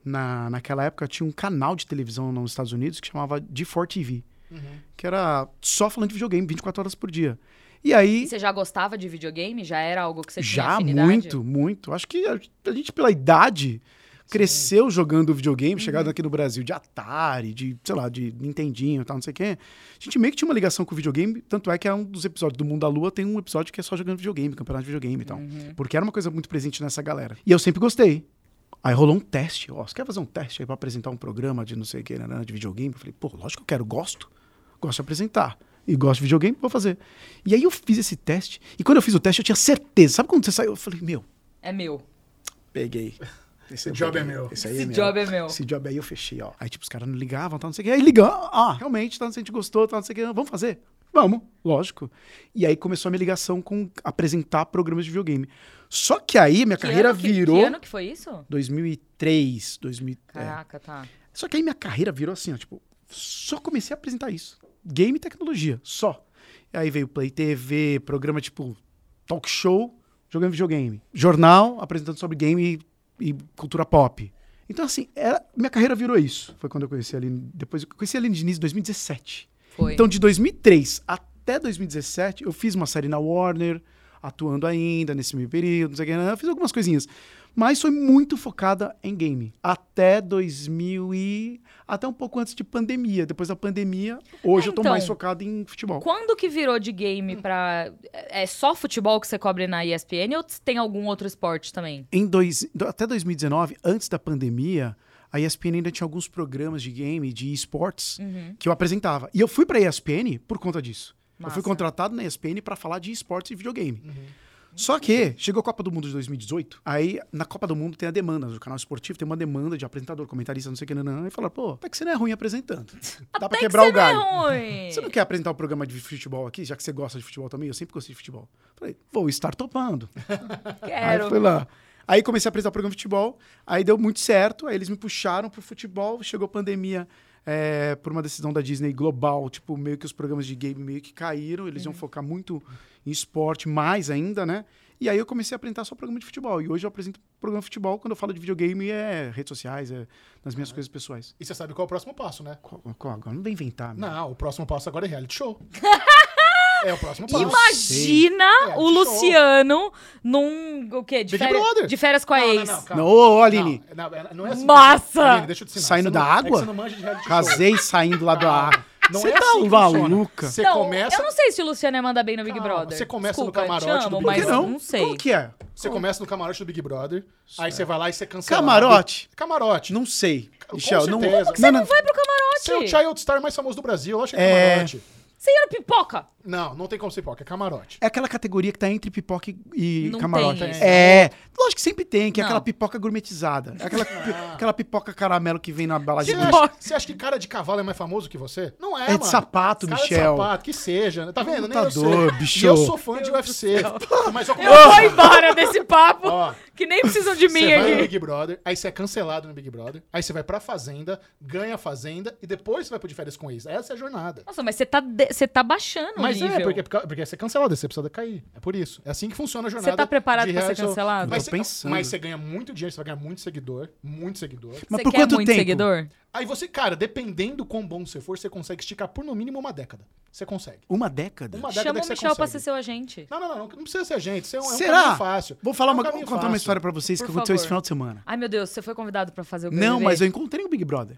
Speaker 4: na, naquela época tinha um canal de televisão nos Estados Unidos que chamava D4 TV
Speaker 1: Uhum.
Speaker 4: que era só falando de videogame 24 horas por dia. E
Speaker 1: E
Speaker 4: aí,
Speaker 1: você já gostava de videogame? Já era algo que você tinha
Speaker 4: já
Speaker 1: afinidade?
Speaker 4: muito, muito. Acho que a, a gente, pela idade, cresceu jogando videogame, chegado
Speaker 1: Uhum.
Speaker 4: aqui no Brasil de Atari, de, sei lá, de Nintendinho e tal, não sei o quê. A gente meio que tinha uma ligação com o videogame, tanto é que é um dos episódios do Mundo da Lua, tem um episódio que é só jogando videogame, campeonato de videogame e tal.
Speaker 1: Uhum.
Speaker 4: Porque era uma coisa muito presente nessa galera. E eu sempre gostei. Aí rolou um teste. Ó, você quer fazer um teste aí pra apresentar um programa de não sei o que, né, de videogame? Eu falei, pô, lógico que eu quero, gosto. Gosto de apresentar. E gosto de videogame, vou fazer. E aí eu fiz esse teste. E quando eu fiz o teste, eu tinha certeza. Sabe quando você saiu? Eu falei, meu,
Speaker 1: É meu.
Speaker 4: peguei. Esse eu
Speaker 2: job é
Speaker 4: peguei.
Speaker 2: meu.
Speaker 4: Esse, aí
Speaker 1: Esse
Speaker 4: é meu.
Speaker 1: job é meu.
Speaker 4: Esse job aí eu fechei, ó. Aí, tipo, os caras não ligavam, tal, não sei o quê. Aí ligam, ah, realmente, tá, não sei, a gente gostou, tá, não sei o quê. Vamos fazer? Vamos, lógico. E aí começou a minha ligação com apresentar programas de videogame. Só que aí minha
Speaker 1: Que
Speaker 4: carreira
Speaker 1: ano que-
Speaker 4: virou...
Speaker 1: Que ano que foi isso?
Speaker 4: 2003, 2000, é.
Speaker 1: Caraca, tá.
Speaker 4: Só que aí minha carreira virou assim, ó, tipo, só comecei a apresentar isso. Game e tecnologia, só. E aí veio Play TV, programa tipo talk show, jogando videogame. Jornal, apresentando sobre game e, e cultura pop. Então, assim, era- minha carreira virou isso. Foi quando eu conheci a Aline. Depois eu conheci a Aline Diniz em 2017.
Speaker 1: Foi.
Speaker 4: Então, de 2003 até 2017, eu fiz uma série na Warner, atuando ainda nesse meio período, não sei o que, né? eu fiz algumas coisinhas. Mas foi muito focada em game. Até 2000 e... Até um pouco antes de pandemia. Depois da pandemia, hoje eu tô
Speaker 1: Então,
Speaker 4: mais focado em futebol.
Speaker 1: Quando que virou de game pra. É é só futebol que você cobre na ESPN ou tem algum outro esporte também?
Speaker 4: Em dois, do- até 2019, antes da pandemia, a ESPN ainda tinha alguns programas de game, de esportes,
Speaker 1: Uhum.
Speaker 4: que eu apresentava. E eu fui pra ESPN por conta disso. Eu
Speaker 1: Massa. Uhum.
Speaker 4: fui contratado na ESPN pra falar de esportes e videogame. Só que chegou a Copa do Mundo de 2018, aí na Copa do Mundo tem a demanda do canal esportivo, tem uma demanda de apresentador, comentarista, não sei o que, não, não, e fala, pô, até que você não é ruim apresentando. Dá
Speaker 1: Até
Speaker 4: pra quebrar
Speaker 1: que
Speaker 4: o galho.
Speaker 1: Não é ruim.
Speaker 4: Você não quer apresentar o programa de futebol aqui, já que você gosta de futebol também? Eu sempre gostei de futebol. Falei, vou estar topando.
Speaker 2: Ah,
Speaker 1: Quero.
Speaker 4: Aí foi lá. Aí comecei a apresentar o programa de futebol, aí deu muito certo, aí eles me puxaram pro futebol, chegou a pandemia é, por uma decisão da Disney global, tipo, meio que os programas de game meio que caíram, eles
Speaker 2: Uhum.
Speaker 4: iam focar muito em esporte, mais ainda, né? E aí eu comecei a apresentar só programa de futebol. E hoje eu apresento programa de futebol, quando eu falo de videogame é redes sociais, é nas
Speaker 2: Ah.
Speaker 4: minhas coisas pessoais.
Speaker 2: E você sabe qual é o próximo passo, né?
Speaker 4: Qual- qual- agora não vem inventar, né? meu.
Speaker 2: Não, o próximo passo agora é reality show. é o próximo passo.
Speaker 1: Imagina
Speaker 2: É,
Speaker 1: o
Speaker 2: show.
Speaker 1: Luciano num. O quê? De,
Speaker 2: Big
Speaker 1: férias,
Speaker 2: Brother.
Speaker 1: de férias com a
Speaker 2: Não,
Speaker 1: ex.
Speaker 2: não, não, calma.
Speaker 4: Não, ô, ô, Aline,
Speaker 2: Não, não, não é assim.
Speaker 1: Massa!
Speaker 2: Aline, deixa eu te ensinar.
Speaker 4: Saindo
Speaker 2: Você não-
Speaker 4: da
Speaker 2: é que
Speaker 4: água?
Speaker 2: você não manja de reality show.
Speaker 4: Casei saindo lá do ar.
Speaker 2: Não
Speaker 4: Você
Speaker 2: é
Speaker 4: tá
Speaker 2: assim que funciona.
Speaker 4: maluca?
Speaker 2: Você
Speaker 1: Então, Eu
Speaker 2: começa,
Speaker 1: não sei se o Luciano é manda bem no Big
Speaker 2: Calma,
Speaker 1: Brother.
Speaker 2: você começa no
Speaker 1: Desculpa,
Speaker 2: camarote
Speaker 1: te
Speaker 2: do
Speaker 1: amo,
Speaker 2: Big
Speaker 1: mas
Speaker 4: Por que
Speaker 2: Brother.
Speaker 1: não?
Speaker 4: não?
Speaker 1: sei.
Speaker 4: Como que é?
Speaker 2: você começa no camarote do Big Brother, aí você vai lá e você cancela.
Speaker 4: Camarote?
Speaker 2: Camarote.
Speaker 4: Não sei. Michel, não.
Speaker 2: certeza. Como que
Speaker 1: Você
Speaker 4: não,
Speaker 1: não vai pro camarote.
Speaker 2: Você é o child star mais famoso do Brasil, eu acho que é
Speaker 4: É.
Speaker 2: camarote.
Speaker 1: Você ia no pipoca.
Speaker 2: Não, não tem como ser pipoca, é camarote.
Speaker 4: É aquela categoria que tá entre pipoca e e
Speaker 1: Não
Speaker 4: camarote.
Speaker 1: tem isso.
Speaker 4: É. Lógico que sempre tem, que é
Speaker 1: Não.
Speaker 4: aquela pipoca gourmetizada. É Aquela, pi-
Speaker 2: Ah.
Speaker 4: aquela pipoca caramelo que vem na
Speaker 2: Você
Speaker 4: baladinha.
Speaker 2: acha, você acha que cara de cavalo é mais famoso que você? Não é,
Speaker 4: É de
Speaker 2: mano.
Speaker 4: sapato,
Speaker 2: cara
Speaker 4: Michel.
Speaker 2: de sapato, que seja. né? Tá vendo? Nem eu
Speaker 4: Lutador,
Speaker 2: sei.
Speaker 4: bicho.
Speaker 2: E eu sou fã de UFC. Mas eu
Speaker 1: Eu vou embora desse papo,
Speaker 2: Ó,
Speaker 1: que nem precisam de mim
Speaker 2: Você vai no
Speaker 1: aqui.
Speaker 2: Big Brother, aí você é cancelado no Big Brother, aí você vai pra Fazenda, ganha a Fazenda e depois você vai pro de férias com ex. Essa é a jornada.
Speaker 1: Nossa, mas você tá, de- você tá baixando o
Speaker 2: Mas
Speaker 1: nível.
Speaker 2: é, porque, porque você é cancelado, você precisa cair. É por isso. É assim que funciona a jornada.
Speaker 1: Você tá preparado
Speaker 2: de
Speaker 1: pra ser
Speaker 2: reality show.
Speaker 1: cancelado?
Speaker 2: Mas
Speaker 4: Tô
Speaker 2: você,
Speaker 4: pensando.
Speaker 2: mas você ganha muito dinheiro, você vai ganhar muito seguidor, muito seguidor.
Speaker 4: Mas
Speaker 1: você
Speaker 4: por
Speaker 1: quer
Speaker 4: quanto
Speaker 1: muito
Speaker 4: tempo?
Speaker 1: seguidor?
Speaker 2: Aí você, cara, dependendo quão bom você for, você consegue esticar por no mínimo uma década. Você consegue.
Speaker 4: Uma década?
Speaker 2: Uma década
Speaker 1: Chama
Speaker 2: que
Speaker 1: o
Speaker 2: você
Speaker 1: Michel pra
Speaker 2: consegue.
Speaker 1: ser seu agente.
Speaker 2: Não, não, não, não precisa ser gente. Isso é um, é um
Speaker 4: Será?
Speaker 2: caminho fácil.
Speaker 4: Vou falar
Speaker 2: É um
Speaker 4: uma,
Speaker 2: caminho
Speaker 4: contar uma
Speaker 2: fácil.
Speaker 4: história pra vocês que
Speaker 1: Por
Speaker 4: aconteceu
Speaker 1: favor.
Speaker 4: esse final de semana.
Speaker 1: Ai, meu Deus, você foi convidado pra fazer o
Speaker 4: Não,
Speaker 1: BBB?
Speaker 4: mas eu encontrei o Big Brother.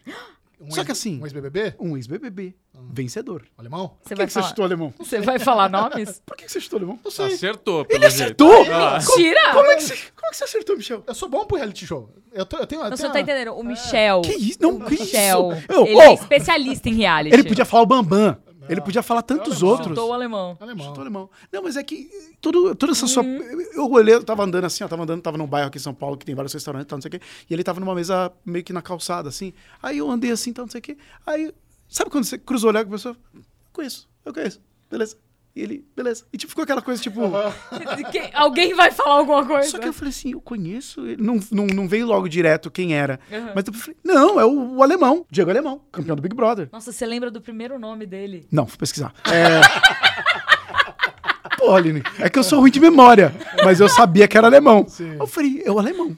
Speaker 2: Um
Speaker 4: Só que
Speaker 2: ex-
Speaker 4: assim-
Speaker 2: Um ex-BBB?
Speaker 4: Um ex-BBB.
Speaker 2: Hum.
Speaker 4: Vencedor.
Speaker 2: Alemão?
Speaker 1: Você
Speaker 4: Por
Speaker 1: vai
Speaker 4: que, que você
Speaker 1: falar...
Speaker 4: chutou alemão?
Speaker 1: Você vai falar nomes?
Speaker 4: Por que, que você chutou alemão?
Speaker 2: Não sei.
Speaker 3: Acertou, pelo Ele jeito.
Speaker 4: Acertou?
Speaker 3: Olha lá.
Speaker 1: Mentira!
Speaker 4: Como é, que você, como é que você acertou, Michel?
Speaker 2: Eu sou bom pro reality show. Eu, tô- eu tenho. eu
Speaker 1: Não, você
Speaker 2: tenho
Speaker 1: não tá
Speaker 2: a-
Speaker 1: entendendo. O Michel.
Speaker 4: Ah. Que isso? Não, que isso?
Speaker 1: Michel.
Speaker 4: Eu-
Speaker 1: Ele
Speaker 4: oh,
Speaker 1: é especialista em reality.
Speaker 4: ele podia falar o Bambam. Ele podia falar tantos
Speaker 2: Não, não.
Speaker 4: outros.
Speaker 1: Chutou o alemão.
Speaker 2: Alemão.
Speaker 4: Chutou alemão. Não, mas é que eh, tudo, toda essa sua. Eu olhei, eu tava andando assim, eu tava andando, tava num bairro aqui em São Paulo que tem vários restaurantes, tal, não sei o quê. E ele tava numa mesa meio que na calçada, assim. Aí eu andei assim, tal, não sei o quê. Aí, sabe quando você cruzou o olhar com a pessoa? Eu conheço, eu conheço. Beleza. E ele, beleza. E tipo, ficou aquela coisa, tipo.
Speaker 1: Que- Alguém vai falar alguma coisa.
Speaker 4: Só que eu falei assim, eu conheço. Ele não, não, não veio logo direto quem era.
Speaker 1: Aham.
Speaker 4: Mas depois eu falei, não, é o, o alemão. Diego Alemão, campeão do Big Brother.
Speaker 1: Nossa, você lembra do primeiro nome dele?
Speaker 4: Não, fui pesquisar. É... Pô, Aline, é que eu sou ruim de memória, mas eu sabia que era alemão. Eu falei, é o alemão.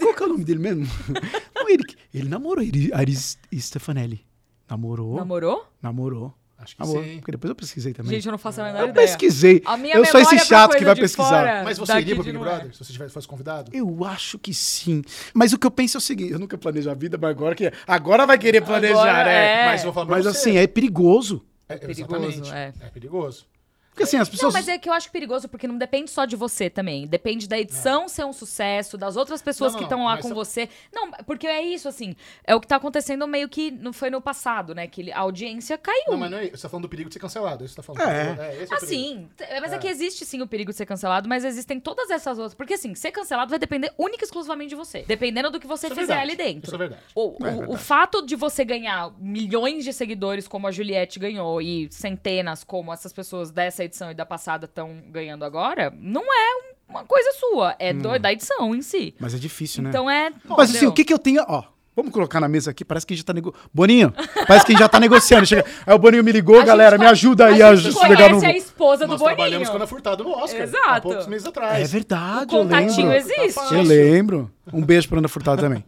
Speaker 4: Qual que é o nome dele mesmo? Não, ele, que- ele namorou Iri- Aris Stefanelli. Namorou,
Speaker 1: Namorou?
Speaker 4: namorou.
Speaker 2: Acho que
Speaker 4: namorou.
Speaker 2: sim.
Speaker 4: Porque depois eu pesquisei também.
Speaker 1: Gente, eu não faço a menor
Speaker 4: eu
Speaker 1: ideia.
Speaker 4: pesquisei.
Speaker 1: A minha
Speaker 4: eu sou
Speaker 1: memória
Speaker 4: esse
Speaker 1: é pra
Speaker 4: chato que
Speaker 1: coisa
Speaker 4: vai
Speaker 1: de
Speaker 4: pesquisar.
Speaker 1: fora.
Speaker 2: Mas você
Speaker 1: Daqui
Speaker 2: iria pro
Speaker 1: de
Speaker 2: Big
Speaker 1: não é.
Speaker 2: Brother? Se você tivesse, fosse convidado?
Speaker 4: Eu acho que sim. Mas o que eu penso é o seguinte: eu nunca planejo a vida, mas agora que agora vai querer planejar,
Speaker 1: Agora
Speaker 4: né?
Speaker 1: é.
Speaker 2: Mas eu vou falar pra
Speaker 4: Mas
Speaker 2: você,
Speaker 4: assim, é perigoso.
Speaker 2: é
Speaker 1: perigoso,
Speaker 2: exatamente.
Speaker 1: é.
Speaker 2: É perigoso.
Speaker 4: Porque assim, as
Speaker 1: Não,
Speaker 4: pessoas.
Speaker 1: mas é que eu acho perigoso porque não depende só de você também. Depende da edição ser um sucesso, das outras pessoas
Speaker 2: É. Não,
Speaker 1: que
Speaker 2: não,
Speaker 1: estão lá
Speaker 2: mas
Speaker 1: com
Speaker 2: só-
Speaker 1: você. Não, porque é isso, assim. É o que tá acontecendo meio que não foi no passado, né? Que a audiência caiu.
Speaker 2: Não, mas não é isso. Você tá falando do perigo de ser cancelado. É isso que você tá falando.
Speaker 4: É.
Speaker 2: esse é o perigo.
Speaker 1: Assim, t- mas é. que existe sim o perigo de ser cancelado, mas existem todas essas outras. Porque assim, ser cancelado vai depender única e exclusivamente de você. Dependendo do que você
Speaker 2: Isso é
Speaker 1: fizer
Speaker 2: verdade.
Speaker 1: ali dentro.
Speaker 2: Isso é verdade.
Speaker 1: O, o- o fato de você ganhar milhões de seguidores como a Juliette ganhou e centenas como essas pessoas dessa edição e da passada estão ganhando agora, não é um- uma coisa sua, é do- da edição em si.
Speaker 4: Mas Hum. é difícil, né?
Speaker 1: Então é.
Speaker 4: Mas assim, o que que eu tenho. Ó, vamos colocar na mesa aqui, parece que a gente tá negociando. Boninho, parece que a gente já tá negociando. Chega... Aí o Boninho me ligou,
Speaker 1: A
Speaker 4: é, galera,
Speaker 1: gente
Speaker 4: me
Speaker 1: co-
Speaker 4: ajuda aí
Speaker 1: a
Speaker 4: a
Speaker 1: gente
Speaker 4: se ligar no.
Speaker 1: conhece a esposa tá do
Speaker 2: Nós
Speaker 1: Boninho.
Speaker 2: trabalhamos com a Ana Furtado no Oscar.
Speaker 1: Exato.
Speaker 2: Há poucos meses atrás.
Speaker 4: É verdade, eu
Speaker 1: Contatinho
Speaker 4: lembro.
Speaker 1: existe.
Speaker 4: Eu lembro. Um beijo pra Ana Furtado também.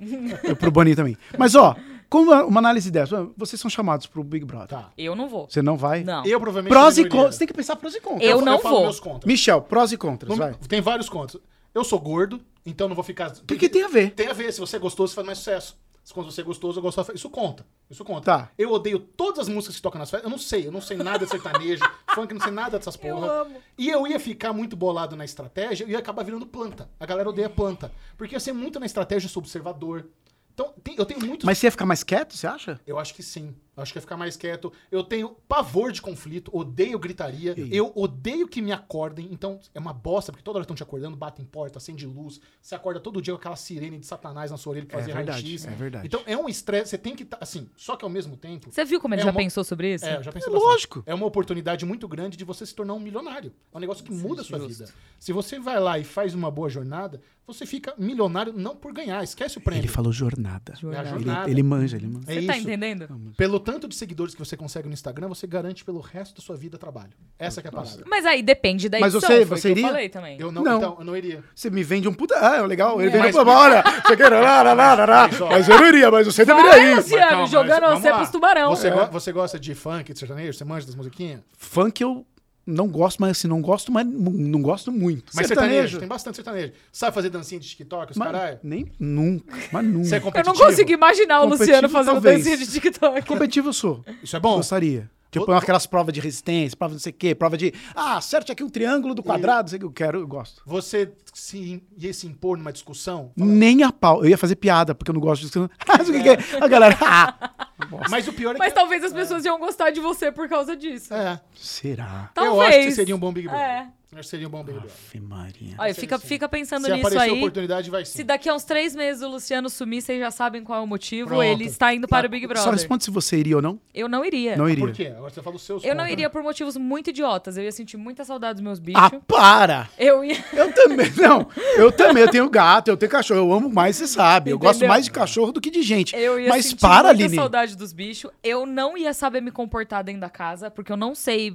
Speaker 4: e pro Boninho também. Mas ó, com uma, uma análise dessa, vocês são chamados pro Big Brother.
Speaker 2: Tá.
Speaker 1: Eu não vou.
Speaker 4: Você não vai?
Speaker 1: Não.
Speaker 2: Eu provavelmente.
Speaker 4: Prós e
Speaker 2: não
Speaker 4: contras.
Speaker 2: iria.
Speaker 4: Você tem que pensar prós e contras.
Speaker 1: Eu
Speaker 2: fa-
Speaker 1: não
Speaker 2: falo
Speaker 1: vou.
Speaker 2: meus contras.
Speaker 4: Michel, prós e contras,
Speaker 2: Não-
Speaker 4: vai.
Speaker 2: Tem vários contras. Eu sou gordo, então não vou ficar.
Speaker 4: O que, que tem a ver?
Speaker 2: Tem a ver, se você é gostoso, você faz mais sucesso. Se Quando você é gostoso, eu gosto. Isso conta. Isso conta.
Speaker 4: Tá.
Speaker 2: Eu odeio todas as músicas que tocam nas festas. Eu não sei, eu não sei nada de sertanejo, funk, não sei nada dessas porra.
Speaker 1: amo.
Speaker 2: E eu ia ficar muito bolado na estratégia e ia acabar virando planta. A galera odeia planta. Porque eu sei muito na estratégia, eu sou observador. Então, tem- eu tenho muitos.
Speaker 4: Mas você ia ficar mais quieto, você acha?
Speaker 2: Eu acho que sim. Acho que ia ficar mais quieto. Eu tenho pavor de conflito, odeio gritaria.
Speaker 4: Sim.
Speaker 2: Eu odeio que me acordem. Então é uma bosta, porque toda hora estão te acordando, batem porta, acende luz. Você acorda todo dia com aquela sirene de satanás na sua orelha pra
Speaker 4: É
Speaker 2: fazer
Speaker 4: verdade,
Speaker 2: raio-x.
Speaker 4: é verdade.
Speaker 2: Então é um estresse. Você tem que estar. assim, só que ao mesmo tempo.
Speaker 1: Você viu como ele
Speaker 2: É
Speaker 1: já
Speaker 2: uma-
Speaker 1: pensou sobre isso?
Speaker 2: É, eu já pensei
Speaker 4: É
Speaker 2: bastante.
Speaker 4: lógico.
Speaker 2: É uma oportunidade muito grande de você se tornar um milionário. É um negócio que muda a sua vida. Se você vai lá e faz uma boa jornada, você fica milionário não por ganhar, esquece o prêmio.
Speaker 4: Ele falou jornada.
Speaker 1: Jornada.
Speaker 2: É a
Speaker 4: Ele,
Speaker 2: jornada.
Speaker 4: ele manja, ele manja.
Speaker 2: É
Speaker 1: Você
Speaker 2: isso.
Speaker 1: tá entendendo?
Speaker 2: Pelo tanto de seguidores que você consegue no Instagram, você garante pelo resto da sua vida trabalho. Essa que é a parada.
Speaker 1: Mas aí depende da
Speaker 4: Mas
Speaker 1: edição,
Speaker 4: você-
Speaker 1: foi
Speaker 4: você
Speaker 1: o que
Speaker 4: iria?
Speaker 1: eu falei também.
Speaker 2: Eu não,
Speaker 4: Não.
Speaker 2: então, eu não iria.
Speaker 4: Você me vende um puta. Ah, legal. Ele
Speaker 1: É.
Speaker 4: vendeu
Speaker 2: Mas-
Speaker 4: pra uma hora. Você quer. lá, lá, lá, lá, lá.
Speaker 2: Mas, ó.
Speaker 4: Mas eu não iria, É. mas você deveria
Speaker 1: Vai,
Speaker 4: ir.
Speaker 1: Ah, Luciano,
Speaker 3: calma, mas
Speaker 1: jogando
Speaker 3: vamos
Speaker 1: você é
Speaker 3: lá.
Speaker 1: pros tubarão.
Speaker 2: Você, go- você gosta de funk, de sertanejo? Você manja das musiquinhas?
Speaker 4: Funk eu não gosto, mas assim, não gosto, mas mu- não gosto muito.
Speaker 2: Mas sertanejo, tem bastante sertanejo. Sabe fazer dancinha de TikTok, os
Speaker 4: Mas
Speaker 2: caralho?
Speaker 4: nem nunca, mas nunca.
Speaker 2: Você é
Speaker 1: Hum. Eu
Speaker 2: competitivo?
Speaker 1: não consigo imaginar o
Speaker 4: Competitivo,
Speaker 1: Luciano fazendo
Speaker 4: talvez.
Speaker 1: dancinha de TikTok.
Speaker 4: Competitivo eu sou.
Speaker 2: Isso é bom?
Speaker 4: Gostaria. Tipo, aquelas provas de resistência, prova de não sei o quê, prova de. Ah, acerte aqui um triângulo do quadrado, não sei o que eu quero, eu gosto.
Speaker 2: Você se, ia se impor numa discussão?
Speaker 4: Nem a pau. Eu ia fazer piada, porque eu não gosto disso. Ah, isso que que é? A galera. Ah, bosta.
Speaker 2: Mas o pior é
Speaker 1: Mas
Speaker 2: que...
Speaker 1: talvez as pessoas iam gostar de você por causa disso.
Speaker 2: É,
Speaker 4: Será?
Speaker 2: eu
Speaker 1: Talvez.
Speaker 2: acho que você seria um bom Big Brother.
Speaker 1: É.
Speaker 2: Eu acho que seria um bom Big Brother.
Speaker 4: Ave Maria.
Speaker 1: Olha, fica, fica pensando
Speaker 2: Se
Speaker 1: nisso
Speaker 2: aparecer
Speaker 1: aí.
Speaker 2: oportunidade, vai
Speaker 1: Se
Speaker 2: sim.
Speaker 1: daqui a uns três meses o Luciano sumir, vocês já sabem qual é o motivo.
Speaker 2: Pronto.
Speaker 1: Ele está indo para o Big
Speaker 4: Só
Speaker 1: Brother. É.
Speaker 4: responde se você iria ou não.
Speaker 1: Eu não iria.
Speaker 4: Não
Speaker 2: Por
Speaker 4: iria.
Speaker 2: quê? Agora você fala os seus
Speaker 1: Eu não
Speaker 2: contra.
Speaker 1: iria por motivos muito idiotas. Eu ia sentir muita saudade dos meus bichos.
Speaker 4: Ah, para!
Speaker 1: Eu ia.
Speaker 4: Eu também, não. Eu também, eu tenho gato, eu tenho cachorro. Eu amo mais, você sabe. Eu gosto
Speaker 1: Entendeu?
Speaker 4: mais de cachorro do que de gente.
Speaker 1: Eu ia
Speaker 4: Mas
Speaker 1: sentir
Speaker 4: para,
Speaker 1: muita
Speaker 4: Aline.
Speaker 1: saudade dos bichos. Eu não ia saber me comportar dentro da casa, porque eu não sei.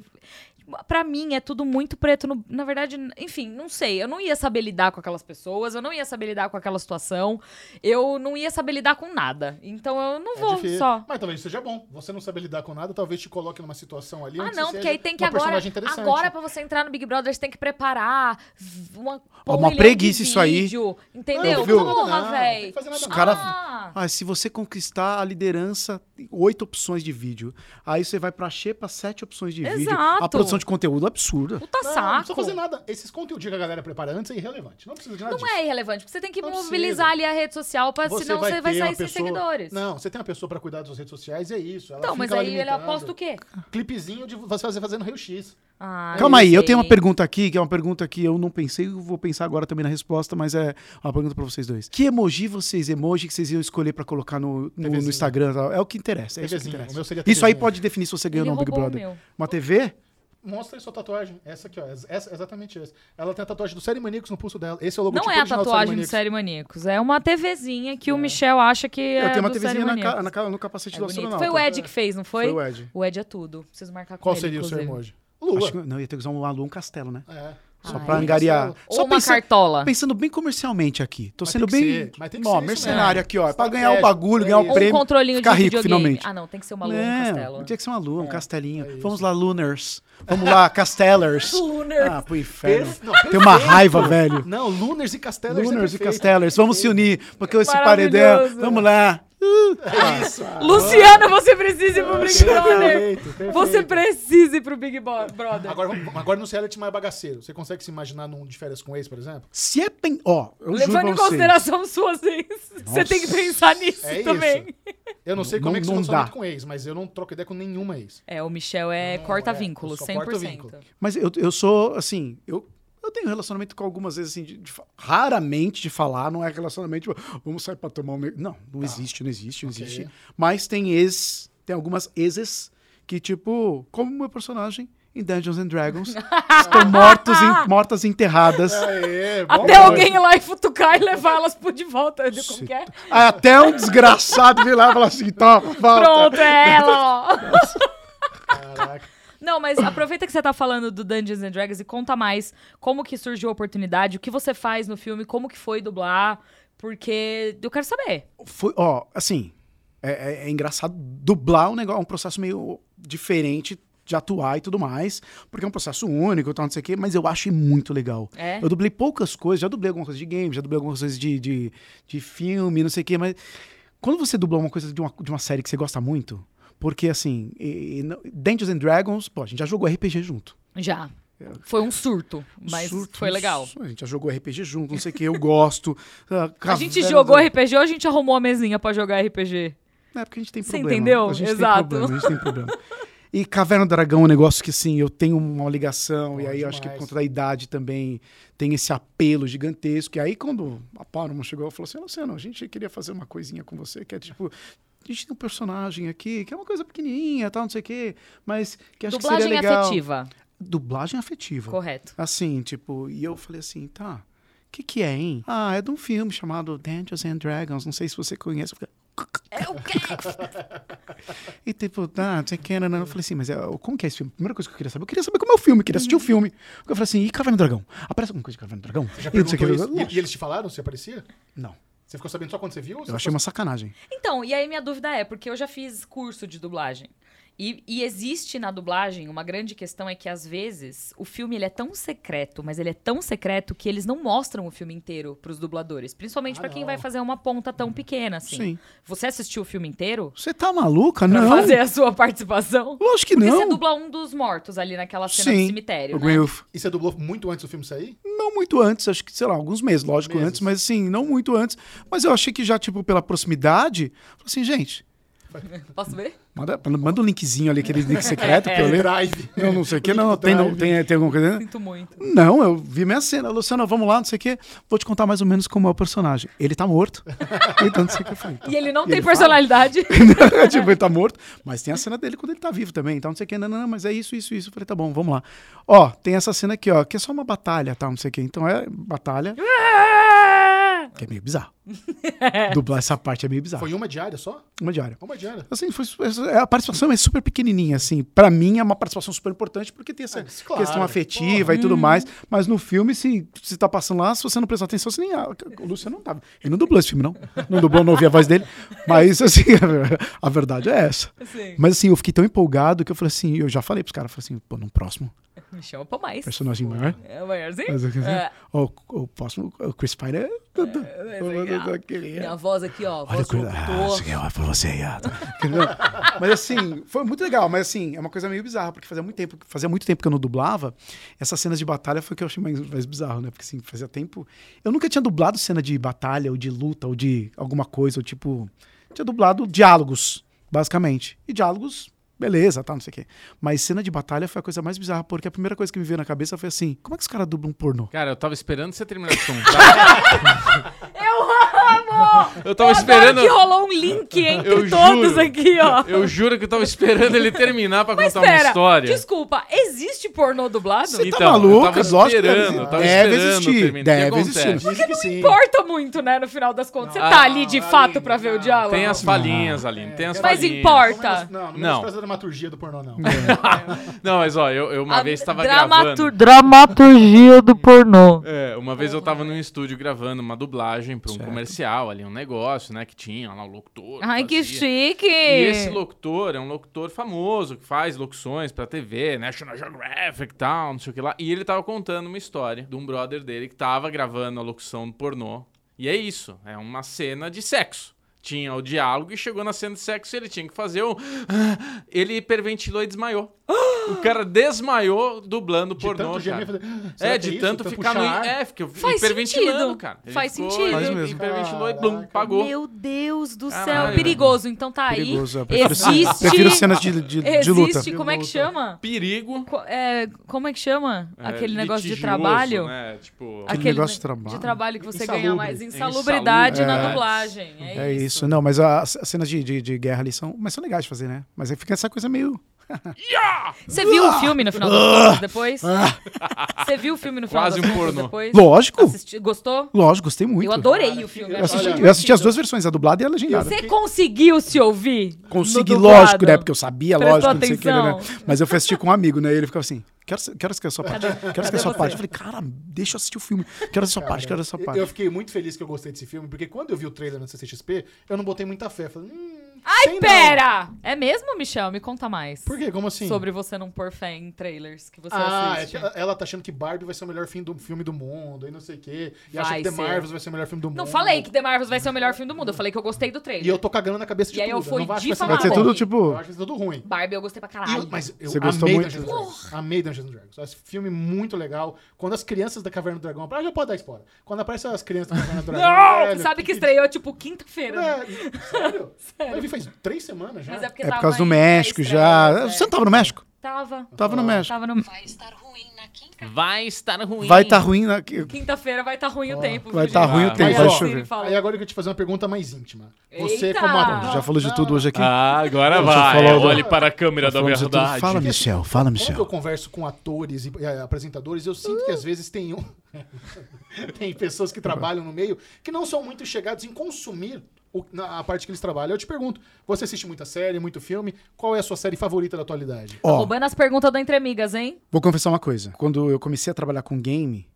Speaker 1: Pra mim é tudo muito preto. no- Na verdade, enfim, não sei. Eu não ia saber lidar com aquelas pessoas, eu não ia saber lidar com aquela situação, eu não ia saber lidar com nada. Então eu não
Speaker 2: É
Speaker 1: vou
Speaker 2: difícil.
Speaker 1: só.
Speaker 2: Mas talvez seja bom. Você não saber lidar com nada, talvez te coloque numa situação ali
Speaker 1: Ah,
Speaker 2: onde você
Speaker 1: não, porque
Speaker 2: seja
Speaker 1: aí tem que
Speaker 2: uma
Speaker 1: agora.
Speaker 2: personagem interessante.
Speaker 1: Agora, pra você entrar no Big Brother, você tem que preparar uma,
Speaker 4: Ó, uma
Speaker 1: milhão de
Speaker 4: preguiça isso aí.
Speaker 1: vídeo, Entendeu?
Speaker 4: Não, viu?
Speaker 2: Não,
Speaker 1: Porra,
Speaker 2: não tem
Speaker 1: velho.
Speaker 2: que fazer um nada
Speaker 4: Os
Speaker 2: não.
Speaker 4: cara-
Speaker 1: Ah.
Speaker 4: Ah, se você conquistar a liderança, tem oito opções de vídeo. Aí você vai pra Xepa, sete opções de vídeo.
Speaker 1: Exato.
Speaker 4: A produção de conteúdo é absurda.
Speaker 1: Puta
Speaker 2: Não,
Speaker 1: saco.
Speaker 2: não precisa fazer nada. Esses conteúdos que a galera prepara antes é irrelevante. Não precisa de nada
Speaker 1: Não
Speaker 2: disso.
Speaker 1: é irrelevante, porque você tem que
Speaker 2: Não
Speaker 1: mobilizar ali a rede social, pra, senão você vai
Speaker 2: ter
Speaker 1: sair
Speaker 2: uma
Speaker 1: sem
Speaker 2: pessoa-
Speaker 1: seguidores.
Speaker 2: Não, você tem uma pessoa pra cuidar das suas redes sociais, é isso. Ela
Speaker 1: então,
Speaker 2: fica
Speaker 1: mas
Speaker 2: lá
Speaker 1: aí ele
Speaker 2: alimentando.
Speaker 1: aposta o quê?
Speaker 2: Clipezinho de você fazer fazendo raio-x.
Speaker 1: Ah,
Speaker 4: Calma aí, eu tenho uma
Speaker 1: sei.
Speaker 4: pergunta aqui, que é uma pergunta que eu não pensei, eu vou pensar agora também na resposta, mas é uma pergunta pra vocês dois. Que emoji vocês, emoji que vocês iam escolher pra colocar no, no,
Speaker 2: TVzinho.
Speaker 4: no Instagram? tal? É o que interessa, é isso que
Speaker 2: TVzinho,
Speaker 4: interessa.
Speaker 2: o meu seria
Speaker 4: Isso aí
Speaker 2: TVzinho.
Speaker 4: pode definir se você ganhou
Speaker 1: Ele
Speaker 4: ou não, Big
Speaker 1: roubou o
Speaker 4: Brother.
Speaker 1: meu.
Speaker 4: Uma TV?
Speaker 2: Mostra aí sua tatuagem. Essa aqui, ó. Essa, exatamente essa. Ela tem a tatuagem do Série Maníacos no pulso dela. Esse é o logotipo
Speaker 1: Não é a
Speaker 2: original do
Speaker 1: tatuagem do
Speaker 2: Série Maníacos.
Speaker 1: Série Maníacos, é uma TVzinha que o Michel acha que é
Speaker 4: eu tenho uma
Speaker 1: do Série
Speaker 4: TVzinha na
Speaker 1: Maníacos.
Speaker 4: ca- na ca- no capacete
Speaker 1: É
Speaker 4: do
Speaker 1: bonito.
Speaker 4: astronauta.
Speaker 1: Foi o Ed que fez, não foi?
Speaker 4: Foi o Ed.
Speaker 1: O Ed é tudo. Preciso marcar com
Speaker 2: Qual
Speaker 1: ele,
Speaker 2: seria o seu
Speaker 1: inclusive.
Speaker 2: emoji? Lua.
Speaker 4: Acho que, não, ia ter que usar um alu, um castelo, né?
Speaker 2: É.
Speaker 4: Só
Speaker 1: Ah,
Speaker 4: pra
Speaker 1: é.
Speaker 4: angariar.
Speaker 1: Ou
Speaker 4: Só
Speaker 1: uma
Speaker 4: pensando-
Speaker 1: cartola.
Speaker 4: Pensando bem comercialmente aqui. Tô
Speaker 2: Mas
Speaker 4: sendo
Speaker 2: tem que
Speaker 4: bem.
Speaker 2: ser, mas tem que
Speaker 4: ó,
Speaker 2: ser isso
Speaker 4: mercenário
Speaker 2: mesmo.
Speaker 4: aqui, ó. É Pra ganhar o
Speaker 2: Estratégico,
Speaker 4: bagulho,
Speaker 2: é
Speaker 4: ganhar
Speaker 2: isso.
Speaker 4: o
Speaker 1: Ou um
Speaker 4: prêmio.
Speaker 1: controlinho
Speaker 4: ficar
Speaker 1: de
Speaker 4: rico,
Speaker 1: videogame.
Speaker 4: finalmente.
Speaker 1: Ah, não, tem que ser uma lua um
Speaker 4: É,
Speaker 1: castelo.
Speaker 4: Tinha que ser uma lua, um castelinho.
Speaker 2: é
Speaker 4: Vamos lá, Lunars. Vamos lá, Castellers.
Speaker 1: Lunars.
Speaker 4: Ah, pro inferno.
Speaker 2: Perfe- não,
Speaker 4: Tem uma raiva, velho.
Speaker 2: Não, Lunars e Castellers.
Speaker 4: Lunars
Speaker 2: é
Speaker 4: e
Speaker 2: perfeito.
Speaker 4: Castellers. Vamos se unir, porque esse paredão.
Speaker 1: Maravilhoso.
Speaker 4: Vamos lá.
Speaker 2: É isso.
Speaker 1: Luciana, você precisa ir pro Big Brother.
Speaker 2: Perfeito, perfeito.
Speaker 1: Você precisa ir pro Big Bo- Brother.
Speaker 2: Agora, vamos- agora no reality mais bagaceiro. Você consegue se imaginar num de férias com ex, por exemplo?
Speaker 4: Se é. pen- Ó, eu juro pra
Speaker 1: Levando em
Speaker 4: vocês.
Speaker 1: consideração suas ex, você tem que pensar nisso
Speaker 2: É isso.
Speaker 1: também.
Speaker 2: Eu não sei como
Speaker 4: não-
Speaker 2: é que
Speaker 4: não
Speaker 2: funciona
Speaker 4: dá.
Speaker 2: com ex, mas eu não troco ideia com nenhuma ex.
Speaker 1: É, o Michel é
Speaker 2: Não, é,
Speaker 1: corta-vínculo,
Speaker 2: eu sou
Speaker 1: 100%.
Speaker 2: corta-vínculo.
Speaker 4: Mas eu, eu sou, assim, eu, eu tenho relacionamento com algumas vezes, assim, de- de fa- raramente de falar, não é relacionamento, tipo, vamos sair pra tomar um... me- Não, não existe, não existe, não
Speaker 2: Ok.
Speaker 4: existe. Mas tem ex, tem algumas exes que, tipo, como meu personagem em Dungeons and Dragons, estão mortos em, mortas enterradas.
Speaker 2: Aê, bom
Speaker 1: Até
Speaker 2: nome.
Speaker 1: alguém ir lá e futucar e levar elas por de volta. De como
Speaker 4: Cê-
Speaker 1: que é?
Speaker 4: Aí até um desgraçado vir lá e falar assim, toma, volta.
Speaker 1: Pronto, é ela, ó.
Speaker 2: Caraca.
Speaker 1: Não, mas aproveita que você tá falando do Dungeons and Dragons e conta mais como que surgiu a oportunidade, o que você faz no filme, como que foi dublar, porque eu quero saber.
Speaker 4: Foi, ó, assim, é, é- é engraçado dublar um negócio, um processo meio diferente de atuar e tudo mais, porque é um processo único e tal, não sei o quê, mas eu acho muito legal.
Speaker 1: É?
Speaker 4: Eu dublei poucas coisas, já dublei alguma coisa de game, já dublei algumas coisas de, de, de filme, não sei o quê, mas quando você dubla uma coisa de uma, de uma série que você gosta muito, porque assim, e, e não- Dungeons and Dragons, pô, a gente já jogou RPG junto.
Speaker 1: Já. Foi um surto, mas
Speaker 4: Surto, um
Speaker 1: foi legal.
Speaker 4: A gente já jogou RPG junto, não sei o quê, eu gosto.
Speaker 1: A gente jogou RPG ou a gente arrumou a mesinha pra jogar RPG?
Speaker 4: É porque a gente tem
Speaker 1: Você
Speaker 4: problema.
Speaker 1: entendeu?
Speaker 4: A gente
Speaker 1: Exato.
Speaker 4: tem problema, a gente tem problema. E Caverna do Dragão é um negócio que, assim, eu tenho uma ligação,
Speaker 2: Pô,
Speaker 4: e aí eu acho que por
Speaker 2: demais.
Speaker 4: conta da idade também tem esse apelo gigantesco. E aí, quando a Paramount chegou, ela falou assim: Luciano, a gente queria fazer uma coisinha com você, que é tipo. A gente tem um personagem aqui, que é uma coisa pequenininha, tal, não sei o quê, mas que acho que
Speaker 1: Dublagem
Speaker 4: seria legal.
Speaker 1: afetiva.
Speaker 4: Dublagem afetiva.
Speaker 1: Correto.
Speaker 4: Assim, tipo, e eu falei assim, tá, o que que é, hein? Ah, é de um filme chamado Dungeons and Dragons, não sei se você conhece. Eu fiquei,
Speaker 1: É o quê?
Speaker 4: E tipo, ah, não sei quem, não, não. Eu falei assim, mas é, como que é esse filme? Primeira coisa que eu queria saber, eu queria saber como é o filme, queria assistir o filme. Porque eu falei assim, e Caverna do Dragão? Aparece alguma coisa de Caverna do Dragão?
Speaker 2: Você já
Speaker 4: E não sei o
Speaker 2: perguntou
Speaker 4: que,
Speaker 2: isso?
Speaker 4: eu-
Speaker 2: E, e eles te falaram se aparecia?
Speaker 4: Não,
Speaker 2: Você ficou sabendo só quando você viu? ou você
Speaker 4: eu achei
Speaker 2: ficou-
Speaker 4: uma sacanagem.
Speaker 1: Então, e aí minha dúvida é, porque eu já fiz curso de dublagem. E, e existe na dublagem uma grande questão é que às vezes o filme ele é tão secreto, mas ele é tão secreto que eles não mostram o filme inteiro pros dubladores, principalmente
Speaker 2: Ah,
Speaker 1: pra quem
Speaker 2: não.
Speaker 1: vai fazer uma ponta tão pequena assim.
Speaker 4: Sim.
Speaker 1: Você assistiu o filme inteiro
Speaker 4: Você tá maluca?
Speaker 1: pra
Speaker 4: não.
Speaker 1: fazer a sua participação?
Speaker 4: Lógico que
Speaker 1: Porque você
Speaker 2: é
Speaker 4: não.
Speaker 1: dubla um dos mortos ali naquela cena do
Speaker 4: Sim.
Speaker 1: cemitério,
Speaker 4: O
Speaker 1: né?
Speaker 4: Greenwolf.
Speaker 2: E você dublou muito antes do filme sair?
Speaker 4: Não muito antes, acho que, sei lá, alguns meses, lógico,
Speaker 2: Meses.
Speaker 4: antes, mas assim, não muito antes. Mas eu achei que já, tipo, pela proximidade, falei assim, gente,
Speaker 1: Posso ver?
Speaker 4: manda, manda um linkzinho ali, aquele link secreto,
Speaker 2: É.
Speaker 4: que eu leio.
Speaker 2: Drive.
Speaker 4: Não, não sei o que, não, não, tem, não, tem, tem alguma coisa. né?
Speaker 1: Sinto muito.
Speaker 4: Não, eu vi minha cena, Luciano, vamos lá, não sei o que, vou te contar mais ou menos como é o personagem. Ele tá morto. Então, não sei o que eu falei.
Speaker 1: E ele não
Speaker 4: E
Speaker 1: tem
Speaker 4: ele
Speaker 1: personalidade.
Speaker 4: tipo, ele tá morto. Mas tem a cena dele quando ele tá vivo também. Então, não sei o que, não, não, não, mas é isso, isso, isso. Eu falei, tá bom, vamos lá. Ó, tem essa cena aqui, ó, que é só uma batalha, tá? Não sei o que. Então, é batalha, que é meio bizarro. Dublar essa parte é meio bizarro.
Speaker 2: Foi uma diária só?
Speaker 4: Uma diária.
Speaker 2: Uma diária.
Speaker 4: Assim, foi, a participação é super pequenininha, assim. Pra mim é uma participação super importante, porque tem essa
Speaker 2: Ah, isso, claro.
Speaker 4: questão afetiva e tudo mais. Mas no filme, se você tá passando lá, se você não prestar atenção, você nem... ah, O Luciano não tava. Ele não dublou esse filme, não. Não dublou, não ouvi a voz dele. Mas, assim, a verdade é essa.
Speaker 1: Sim.
Speaker 4: Mas, assim, eu fiquei tão empolgado que eu falei assim... Eu já falei pros caras, eu falei assim, pô, no próximo,
Speaker 1: Me chama pra mais.
Speaker 4: personagem maior...
Speaker 1: É maiorzinho?
Speaker 4: Mas, assim,
Speaker 1: É.
Speaker 4: ó, o, o próximo, o Chris Pine é...
Speaker 1: legal. Minha voz aqui, ó.
Speaker 4: Olha
Speaker 1: Voz
Speaker 4: o
Speaker 1: do
Speaker 4: cuidado.
Speaker 1: locutor.
Speaker 4: Ah,
Speaker 3: assim,
Speaker 4: pra você aí. ah, tá. Entendeu? mas assim, foi muito legal, mas assim, é uma coisa meio bizarra, porque fazia muito tempo, fazia muito tempo que eu não dublava. Essas cenas de batalha foi o que eu achei mais, mais bizarro, né? Porque assim, fazia tempo. Eu nunca tinha dublado cena de batalha, ou de luta, ou de alguma coisa, ou tipo. Tinha dublado diálogos, basicamente. E diálogos, beleza, tá, não sei o quê. Mas cena de batalha foi a coisa mais bizarra, porque a primeira coisa que me veio na cabeça foi assim: como é que os caras dublam um pornô?
Speaker 3: Cara, eu tava esperando você terminar de contar.
Speaker 1: Amor!
Speaker 3: Eu tava
Speaker 1: eu
Speaker 3: esperando.
Speaker 1: Adoro que rolou um link entre
Speaker 3: Eu
Speaker 1: todos
Speaker 3: juro.
Speaker 1: aqui, ó.
Speaker 3: Eu juro que eu tava esperando ele terminar pra
Speaker 1: Mas
Speaker 3: contar uma
Speaker 1: pera,
Speaker 3: história.
Speaker 1: desculpa, existe pornô dublado?
Speaker 4: Você
Speaker 3: Então,
Speaker 4: tá
Speaker 3: eu
Speaker 4: maluco?
Speaker 3: tava
Speaker 4: Lógico que
Speaker 3: esperando, eu tava
Speaker 4: deve
Speaker 3: esperando
Speaker 4: existir.
Speaker 3: terminar. O que
Speaker 4: Deve
Speaker 3: acontece?
Speaker 4: existir.
Speaker 2: Diz que sim.
Speaker 1: Importa muito, né, no final das contas. Você tá ali de
Speaker 2: não,
Speaker 1: fato
Speaker 2: ali,
Speaker 1: pra ver o
Speaker 2: não.
Speaker 1: diálogo?
Speaker 3: Ah, Tem as falinhas, Aline, tem as
Speaker 1: Mas
Speaker 3: falinhas.
Speaker 1: importa.
Speaker 2: Não, não,
Speaker 3: Não.
Speaker 2: não. faz a dramaturgia do pornô, não.
Speaker 3: Não, mas ó, eu, eu uma
Speaker 1: A
Speaker 3: vez tava
Speaker 1: dramatur-
Speaker 3: gravando.
Speaker 1: Dramaturgia do pornô.
Speaker 3: É, uma vez eu tava num estúdio gravando uma dublagem pra um
Speaker 4: Certo.
Speaker 3: comercial ali, um negócio, né? Que tinha lá o locutor.
Speaker 1: Ai, que
Speaker 3: fazia.
Speaker 1: chique!
Speaker 3: E esse locutor é um locutor famoso que faz locuções pra TV, National Geographic e tal, não sei o que lá. E ele tava contando uma história de um brother dele que tava gravando a locução do pornô. E é isso, é uma cena de sexo. Tinha o diálogo e chegou na cena de sexo e ele tinha que fazer um. Ele hiperventilou e desmaiou. O cara desmaiou dublando
Speaker 2: De
Speaker 3: pornô.
Speaker 2: tanto gemer,
Speaker 3: cara.
Speaker 2: fazer, "Ah, será
Speaker 3: É,
Speaker 2: que
Speaker 3: de
Speaker 2: isso?
Speaker 3: tanto ficar no.
Speaker 2: puxar ar."
Speaker 3: É, fica
Speaker 1: Faz
Speaker 3: hiperventilando,
Speaker 1: sentido.
Speaker 3: cara. Ele
Speaker 1: Faz
Speaker 3: ficou-
Speaker 1: sentido.
Speaker 4: Faz mesmo.
Speaker 3: Hiperventilou e blum,
Speaker 2: Caraca.
Speaker 3: pagou.
Speaker 1: Meu Deus do
Speaker 3: Caralho,
Speaker 1: céu,
Speaker 3: velho.
Speaker 1: perigoso. Então tá aí.
Speaker 4: Perigoso, eu prefiro,
Speaker 1: Existe.
Speaker 4: prefiro cenas de, de, de luta.
Speaker 1: Existe, como é que
Speaker 2: De luta.
Speaker 1: chama?
Speaker 3: Perigo.
Speaker 1: Co- é, como é que chama? Aquele
Speaker 3: é,
Speaker 1: negócio de
Speaker 3: litigioso,
Speaker 1: trabalho?
Speaker 3: Né? Tipo,
Speaker 4: Aquele negócio de trabalho.
Speaker 1: de trabalho que você
Speaker 2: Insalubre.
Speaker 1: ganha mais.
Speaker 2: É
Speaker 1: Insalubridade na
Speaker 3: insalubre.
Speaker 1: dublagem. É,
Speaker 4: É isso. não, mas a- as as cenas de, de, de guerra ali são, mas são legais de fazer, né? Mas aí fica essa coisa meio.
Speaker 1: Você viu o filme no final das
Speaker 4: Ah!
Speaker 1: contas depois? Você viu o filme no final
Speaker 3: Quase
Speaker 1: das
Speaker 3: um
Speaker 1: contas
Speaker 3: pornô.
Speaker 1: depois?
Speaker 4: Lógico,
Speaker 1: Assisti- Gostou?
Speaker 4: lógico, gostei muito.
Speaker 1: Eu adorei
Speaker 2: Cara,
Speaker 1: o filme.
Speaker 2: que-
Speaker 4: Eu
Speaker 1: achei
Speaker 4: assisti,
Speaker 1: divertido.
Speaker 4: eu assisti as duas versões, a dublada e a legendada.
Speaker 1: Você conseguiu se ouvir? no
Speaker 4: Consegui,
Speaker 1: dublado?
Speaker 4: lógico, né? Porque eu sabia,
Speaker 1: Prestou
Speaker 4: lógico, não sei o que, né?
Speaker 1: atenção?
Speaker 4: Mas eu fui assistir com um amigo, né? E ele ficava assim: quero, ser- quero assistir a sua parte, quero assistir a sua
Speaker 1: você?
Speaker 4: parte. Eu falei, cara, deixa eu assistir o filme. Quero assistir a sua parte, quero assistir a sua
Speaker 2: Eu-
Speaker 4: parte.
Speaker 2: Eu fiquei muito feliz que eu gostei desse filme, porque quando eu vi o trailer na CCXP, eu não botei muita fé. Falei, hum, sei não.
Speaker 1: Pera! É mesmo, Michel? Me conta mais.
Speaker 2: Por quê? Como assim?
Speaker 1: Sobre você não pôr fé em trailers que você
Speaker 2: ah,
Speaker 1: assiste.
Speaker 2: é
Speaker 4: então,
Speaker 2: que ela- ela tá achando que Barbie vai ser o melhor fim do, filme do mundo, e não sei o quê. E acha
Speaker 1: Vai
Speaker 2: que The
Speaker 1: ser.
Speaker 2: Marvels vai ser o melhor filme do mundo.
Speaker 1: Não falei que The Marvels vai ser o melhor filme do mundo. Eu falei que eu gostei do trailer.
Speaker 2: E eu tô cagando na cabeça de
Speaker 1: E aí eu
Speaker 2: tudo.
Speaker 1: fui
Speaker 2: não acho que vai ser
Speaker 1: difamada.
Speaker 4: Vai ser
Speaker 1: Ah,
Speaker 4: tudo
Speaker 1: bom.
Speaker 2: Eu
Speaker 4: tipo.
Speaker 2: acho que vai ser tudo ruim.
Speaker 1: Barbie eu gostei pra
Speaker 2: E
Speaker 1: caralho.
Speaker 2: eu- mas eu
Speaker 4: Você gostou
Speaker 2: amei
Speaker 4: muito?
Speaker 2: Dungeons and Dragons. Amei Dungeons and Dragons. Esse filme é muito legal. Quando as crianças da Caverna do Dragão. Ah, já pode dar spoiler. Quando aparecem as crianças da Caverna do Dragão.
Speaker 1: Não!
Speaker 2: velho,
Speaker 1: Sabe que estreou, tipo, quinta-feira. né?
Speaker 2: É, sério?
Speaker 1: Sério,
Speaker 2: eu vi faz três semanas já.
Speaker 1: Mas é porque
Speaker 4: É
Speaker 1: tava
Speaker 4: por causa do
Speaker 1: em-
Speaker 4: México
Speaker 1: na
Speaker 4: já.
Speaker 1: estreia,
Speaker 4: Você
Speaker 1: né?
Speaker 4: não tava no México?
Speaker 1: Tava.
Speaker 4: Tava no México.
Speaker 1: Tava no...
Speaker 5: Vai estar ruim na quinta.
Speaker 3: Tipo, Vai estar
Speaker 1: tá
Speaker 3: ruim.
Speaker 4: Vai tá estar ruim na. que-
Speaker 1: Quinta-feira vai estar ruim
Speaker 2: Ó,
Speaker 1: o tempo.
Speaker 4: Vai
Speaker 1: viu,
Speaker 4: estar
Speaker 1: gente?
Speaker 4: ruim o
Speaker 3: Ah,
Speaker 4: tempo,
Speaker 2: mas,
Speaker 4: vai
Speaker 2: ó,
Speaker 4: chover.
Speaker 2: Aí agora eu quero te fazer uma pergunta mais íntima. Você
Speaker 1: Eita!
Speaker 2: como
Speaker 1: A gente
Speaker 4: Já falou de tudo hoje aqui.
Speaker 3: Ah, agora
Speaker 4: Deixa eu
Speaker 3: vai.
Speaker 4: falar do-
Speaker 3: Olhe para a câmera da
Speaker 4: Falamos de tudo.
Speaker 3: verdade.
Speaker 4: Fala, Michel, fala,
Speaker 2: Quando eu
Speaker 4: Michel.
Speaker 2: converso com atores e eh, apresentadores, eu sinto que às vezes tem um... tem pessoas que trabalham no meio que não são muito chegados em consumir o- na, a parte que eles trabalham. Eu te pergunto, você assiste muita série, muito filme, qual é a sua série favorita da atualidade?
Speaker 4: Ó,
Speaker 1: Roubando as perguntas da Entre Amigas, hein?
Speaker 4: vou confessar uma coisa. Quando eu comecei a trabalhar com game,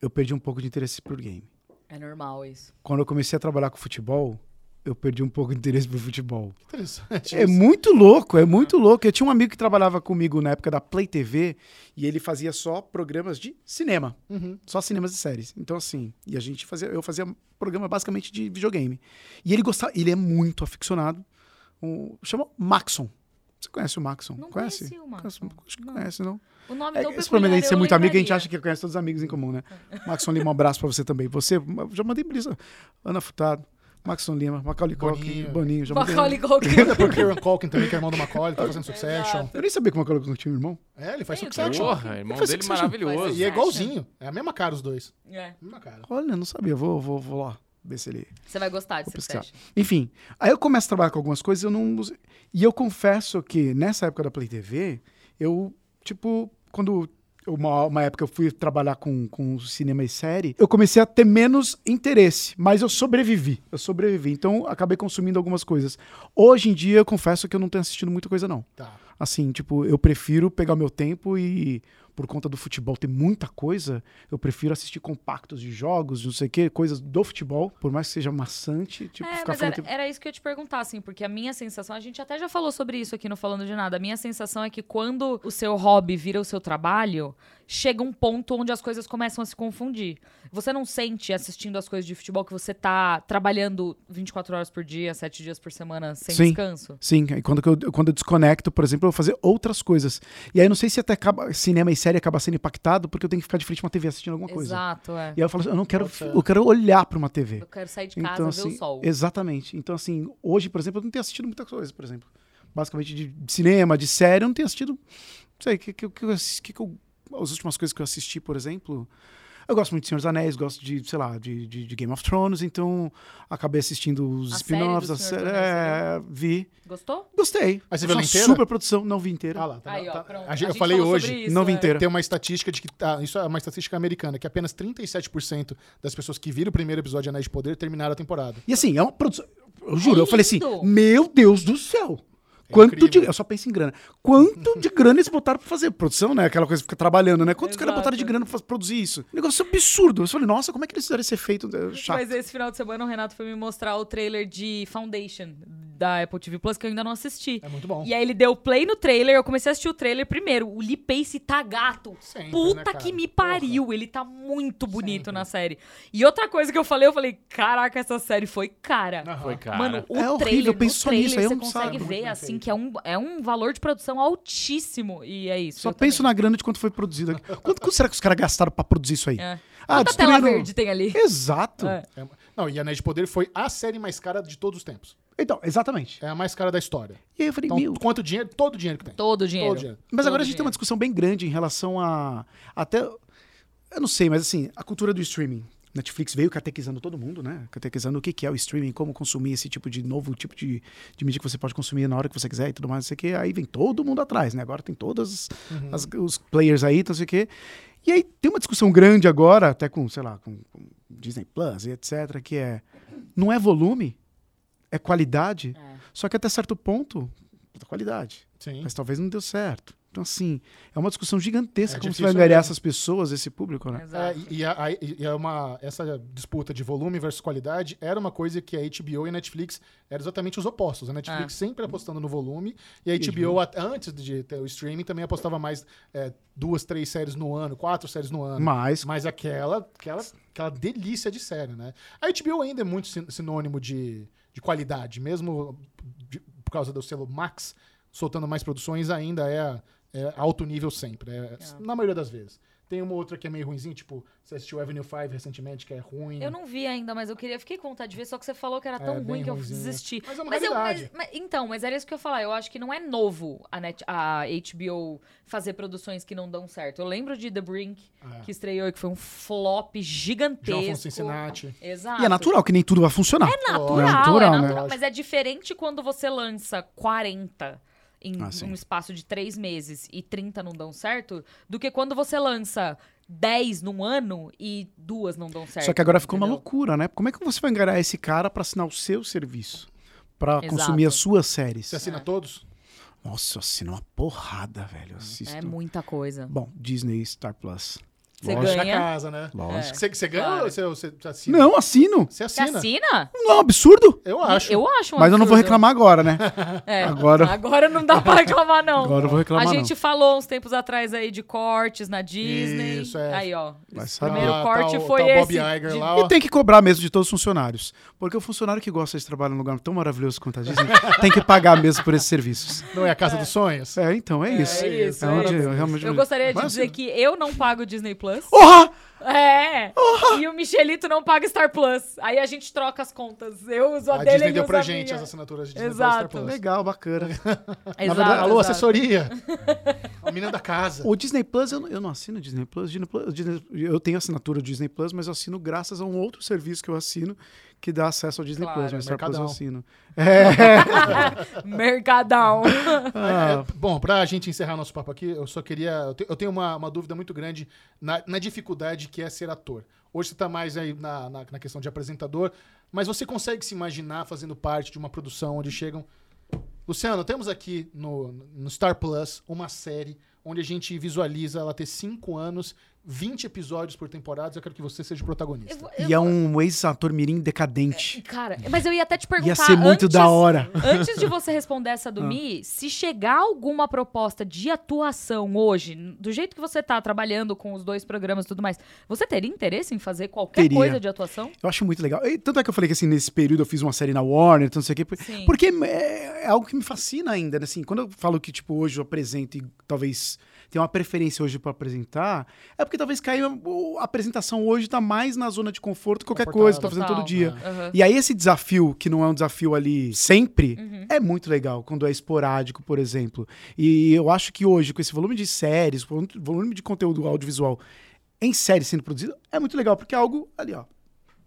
Speaker 4: eu perdi um pouco de interesse por game.
Speaker 1: É normal isso.
Speaker 4: Quando eu comecei a trabalhar com futebol, eu perdi um pouco de interesse por futebol.
Speaker 2: Interessante.
Speaker 4: É muito louco, é muito louco. Eu tinha um amigo que trabalhava comigo na época da Play TV e ele fazia só programas de cinema,
Speaker 2: Uhum.
Speaker 4: só cinemas e séries. Então assim, e a gente fazia, eu fazia programa basicamente de videogame. E ele gostava, ele é muito aficionado. O, chama Maxon. Você conhece o Maxon?
Speaker 1: Não
Speaker 4: conhece?
Speaker 1: conheci o Maxon.
Speaker 4: Conhece? um Acho que conhece, não.
Speaker 1: O nome
Speaker 4: É,
Speaker 1: tão
Speaker 4: que
Speaker 1: peculiar,
Speaker 4: esse problema de ser
Speaker 1: eu
Speaker 4: muito amigo, a gente
Speaker 1: lembraria.
Speaker 4: acha que conhece todos os amigos em comum, né? Maxon Lima, um abraço pra você também. Você, já mandei brisa. Ana Furtado, Maxon Lima, Macaulay Culkin,
Speaker 2: Boninho.
Speaker 4: Boninho. Já né? mandei-
Speaker 1: Macaulay Culkin.
Speaker 2: Manda pro Kieran Culkin também, que é irmão do Macaulay, tá fazendo Succession.
Speaker 4: Eu nem sabia como Macaulay Culkin tinha um irmão.
Speaker 2: É, ele faz
Speaker 1: Tem o
Speaker 2: Succession.
Speaker 3: Porra, irmão
Speaker 4: Faz
Speaker 3: dele
Speaker 4: sucesso.
Speaker 3: maravilhoso.
Speaker 2: E é igualzinho. É a mesma cara os dois.
Speaker 1: É.
Speaker 2: Mesma cara.
Speaker 4: Olha, não sabia. Vou, vou, vou lá ver se ele...
Speaker 1: Você vai gostar
Speaker 4: Vou
Speaker 1: desse
Speaker 4: pesquisar.
Speaker 1: teste.
Speaker 4: Enfim, aí eu começo a trabalhar com algumas coisas eu não... E eu confesso que nessa época da Play TV, eu, tipo, quando... Uma, uma época eu fui trabalhar com, com cinema e série, eu comecei a ter menos interesse, mas eu sobrevivi. Eu sobrevivi, então acabei consumindo algumas coisas. Hoje em dia, eu confesso que eu não tenho assistido muita coisa, não.
Speaker 2: Tá.
Speaker 4: Assim, tipo, eu prefiro pegar o meu tempo e, por conta do futebol ter muita coisa, eu prefiro assistir compactos de jogos, não sei o quê, coisas do futebol, por mais que seja maçante, tipo,
Speaker 1: é,
Speaker 4: ficar
Speaker 1: mas
Speaker 4: falando
Speaker 1: era,
Speaker 4: tempo.
Speaker 1: era isso que eu ia te perguntar, assim, porque a minha sensação, a gente até já falou sobre isso aqui no Falando de Nada. A minha sensação é que quando o seu hobby vira o seu trabalho, chega um ponto onde as coisas começam a se confundir. Você não sente assistindo as coisas de futebol que você tá trabalhando 24 horas por dia, 7 dias por semana, sem
Speaker 4: Sim.
Speaker 1: descanso?
Speaker 4: Sim, aí quando que eu, quando eu desconecto, por exemplo, eu vou fazer outras coisas. E aí eu não sei se até acaba, cinema e série acaba sendo impactado, porque eu tenho que ficar de frente a uma TV assistindo alguma coisa.
Speaker 1: Exato, é.
Speaker 4: E aí eu falo assim, eu não quero,
Speaker 2: Pode ser.
Speaker 4: eu quero olhar pra uma TV.
Speaker 1: Eu quero sair de casa, ver
Speaker 4: assim,
Speaker 1: o sol.
Speaker 4: Exatamente. Então, assim, hoje, por exemplo, eu não tenho assistido muita coisa, por exemplo. Basicamente de de cinema, de série, eu não tenho assistido. Não sei, que, que, que, eu assi- que, que eu- as últimas coisas que eu assisti, por exemplo. Eu gosto muito de Senhor dos Anéis, gosto de, sei lá, de, de, de Game of Thrones, então acabei assistindo os
Speaker 1: A
Speaker 4: spin-offs,
Speaker 1: série
Speaker 4: a
Speaker 1: do Senhor
Speaker 4: série.
Speaker 1: dos
Speaker 4: É, vi.
Speaker 1: Gostou?
Speaker 4: Gostei.
Speaker 2: Aí você viu
Speaker 4: Achei
Speaker 2: ela
Speaker 4: uma
Speaker 2: inteira?
Speaker 4: super produção, não vi inteira.
Speaker 2: Ah lá, tá.
Speaker 1: Aí, ó,
Speaker 2: tá-
Speaker 1: pronto.
Speaker 2: a
Speaker 1: A
Speaker 2: gente- eu
Speaker 1: gente
Speaker 2: falei
Speaker 1: falou
Speaker 2: hoje,
Speaker 1: sobre isso,
Speaker 4: não vi
Speaker 1: é.
Speaker 4: inteira.
Speaker 2: tem uma estatística de que tá, isso é uma estatística americana, que apenas 37% das pessoas que viram o primeiro episódio de Anéis de Poder terminaram a temporada.
Speaker 4: E assim, é uma produção. Eu
Speaker 1: É
Speaker 4: juro, eu
Speaker 1: lindo.
Speaker 4: falei assim: Meu Deus do céu! Quanto de,
Speaker 2: É incrível.
Speaker 4: eu só penso em grana. Quanto de grana eles botaram pra fazer produção, né? Aquela coisa que fica trabalhando, né? Quantos caras
Speaker 1: Exato.
Speaker 4: botaram de grana pra produzir isso? Um Negócio absurdo. Eu falei, nossa, como é que eles fizeram esse efeito eh, chato?
Speaker 1: Mas é esse final de semana o Renato foi me mostrar o trailer de Foundation da Apple TV Plus, que eu ainda não assisti.
Speaker 2: É muito bom.
Speaker 1: E aí ele deu play no trailer, eu comecei a assistir o trailer primeiro. O Lee Pace tá gato.
Speaker 2: Sempre, né,
Speaker 1: Puta
Speaker 2: cara?
Speaker 1: que me
Speaker 2: Porra.
Speaker 1: pariu, ele tá muito bonito na série. E outra coisa que eu falei, eu falei, caraca, essa série foi cara.
Speaker 2: Aham.
Speaker 3: Foi, cara.
Speaker 1: Mano, o
Speaker 4: É horrível,
Speaker 1: trailer,
Speaker 4: eu
Speaker 1: no
Speaker 4: penso só
Speaker 1: trailer
Speaker 4: nisso, aí eu
Speaker 1: você
Speaker 4: não
Speaker 1: consegue
Speaker 4: sabe.
Speaker 1: ver,
Speaker 2: Muito
Speaker 1: assim, que é um, é um valor de produção altíssimo. E é isso.
Speaker 4: Só
Speaker 1: eu
Speaker 4: penso
Speaker 1: também.
Speaker 4: na grana de quanto foi produzido. Quanto, quanto será que os caras gastaram pra produzir isso aí?
Speaker 1: É.
Speaker 4: Ah,
Speaker 1: Quanta tela
Speaker 4: destruíram-
Speaker 1: verde tem ali?
Speaker 4: Exato.
Speaker 1: É.
Speaker 2: É- não, e Anéis de Poder foi a série mais cara de todos os tempos.
Speaker 4: Então, exatamente.
Speaker 2: É a mais cara da história.
Speaker 4: E aí eu falei,
Speaker 2: Então,
Speaker 4: meu.
Speaker 2: quanto dinheiro? Todo o dinheiro que tem.
Speaker 1: Todo o
Speaker 2: Todo o
Speaker 1: dinheiro.
Speaker 2: dinheiro.
Speaker 4: Mas
Speaker 1: Todo
Speaker 4: agora a gente tem
Speaker 1: dinheiro.
Speaker 4: uma discussão bem grande em relação a. Até. Eu não sei, mas assim, a cultura do streaming. Netflix veio catequizando todo mundo, né? Catequizando o que que é o streaming, como consumir esse tipo de novo tipo de, de mídia que você pode consumir na hora que você quiser e tudo mais, não sei o quê. Aí vem todo mundo atrás, né? Agora tem todos
Speaker 1: Hum.
Speaker 2: Uhum.
Speaker 4: os players aí, então não sei o quê. E aí tem uma discussão grande agora, até com, sei lá, com, com Disney Plus e etc., que é. Não é volume, é qualidade.
Speaker 1: É.
Speaker 4: Só que até certo ponto, puta qualidade
Speaker 2: Sim.
Speaker 4: mas talvez não deu certo. Então, assim, é uma discussão gigantesca
Speaker 2: É
Speaker 4: como você
Speaker 2: difícil
Speaker 4: vai angariar
Speaker 2: mesmo.
Speaker 4: essas pessoas, esse público, né?
Speaker 2: É,
Speaker 1: Exato.
Speaker 2: e, e a- a- e é uma, essa disputa de volume versus qualidade era uma coisa que a HBO e a Netflix eram exatamente os opostos. A Netflix sempre apostando no volume e a HBO, at- antes de ter o streaming, também apostava mais é, duas, três séries no ano, quatro séries no ano.
Speaker 4: Mas,
Speaker 2: Mas aquela, aquela, aquela delícia de série, né? A HBO ainda é muito sin- sinônimo de, de qualidade, mesmo de- por causa do selo Max, soltando mais produções, ainda é, é alto nível sempre, é-
Speaker 1: É.
Speaker 2: na maioria das vezes. Tem uma outra que é meio ruimzinha, tipo, você assistiu Avenue 5 recentemente, que é ruim.
Speaker 1: Eu não vi ainda, mas eu queria, fiquei com vontade de ver, só que você falou que era
Speaker 2: É,
Speaker 1: tão
Speaker 2: bem
Speaker 1: ruim que eu
Speaker 2: ruinzinho, né?
Speaker 1: desisti.
Speaker 2: Mas é uma
Speaker 1: eu,
Speaker 2: realidade.
Speaker 1: mas- então, mas era isso que eu ia falar. Eu acho que não é novo a, Net- a HBO fazer produções que não dão certo. Eu lembro de The Brink,
Speaker 2: É.
Speaker 1: que estreou e que foi um flop
Speaker 2: Jonathan
Speaker 1: gigantesco.
Speaker 2: Cincinnati.
Speaker 1: Exato.
Speaker 4: E é natural que nem tudo vai funcionar.
Speaker 1: É natural,
Speaker 2: Lógico.
Speaker 1: é
Speaker 4: Natural, né?
Speaker 1: natural,
Speaker 2: Lógico.
Speaker 1: Mas é diferente quando você lança 40 em
Speaker 4: Ah, sim.
Speaker 1: um espaço de três meses e 30 não dão certo, do que quando você lança 10 num ano e duas não dão certo.
Speaker 4: Só que agora ficou uma
Speaker 1: entendeu?
Speaker 4: loucura, né? Como é que você vai enganar esse cara pra assinar o seu serviço? Pra
Speaker 1: Exato.
Speaker 4: consumir as suas séries?
Speaker 1: É.
Speaker 2: Você assina todos?
Speaker 4: Nossa, eu assino uma porrada, velho. Eu assisto.
Speaker 1: É muita coisa.
Speaker 4: Bom, Disney Star Plus.
Speaker 1: Você
Speaker 4: Lógico.
Speaker 2: Na
Speaker 1: ganha.
Speaker 2: casa, né?
Speaker 4: Lógico.
Speaker 2: Você, você ganha
Speaker 1: Claro.
Speaker 2: ou você, você assina?
Speaker 4: Não, assino.
Speaker 2: Você
Speaker 1: Você
Speaker 2: assina.
Speaker 1: assina?
Speaker 4: Não é um absurdo?
Speaker 2: Eu acho.
Speaker 1: Eu acho um
Speaker 4: Mas eu não vou
Speaker 1: absurdo.
Speaker 4: reclamar agora, né?
Speaker 1: É,
Speaker 4: Agora-
Speaker 1: agora não dá pra reclamar, não.
Speaker 4: Agora eu vou reclamar.
Speaker 1: a
Speaker 4: não.
Speaker 1: gente falou uns tempos atrás aí de cortes na Disney.
Speaker 2: Isso, é.
Speaker 1: Aí, ó.
Speaker 4: Vai
Speaker 1: Esse
Speaker 4: saber.
Speaker 1: primeiro
Speaker 2: Ah, tá
Speaker 1: corte
Speaker 2: o-
Speaker 1: foi
Speaker 2: tá o Bob
Speaker 1: esse.
Speaker 2: Iger
Speaker 1: de-
Speaker 2: lá, ó.
Speaker 4: E tem que cobrar mesmo de todos os funcionários. Porque o funcionário que gosta de trabalhar num lugar tão maravilhoso quanto a Disney tem que pagar mesmo por esses serviços.
Speaker 2: Não é a Casa dos Sonhos?
Speaker 4: É, então, é, isso.
Speaker 1: é isso, é
Speaker 4: onde
Speaker 1: isso.
Speaker 4: eu Oh! realmente...
Speaker 1: Eu gostaria de
Speaker 4: um Mas-
Speaker 1: dizer que eu não pago Disney Plus.
Speaker 4: Porra!
Speaker 1: É.
Speaker 4: Oh!
Speaker 1: E o Michelito não paga Star Plus. Aí a gente troca as contas. Eu uso a,
Speaker 2: A
Speaker 1: dele
Speaker 2: Disney
Speaker 1: ele
Speaker 2: deu
Speaker 1: usa
Speaker 2: pra
Speaker 1: a
Speaker 2: gente
Speaker 1: minha.
Speaker 2: as assinaturas de Disney
Speaker 1: Exato.
Speaker 2: Plus. Star Plus.
Speaker 4: Legal, bacana.
Speaker 2: Na
Speaker 1: Exato,
Speaker 2: verdade, alô,
Speaker 1: exato.
Speaker 2: assessoria. A menina da casa.
Speaker 4: O Disney Plus, eu não, eu não assino Disney Plus. Disney Plus- Disney- eu tenho assinatura do Disney Plus, mas eu assino graças a um outro serviço que eu assino que dá acesso ao Disney
Speaker 1: Claro,
Speaker 4: Plus. Mas Star Plus eu
Speaker 2: Mercadão.
Speaker 4: assino. É.
Speaker 1: Mercadão.
Speaker 4: Ah,
Speaker 2: Bom, pra gente encerrar nosso papo aqui, eu só queria. eu te- Eu tenho uma, uma dúvida muito grande na, na dificuldade que é ser ator. Hoje você tá mais aí na, na, na questão de apresentador, mas você consegue se imaginar fazendo parte de uma produção onde chegam. Luciano, temos aqui no, no Star Plus uma série onde a gente visualiza ela ter 5 anos, 20 episódios por temporada. Eu quero que você seja o protagonista.
Speaker 1: Eu vou- eu-
Speaker 4: e é um ex-ator mirim decadente.
Speaker 1: Cara, mas eu ia até te perguntar.
Speaker 4: Ia ser muito
Speaker 1: antes-
Speaker 4: da hora.
Speaker 1: Antes de você responder essa
Speaker 4: Ah.
Speaker 1: do Mi, se chegar alguma proposta de atuação hoje, n- do jeito que você tá trabalhando com os dois programas e tudo mais, você teria interesse em fazer qualquer
Speaker 4: Teria.
Speaker 1: coisa de atuação?
Speaker 4: Eu acho muito legal. E tanto é que eu falei que assim, nesse período eu fiz uma série na Warner, tanto não sei o quê. por-
Speaker 1: Sim.
Speaker 4: Porque é, é algo que me fascina ainda, né? Assim, quando eu falo que, tipo, hoje eu apresento e talvez tenha uma preferência hoje pra apresentar, é porque talvez caiu a apresentação hoje tá mais na zona de conforto que qualquer coisa, tá fazendo todo
Speaker 1: Total. né?
Speaker 4: dia.
Speaker 1: Aham.
Speaker 4: E aí esse desafio, que não é um desafio ali sempre,
Speaker 1: Uhum.
Speaker 4: é muito legal, quando é esporádico, por exemplo. E eu acho que hoje, com esse volume de séries, volume- volume de conteúdo audiovisual em série sendo produzido, é muito legal, porque é algo ali, ó,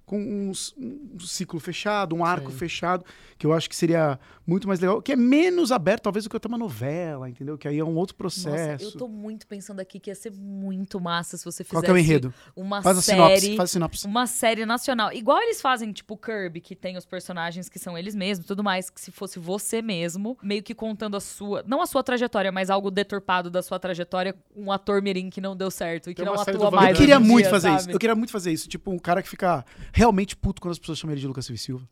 Speaker 4: com um, s- um ciclo fechado, um arco
Speaker 2: Sim.
Speaker 4: fechado, que eu acho que seria muito mais legal, que é menos aberto, talvez, do que até uma novela, entendeu? Que aí é um outro processo.
Speaker 1: Nossa, eu tô muito pensando aqui que ia ser muito massa se você fizesse
Speaker 4: Qual que é o enredo?
Speaker 1: uma
Speaker 4: Faz a sinopse,
Speaker 1: série.
Speaker 4: faz a sinopse.
Speaker 1: Uma série nacional. Igual eles fazem, tipo, Kirby, que tem os personagens que são eles mesmos e tudo mais, que se fosse você mesmo, meio que contando a sua. Não a sua trajetória, mas algo deturpado da sua trajetória, um ator mirim que não deu certo e
Speaker 2: Tem
Speaker 1: que não
Speaker 2: uma série
Speaker 1: atua
Speaker 2: do
Speaker 1: mais.
Speaker 2: Wagner.
Speaker 4: Eu queria
Speaker 1: hoje em
Speaker 4: muito
Speaker 1: dia,
Speaker 4: fazer
Speaker 1: sabe?
Speaker 4: isso. Eu queria muito fazer isso. Tipo, um cara que fica realmente puto quando as pessoas chamam ele de Lucas Silva e Silva.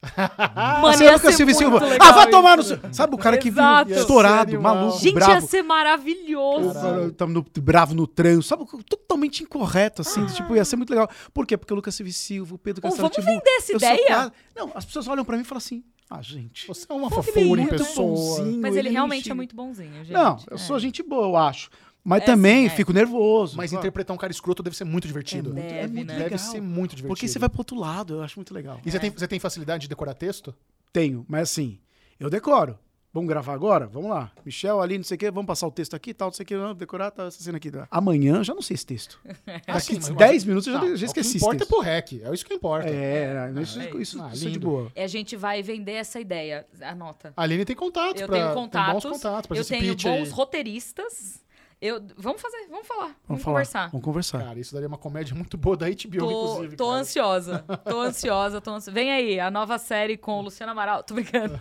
Speaker 1: Mano,
Speaker 4: Assim,
Speaker 1: ia
Speaker 4: Lucas
Speaker 1: ser
Speaker 4: Silva e
Speaker 1: muito
Speaker 4: Silva.
Speaker 1: legal
Speaker 4: Ah, vai tomar no
Speaker 1: isso. né?
Speaker 4: seu. Sabe, o cara que viu
Speaker 1: Exato.
Speaker 4: estourado,
Speaker 2: Ia ser
Speaker 4: maluco,
Speaker 2: animal.
Speaker 1: Gente, ia
Speaker 4: bravo.
Speaker 1: ser um maravilhoso.
Speaker 4: Cara, Tá no, bravo no trânsito, sabe? Totalmente incorreto, assim. Tipo, ia ser muito legal. Por quê? Porque o Lucas Silva e Silva, o Pedro
Speaker 1: Pô,
Speaker 4: Castelo tipo,
Speaker 1: vamos vender essa ideia?
Speaker 4: Não, as pessoas olham pra mim e falam assim: ah, gente.
Speaker 2: Você é uma
Speaker 4: ele
Speaker 2: fofura em
Speaker 4: muito
Speaker 2: pessoa.
Speaker 4: bonzinho,
Speaker 1: Mas ele realmente
Speaker 4: mexe-
Speaker 1: é muito bonzinho, gente.
Speaker 4: Não, eu
Speaker 1: É.
Speaker 4: sou gente boa, eu acho. Mas
Speaker 1: É,
Speaker 4: também
Speaker 1: sim, é.
Speaker 4: fico nervoso.
Speaker 2: Mas
Speaker 4: Claro.
Speaker 2: interpretar um cara escroto deve ser muito divertido.
Speaker 1: muito- é muito
Speaker 2: deve
Speaker 4: legal.
Speaker 2: ser muito divertido.
Speaker 4: Porque você vai pro outro lado, eu acho muito legal.
Speaker 1: É.
Speaker 2: E você, tem, você tem facilidade de decorar texto?
Speaker 4: Tenho, mas assim, eu decoro. Vamos gravar agora? Vamos lá. Michel ali, não sei o quê, vamos passar o texto aqui, tal, não sei o quê, vamos decorar, tá, essa cena aqui. tá. Amanhã eu já não sei esse texto.
Speaker 1: É.
Speaker 2: Assim,
Speaker 4: Daqui
Speaker 2: mas-
Speaker 4: 10 minutos eu já,
Speaker 2: Tá,
Speaker 4: já esqueci
Speaker 2: O que
Speaker 4: esse
Speaker 2: importa é
Speaker 4: texto.
Speaker 2: pro rec, é isso que importa.
Speaker 4: É, não, isso,
Speaker 1: Ah,
Speaker 4: isso,
Speaker 1: é.
Speaker 4: isso,
Speaker 2: Ah,
Speaker 4: isso é de
Speaker 2: lindo.
Speaker 4: boa.
Speaker 1: E a gente vai vender essa ideia. Anota.
Speaker 2: A Aline tem contatos
Speaker 1: Eu
Speaker 2: pra,
Speaker 1: tenho
Speaker 2: Tem
Speaker 1: contatos.
Speaker 2: bons contatos pra
Speaker 1: eu
Speaker 2: esse
Speaker 1: tenho
Speaker 2: pitch é. aí.
Speaker 1: bons roteiristas. Eu, vamos fazer, vamos falar. Vamos,
Speaker 4: Vamos, falar.
Speaker 1: conversar.
Speaker 4: Vamos conversar.
Speaker 2: Cara, isso daria uma comédia muito boa da HBO,
Speaker 1: Tô,
Speaker 2: inclusive.
Speaker 1: tô
Speaker 2: cara.
Speaker 1: ansiosa. Tô ansiosa, tô ansiosa. Vem aí, a nova série com o Luciano Amaral. Tô brincando.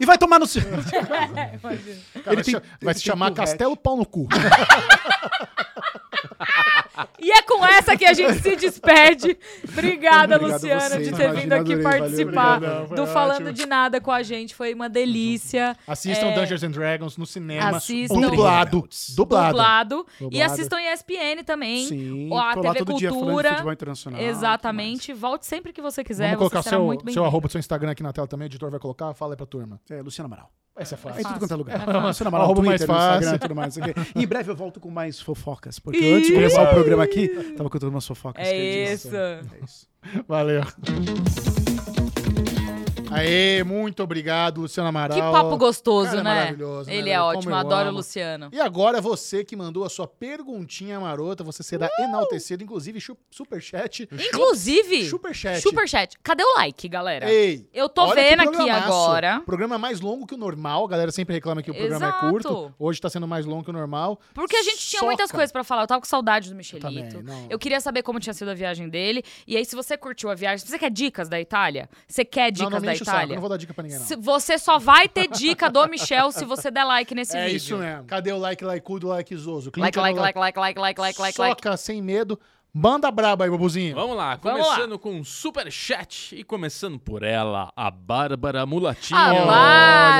Speaker 4: E vai tomar no seu.
Speaker 1: É, imagina.
Speaker 2: Cara,
Speaker 4: Ele tem-
Speaker 2: vai se-
Speaker 4: ele
Speaker 2: vai se
Speaker 4: tem
Speaker 2: chamar
Speaker 4: Tourette.
Speaker 2: Castelo Pau no Cu.
Speaker 1: e é com essa que a gente se despede. Obrigada,
Speaker 4: Obrigado
Speaker 1: Luciana,
Speaker 4: vocês,
Speaker 1: de ter
Speaker 4: imagina,
Speaker 1: vindo aqui
Speaker 4: adorei, valeu,
Speaker 1: participar
Speaker 2: obrigadão, foi
Speaker 1: do Falando
Speaker 2: ótimo.
Speaker 1: de Nada com a gente. Foi uma delícia.
Speaker 2: Assistam
Speaker 1: É.
Speaker 2: Dungeons and Dragons no cinema.
Speaker 1: Assistam.
Speaker 2: Dublado.
Speaker 4: Rebeldes.
Speaker 2: Uhum. Dublado.
Speaker 1: Dublado. E
Speaker 2: Dublado.
Speaker 1: assistam ESPN também.
Speaker 4: Sim,
Speaker 1: Ó, a
Speaker 4: tô lá
Speaker 1: TV
Speaker 4: todo dia falando de
Speaker 1: Cultura.
Speaker 4: futebol internacional.
Speaker 1: Exatamente. Volte sempre que você quiser.
Speaker 2: Vamos colocar
Speaker 1: É, você será
Speaker 2: seu,
Speaker 1: muito bem
Speaker 2: seu arroba do seu Instagram aqui na tela também, o editor vai colocar, fala aí pra turma.
Speaker 4: tudo mais. É, Luciano Amaral.
Speaker 2: Essa é
Speaker 4: Em
Speaker 2: fácil.
Speaker 4: tudo quanto é lugar.
Speaker 2: fácil.
Speaker 4: Isso na moral,
Speaker 2: Arroba mais
Speaker 4: Twitter, no Instagram,
Speaker 2: fácil.
Speaker 4: tudo mais. não sei o quê. E em breve eu volto com mais fofocas. Porque antes de começar o programa aqui, tava contando umas fofocas.
Speaker 1: É
Speaker 4: que eu disse.
Speaker 1: isso.
Speaker 4: É isso.
Speaker 2: Valeu. Aê, muito obrigado, Luciano Amaral.
Speaker 1: Que papo gostoso,
Speaker 2: Cara, é
Speaker 1: né?
Speaker 2: maravilhoso, né,
Speaker 1: Ele é
Speaker 2: velho? Como
Speaker 1: ótimo,
Speaker 2: eu
Speaker 1: adoro o
Speaker 2: amo.
Speaker 1: Luciano.
Speaker 2: E agora você que mandou a sua perguntinha marota, você será
Speaker 1: Uh!
Speaker 2: enaltecido, inclusive chu- superchat.
Speaker 1: Inclusive,
Speaker 2: Superchat.
Speaker 1: superchat. Cadê o like, galera?
Speaker 2: Ei,
Speaker 1: Eu tô
Speaker 2: olha que
Speaker 1: vendo aqui
Speaker 2: programaço.
Speaker 1: agora.
Speaker 2: Programa mais longo que o normal, a galera sempre reclama que o programa
Speaker 1: Exato.
Speaker 2: é curto. Hoje tá sendo mais longo que o normal.
Speaker 1: Porque a gente tinha
Speaker 2: Soca.
Speaker 1: muitas coisas pra falar. Eu tava com saudade do Michelito.
Speaker 2: também, não.
Speaker 1: Eu queria saber como tinha sido a viagem dele. E aí, se você curtiu a viagem, você quer dicas da Itália? Você quer
Speaker 2: não,
Speaker 1: dicas
Speaker 2: não me
Speaker 1: da
Speaker 2: enche o saco, eu
Speaker 1: Itália?
Speaker 2: não vou dar dica pra ninguém, não.
Speaker 1: Se- Você só vai ter dica do Michel se você der like nesse
Speaker 2: É
Speaker 1: vídeo.
Speaker 2: isso mesmo. Cadê o like, likecudo, likezoso?
Speaker 1: Like,
Speaker 2: Clica no
Speaker 1: like, like, like, like, like, like, like, like.
Speaker 2: Soca sem medo. Manda braba aí, babuzinho.
Speaker 3: Vamos lá,
Speaker 1: Vamos
Speaker 3: começando com um super chat e começando por ela, a Bárbara Mulatinho.
Speaker 1: A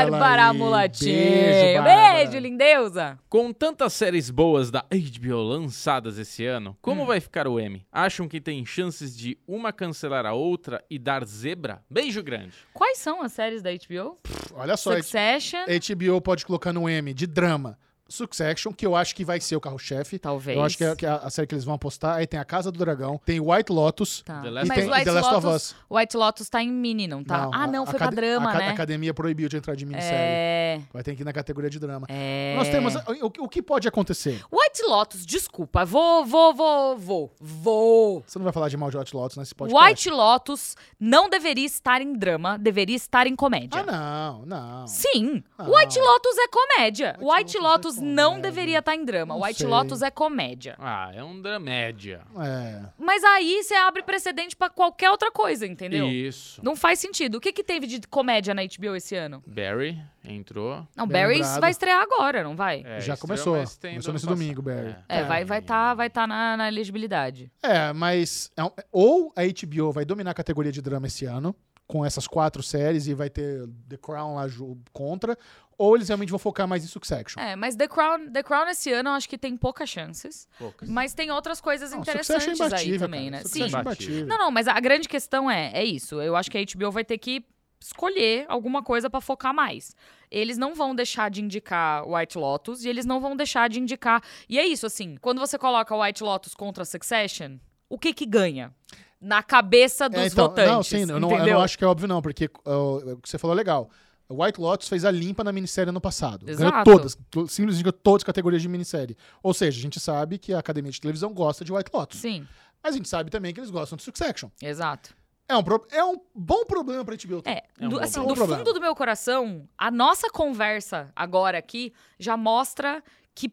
Speaker 1: Bárbara
Speaker 2: aí.
Speaker 1: Mulatinho.
Speaker 2: Beijo,
Speaker 1: Beijo,
Speaker 2: Bárbara.
Speaker 1: lindeusa.
Speaker 3: Com tantas séries boas da HBO lançadas esse ano,
Speaker 1: Hum.
Speaker 3: como vai ficar o M? Acham que tem chances de uma cancelar a outra e dar zebra? Beijo grande.
Speaker 1: Quais são as séries da HBO?
Speaker 2: Olha só,
Speaker 1: Succession.
Speaker 2: HBO pode colocar no M de drama. Succession, que eu acho que vai ser o carro-chefe.
Speaker 1: Talvez.
Speaker 2: Eu acho que é, que é a série que eles vão apostar. Aí tem a Casa do Dragão, tem White Lotus
Speaker 1: Tá.
Speaker 3: The Last
Speaker 2: e
Speaker 1: Mas
Speaker 3: of
Speaker 2: tem
Speaker 3: Us.
Speaker 1: White,
Speaker 2: e The Last
Speaker 1: Lotus,
Speaker 2: of Us.
Speaker 1: White Lotus tá em mini, não tá? ah, não,
Speaker 2: a-
Speaker 1: foi
Speaker 2: a
Speaker 1: pra
Speaker 2: cade-
Speaker 1: drama,
Speaker 2: a, ca-
Speaker 1: né?
Speaker 2: A academia proibiu de entrar de minissérie.
Speaker 1: É.
Speaker 2: Vai ter que ir na categoria de drama.
Speaker 1: É.
Speaker 2: Nós temos... ah, O, o que pode acontecer?
Speaker 1: White Lotus, desculpa. Vou, vou, vou, vou. Vou.
Speaker 2: Você não vai falar de mal de White Lotus nesse podcast?
Speaker 1: White Lotus não deveria estar em drama, deveria estar em comédia.
Speaker 2: Ah, não, não.
Speaker 1: Sim,
Speaker 2: Não.
Speaker 1: White Lotus é comédia.
Speaker 2: White
Speaker 1: White,
Speaker 2: Lotus
Speaker 1: Lotus,
Speaker 2: é
Speaker 1: não
Speaker 2: comédia.
Speaker 1: deveria estar em drama.
Speaker 2: Não
Speaker 1: White
Speaker 2: sei.
Speaker 1: Lotus é comédia.
Speaker 3: Ah, é um dramédia.
Speaker 2: É.
Speaker 1: Mas aí você abre precedente pra qualquer outra coisa, entendeu?
Speaker 3: Isso.
Speaker 1: Não faz sentido. O que, que teve de comédia na HBO esse ano?
Speaker 3: Barry entrou.
Speaker 1: Não,
Speaker 2: Bem
Speaker 1: Barry
Speaker 2: lembrado.
Speaker 1: vai estrear agora, não vai?
Speaker 3: É,
Speaker 2: Já
Speaker 3: estreou,
Speaker 2: começou.
Speaker 3: mas tem
Speaker 2: Começou
Speaker 3: do ano
Speaker 2: nesse
Speaker 3: passado.
Speaker 2: domingo, Barry.
Speaker 1: É, vai vai tá, vai tá na, na elegibilidade.
Speaker 2: É, mas é um- ou a HBO vai dominar a categoria de drama esse ano com essas quatro séries e vai ter The Crown lá ju- contra, ou eles realmente vão focar mais em Succession.
Speaker 1: É, mas The Crown, The Crown esse ano eu acho que tem poucas chances.
Speaker 3: Poucas.
Speaker 1: Mas tem outras coisas
Speaker 2: Não, Succession é
Speaker 1: interessantes aí
Speaker 2: imbatível,
Speaker 1: também,
Speaker 2: cara.
Speaker 1: né?
Speaker 2: Succession
Speaker 1: Sim.
Speaker 2: é imbatível.
Speaker 1: Não, não, mas a grande questão é, é isso. Eu acho que a HBO vai ter que escolher alguma coisa pra focar mais. Eles não vão deixar de indicar White Lotus e eles não vão deixar de indicar. E é isso, assim, quando você coloca White Lotus contra Succession, o que que ganha? Na cabeça dos
Speaker 2: É, então,
Speaker 1: votantes.
Speaker 2: Não, sim, eu não, eu
Speaker 1: entendeu?
Speaker 2: não acho que é óbvio não, porque uh, o que você falou é legal. O White Lotus fez a limpa na minissérie ano passado. Ganhou
Speaker 1: Exato.
Speaker 2: todas, to- simplesmente ganhou todas as categorias de minissérie. Ou seja, a gente sabe que a academia de televisão gosta de White Lotus.
Speaker 1: Sim,
Speaker 2: Mas a gente sabe também que eles gostam de Succession.
Speaker 1: exato.
Speaker 2: É um, pro- é um bom problema pra HBO. ter.
Speaker 1: É,
Speaker 3: É um
Speaker 1: do,
Speaker 3: bom
Speaker 1: assim,
Speaker 2: problema.
Speaker 1: do
Speaker 2: É um bom
Speaker 1: fundo do meu coração, a nossa conversa agora aqui já mostra que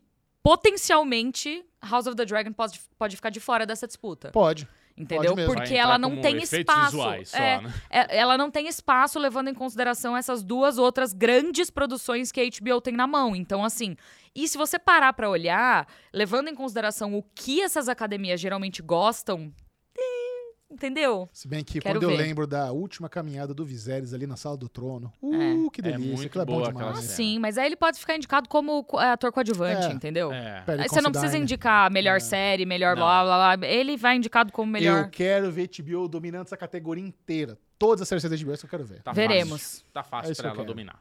Speaker 1: potencialmente House of the Dragon pode, pode ficar de fora dessa disputa.
Speaker 2: Pode.
Speaker 1: Entendeu?
Speaker 2: mesmo.
Speaker 3: Vai
Speaker 1: Porque
Speaker 3: entrar
Speaker 1: ela não
Speaker 3: como
Speaker 1: tem
Speaker 3: um efeitos
Speaker 1: espaço.
Speaker 3: visuais só,
Speaker 1: É,
Speaker 3: né?
Speaker 1: é, ela não tem espaço levando em consideração essas duas outras grandes produções que a HBO tem na mão. Então, assim, e se você parar pra olhar, levando em consideração o que essas academias geralmente gostam, eh, entendeu?
Speaker 2: Se bem que
Speaker 1: Quero
Speaker 2: quando eu
Speaker 1: ver.
Speaker 2: lembro da última caminhada do Viserys ali na sala do trono. Uh,
Speaker 1: É.
Speaker 2: que
Speaker 3: É
Speaker 2: delícia.
Speaker 3: muito
Speaker 2: aquilo é bom
Speaker 3: boa
Speaker 2: demais.
Speaker 3: aquela
Speaker 1: Ah,
Speaker 3: Pois é.
Speaker 1: sim, mas aí ele pode ficar indicado como co- é, ator coadjuvante,
Speaker 2: É.
Speaker 1: entendeu?
Speaker 3: É.
Speaker 2: Pera,
Speaker 1: Aí
Speaker 2: ele
Speaker 1: você não
Speaker 2: considera,
Speaker 1: precisa
Speaker 2: né?
Speaker 1: indicar melhor série, melhor
Speaker 3: Não.
Speaker 1: blá blá blá. Ele vai indicado como melhor.
Speaker 2: Eu quero ver HBO dominando essa categoria inteira. Todas as séries da HBO, isso eu quero ver.
Speaker 3: Tá
Speaker 1: Veremos.
Speaker 3: Fácil. Tá
Speaker 2: É
Speaker 3: fácil
Speaker 2: isso
Speaker 3: pra
Speaker 2: que eu
Speaker 3: ela
Speaker 2: quero.
Speaker 3: dominar.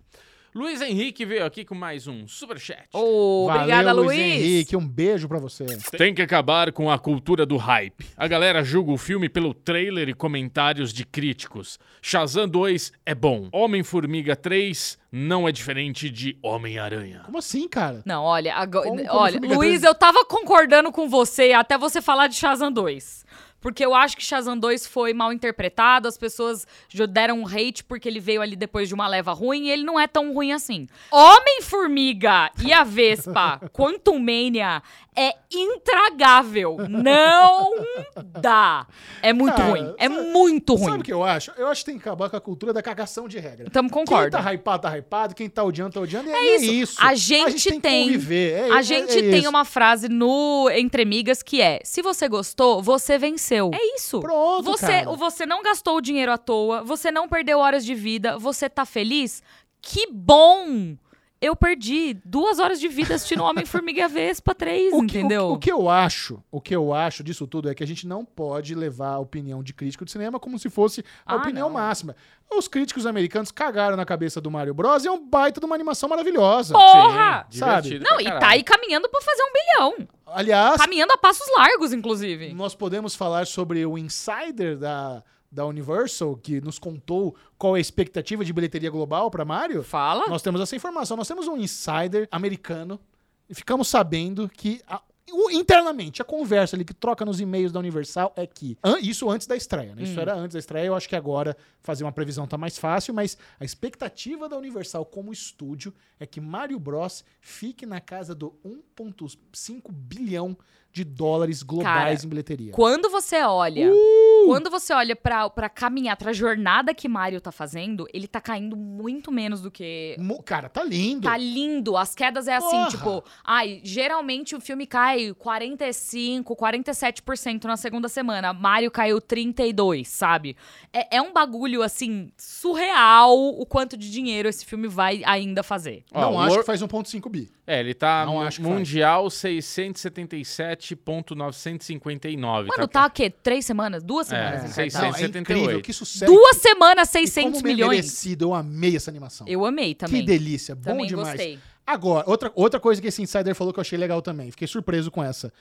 Speaker 3: Luiz Henrique veio aqui com mais um superchat.
Speaker 1: Ô,
Speaker 2: Valeu,
Speaker 1: obrigada, Luiz.
Speaker 2: Henrique, um beijo pra você.
Speaker 3: Tem que acabar com a cultura do hype. A galera julga o filme pelo trailer e comentários de críticos. Shazam 2 é bom. Homem-Formiga 3 não é diferente de Homem-Aranha.
Speaker 2: Como assim, cara?
Speaker 1: Não, olha, agora,
Speaker 2: Como- como
Speaker 1: olha,
Speaker 2: Formiga
Speaker 1: Luiz,
Speaker 2: dois?
Speaker 1: eu tava concordando com você até você falar de Shazam 2. Porque eu acho que Shazam 2 foi mal interpretado, as pessoas já deram um hate porque ele veio ali depois de uma leva ruim e ele não é tão ruim assim. Homem-Formiga e a Vespa, Quantum Mania, é intragável. Não dá. É muito
Speaker 2: Cara,
Speaker 1: ruim. É
Speaker 2: sabe-
Speaker 1: muito
Speaker 2: Sabe
Speaker 1: ruim.
Speaker 2: o que eu acho? Eu acho que tem que acabar com a cultura da cagação de regra.
Speaker 1: Então
Speaker 2: Quem
Speaker 1: concordo.
Speaker 2: tá hypado, tá hypado. Quem tá odiando, tá odiando. E aí
Speaker 1: É
Speaker 2: é
Speaker 1: isso.
Speaker 2: isso.
Speaker 1: A gente
Speaker 2: que
Speaker 1: tem-
Speaker 2: conviver. É- é-
Speaker 1: A
Speaker 2: é
Speaker 1: gente tem
Speaker 2: isso.
Speaker 1: uma frase no Entre Amigas que é: se você gostou, você venceu. É isso.
Speaker 2: Pronto,
Speaker 1: Você,
Speaker 2: cara.
Speaker 1: você não gastou o dinheiro à toa, você não perdeu horas de vida, você tá feliz? Que bom! eu perdi duas horas de vida assistindo Homem-Formiga e a Vespa 3,
Speaker 2: O que, o que-
Speaker 1: entendeu?
Speaker 2: o que eu acho, o que eu acho disso tudo é que a gente não pode levar a opinião de crítico de cinema como se fosse a
Speaker 1: Ah,
Speaker 2: opinião
Speaker 1: não.
Speaker 2: máxima. Os críticos americanos cagaram na cabeça do Mario Bros e é um baita de uma animação maravilhosa.
Speaker 1: Porra!
Speaker 3: Sim,
Speaker 2: Sabe?
Speaker 3: divertido
Speaker 1: Não,
Speaker 3: pra
Speaker 1: e tá
Speaker 3: caralho.
Speaker 1: aí caminhando pra fazer um bilhão.
Speaker 2: Aliás,
Speaker 1: Caminhando a passos largos, inclusive.
Speaker 2: nós podemos falar sobre o insider da, da Universal que nos contou qual é a expectativa de bilheteria global para Mario.
Speaker 1: Fala.
Speaker 2: Nós temos essa informação. Nós temos um insider americano e ficamos sabendo que a- o- internamente a conversa ali que troca nos e-mails da Universal é que an- isso antes da estreia, né?
Speaker 1: Hum.
Speaker 2: Isso era antes da estreia. Eu acho que agora fazer uma previsão tá mais fácil, mas a expectativa da Universal como estúdio é que Mario Bros fique na casa do 1.5 bilhão de dólares globais
Speaker 1: Cara,
Speaker 2: em bilheteria.
Speaker 1: Quando você olha,
Speaker 2: Uh!
Speaker 1: quando você olha pra, pra caminhar, pra jornada que Mario tá fazendo, ele tá caindo muito menos do que.
Speaker 2: Mo- Cara, tá lindo.
Speaker 1: Tá lindo, as quedas é assim,
Speaker 2: Porra!
Speaker 1: tipo, ai, geralmente o filme cai 45, 47% na segunda semana. Mario caiu 32, sabe? É, é um bagulho assim surreal o quanto de dinheiro esse filme vai ainda fazer.
Speaker 3: Ó,
Speaker 2: Não
Speaker 3: o
Speaker 2: acho
Speaker 3: Lor-
Speaker 2: que faz 1.5 bi.
Speaker 3: É, ele tá
Speaker 2: Não
Speaker 3: no
Speaker 2: acho que faz.
Speaker 3: Mundial 677.959.
Speaker 1: Mano, tá o quê? Três semanas? Duas semanas em cartaz?
Speaker 2: Não, é
Speaker 3: 678.
Speaker 2: incrível, que sucesso.
Speaker 1: Duas semanas,
Speaker 2: E como
Speaker 1: 600
Speaker 2: bem
Speaker 1: milhões.
Speaker 2: merecido, eu amei essa animação.
Speaker 1: Eu amei também.
Speaker 2: Que delícia, bom
Speaker 1: Também
Speaker 2: demais.
Speaker 1: gostei.
Speaker 2: Agora, outra, outra coisa que esse insider falou que eu achei legal também, fiquei surpreso com essa.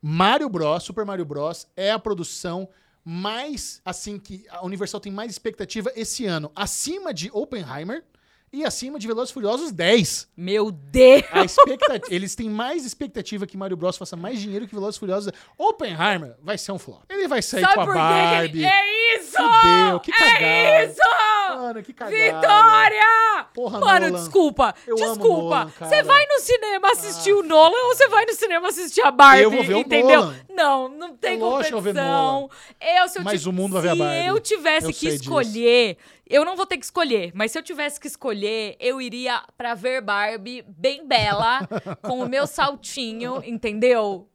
Speaker 2: Mario Bros, Super Mario Bros é a produção mais assim que a Universal tem mais expectativa esse ano, acima de Oppenheimer e acima de Velozes e Furiosos 10.
Speaker 1: Meu Deus!
Speaker 2: A expectat- eles têm mais expectativa que Mario Bros faça mais dinheiro que Velozes e Furiosos. Oppenheimer vai ser um flop. Ele vai sair
Speaker 1: Sabe
Speaker 2: com a
Speaker 1: por quê que
Speaker 2: Barbie.
Speaker 1: ele... É isso!
Speaker 2: Fudeu, que
Speaker 1: é
Speaker 2: cagada.
Speaker 1: isso!
Speaker 2: Mano, que cagada.
Speaker 1: Vitória!
Speaker 2: Porra,
Speaker 1: Mano,
Speaker 2: Tá Nolan.
Speaker 1: desculpa,
Speaker 2: Eu amo
Speaker 1: desculpa.
Speaker 2: Nolan, cara. Ah.
Speaker 1: Você vai no cinema assistir o Nolan ou você vai no cinema assistir a Barbie?
Speaker 2: Eu vou ver o
Speaker 1: entendeu?
Speaker 2: Nolan.
Speaker 1: Não, não tem
Speaker 2: É lógico que eu vou ver
Speaker 1: competição. Eu, se eu
Speaker 2: Mas
Speaker 1: ti-
Speaker 2: o mundo vai ver a Barbie.
Speaker 1: Se eu tivesse
Speaker 2: Eu
Speaker 1: que
Speaker 2: sei disso.
Speaker 1: escolher, eu não vou ter que escolher, mas se eu tivesse que escolher, eu iria pra ver Barbie bem bela, com o meu saltinho, entendeu?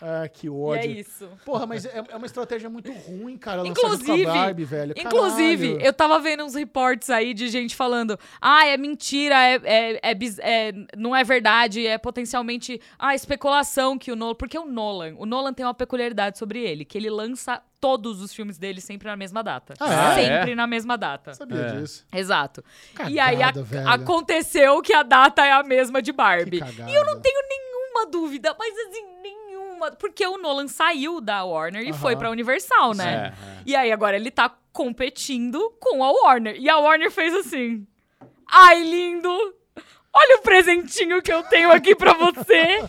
Speaker 2: Ah, que
Speaker 1: E
Speaker 2: ódio.
Speaker 1: é isso.
Speaker 2: Porra, mas é, é uma estratégia muito ruim, cara. lançar junto com a
Speaker 1: Inclusive,
Speaker 2: Barbie, velho.
Speaker 1: inclusive,
Speaker 2: é Caralho.
Speaker 1: eu tava vendo uns reports aí de gente falando: ah, é mentira, é, é, é bis- é- não é verdade, é potencialmente ah, especulação que o Nolan. Porque o Nolan, o Nolan tem uma peculiaridade sobre ele, que ele lança todos os filmes dele sempre na mesma data.
Speaker 2: Ah,
Speaker 3: é?
Speaker 1: sempre na mesma data.
Speaker 2: sabia
Speaker 3: É.
Speaker 2: disso.
Speaker 1: Exato.
Speaker 2: Cagada,
Speaker 1: e aí a-
Speaker 2: velho.
Speaker 1: aconteceu que a data é a mesma de
Speaker 2: Que
Speaker 1: Barbie.
Speaker 2: cagada. E eu não tenho
Speaker 1: Nenhuma dúvida, mas assim, nenhuma. Porque o Nolan saiu da Warner e
Speaker 2: Aham.
Speaker 1: foi pra Universal, né?
Speaker 3: É, é.
Speaker 1: E aí agora ele tá competindo com a Warner. E a Warner fez assim: "Ai, lindo! Olha o presentinho que eu tenho aqui pra você.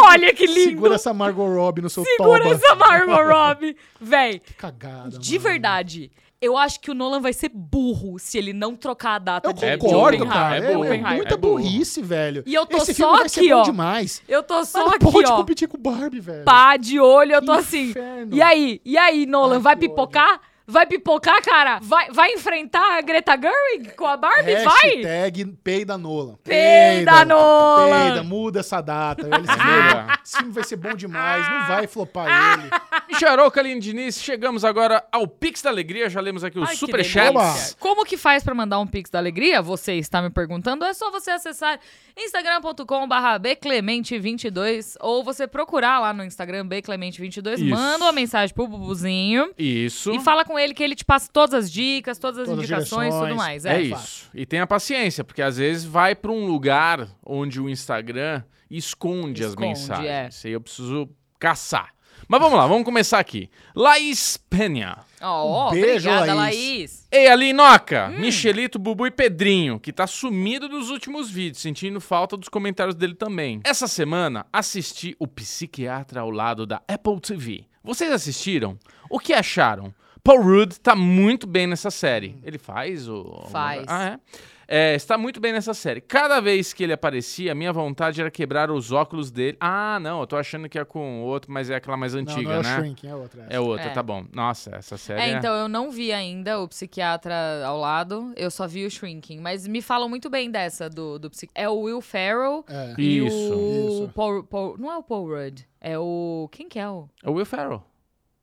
Speaker 1: Olha que lindo.
Speaker 2: Segura essa Margot Robbie no seu
Speaker 1: Segura
Speaker 2: toba.
Speaker 1: essa Margot Robbie, véi.
Speaker 2: Que cagada,
Speaker 1: De
Speaker 2: mano.
Speaker 1: verdade, eu acho que o Nolan vai ser burro se ele não trocar a data
Speaker 2: Eu
Speaker 1: de, de
Speaker 2: concordo,
Speaker 1: Oppenheimer.
Speaker 2: cara. É, é
Speaker 1: Oppenheimer.
Speaker 2: muita
Speaker 3: É burro.
Speaker 2: burrice, velho.
Speaker 1: E eu tô
Speaker 2: Esse
Speaker 1: só
Speaker 2: filme vai ser
Speaker 1: aqui,
Speaker 2: bom
Speaker 1: ó.
Speaker 2: demais.
Speaker 1: Eu tô
Speaker 2: Mas
Speaker 1: só
Speaker 2: não
Speaker 1: aqui,
Speaker 2: É pode
Speaker 1: ó.
Speaker 2: competir com Barbie, velho.
Speaker 1: Pá de olho, eu tô
Speaker 2: Que
Speaker 1: assim.
Speaker 2: inferno.
Speaker 1: E aí? E aí, Nolan,
Speaker 2: Ai,
Speaker 1: vai
Speaker 2: que
Speaker 1: pipocar? Vai pipocar, cara? Vai, vai enfrentar a Greta Gerwig com a Barbie? Vai!
Speaker 2: Hashtag peida Nolan.
Speaker 1: Peida Nolan.
Speaker 2: Peida, muda essa data. velho.
Speaker 3: É
Speaker 2: Esse filme-
Speaker 3: Jura?
Speaker 2: Esse filme vai ser bom demais. Não vai
Speaker 1: Ah!
Speaker 2: flopar ele.
Speaker 3: Micharoca Aline Diniz, chegamos agora ao Pix da Alegria. Já lemos aqui os
Speaker 1: Ai, que
Speaker 3: superchats.
Speaker 1: delícia. Como que faz pra mandar um Pix da Alegria? Você está me perguntando. É só você acessar instagram.com bclemente22 ou você procurar lá no Instagram bclemente22,
Speaker 3: Isso.
Speaker 1: manda uma mensagem pro Bubuzinho
Speaker 3: Isso.
Speaker 1: e fala com ele que ele te passa todas as dicas, todas as
Speaker 2: Todas as
Speaker 1: indicações e tudo
Speaker 2: direções.
Speaker 1: mais.
Speaker 3: É
Speaker 1: É.
Speaker 3: isso. E tenha paciência, porque às vezes vai pra um lugar onde o Instagram esconde, as
Speaker 1: Esconde, é.
Speaker 3: mensagens. E eu preciso caçar. Mas vamos lá, vamos começar aqui. Laís Penha.
Speaker 1: Ó, ó,
Speaker 2: Beijo,
Speaker 1: obrigada,
Speaker 2: Laís.
Speaker 1: Laís.
Speaker 3: Ei, Alinoca,
Speaker 1: Hum.
Speaker 3: Michelito, Bubu e Pedrinho, que tá sumido dos últimos vídeos, sentindo falta dos comentários dele também. Essa semana, assisti O Psiquiatra ao lado da Apple TV. Vocês assistiram? O que acharam? Paul Rudd tá muito bem nessa série. Ele faz o...
Speaker 1: Hum. Faz.
Speaker 3: Ah, é? é? Está muito bem nessa série. Cada vez que ele aparecia, minha vontade era quebrar os óculos dele. Ah, não, eu tô achando que é com o outro, mas é aquela mais
Speaker 2: Não,
Speaker 3: antiga,
Speaker 2: não é o
Speaker 3: né?
Speaker 2: Shrinking, é outra.
Speaker 3: É outra,
Speaker 1: É.
Speaker 3: tá bom. Nossa, essa série
Speaker 1: É, então eu não vi ainda o psiquiatra ao lado, eu só vi o Shrinking. Mas me falam muito bem dessa do, do psiqui- É o Will Ferrell
Speaker 2: É.
Speaker 1: e
Speaker 3: Isso.
Speaker 1: o
Speaker 2: Isso.
Speaker 1: Paul, Paul- Não é o Paul Rudd, é o. Quem que é o.
Speaker 3: É o Will Ferrell.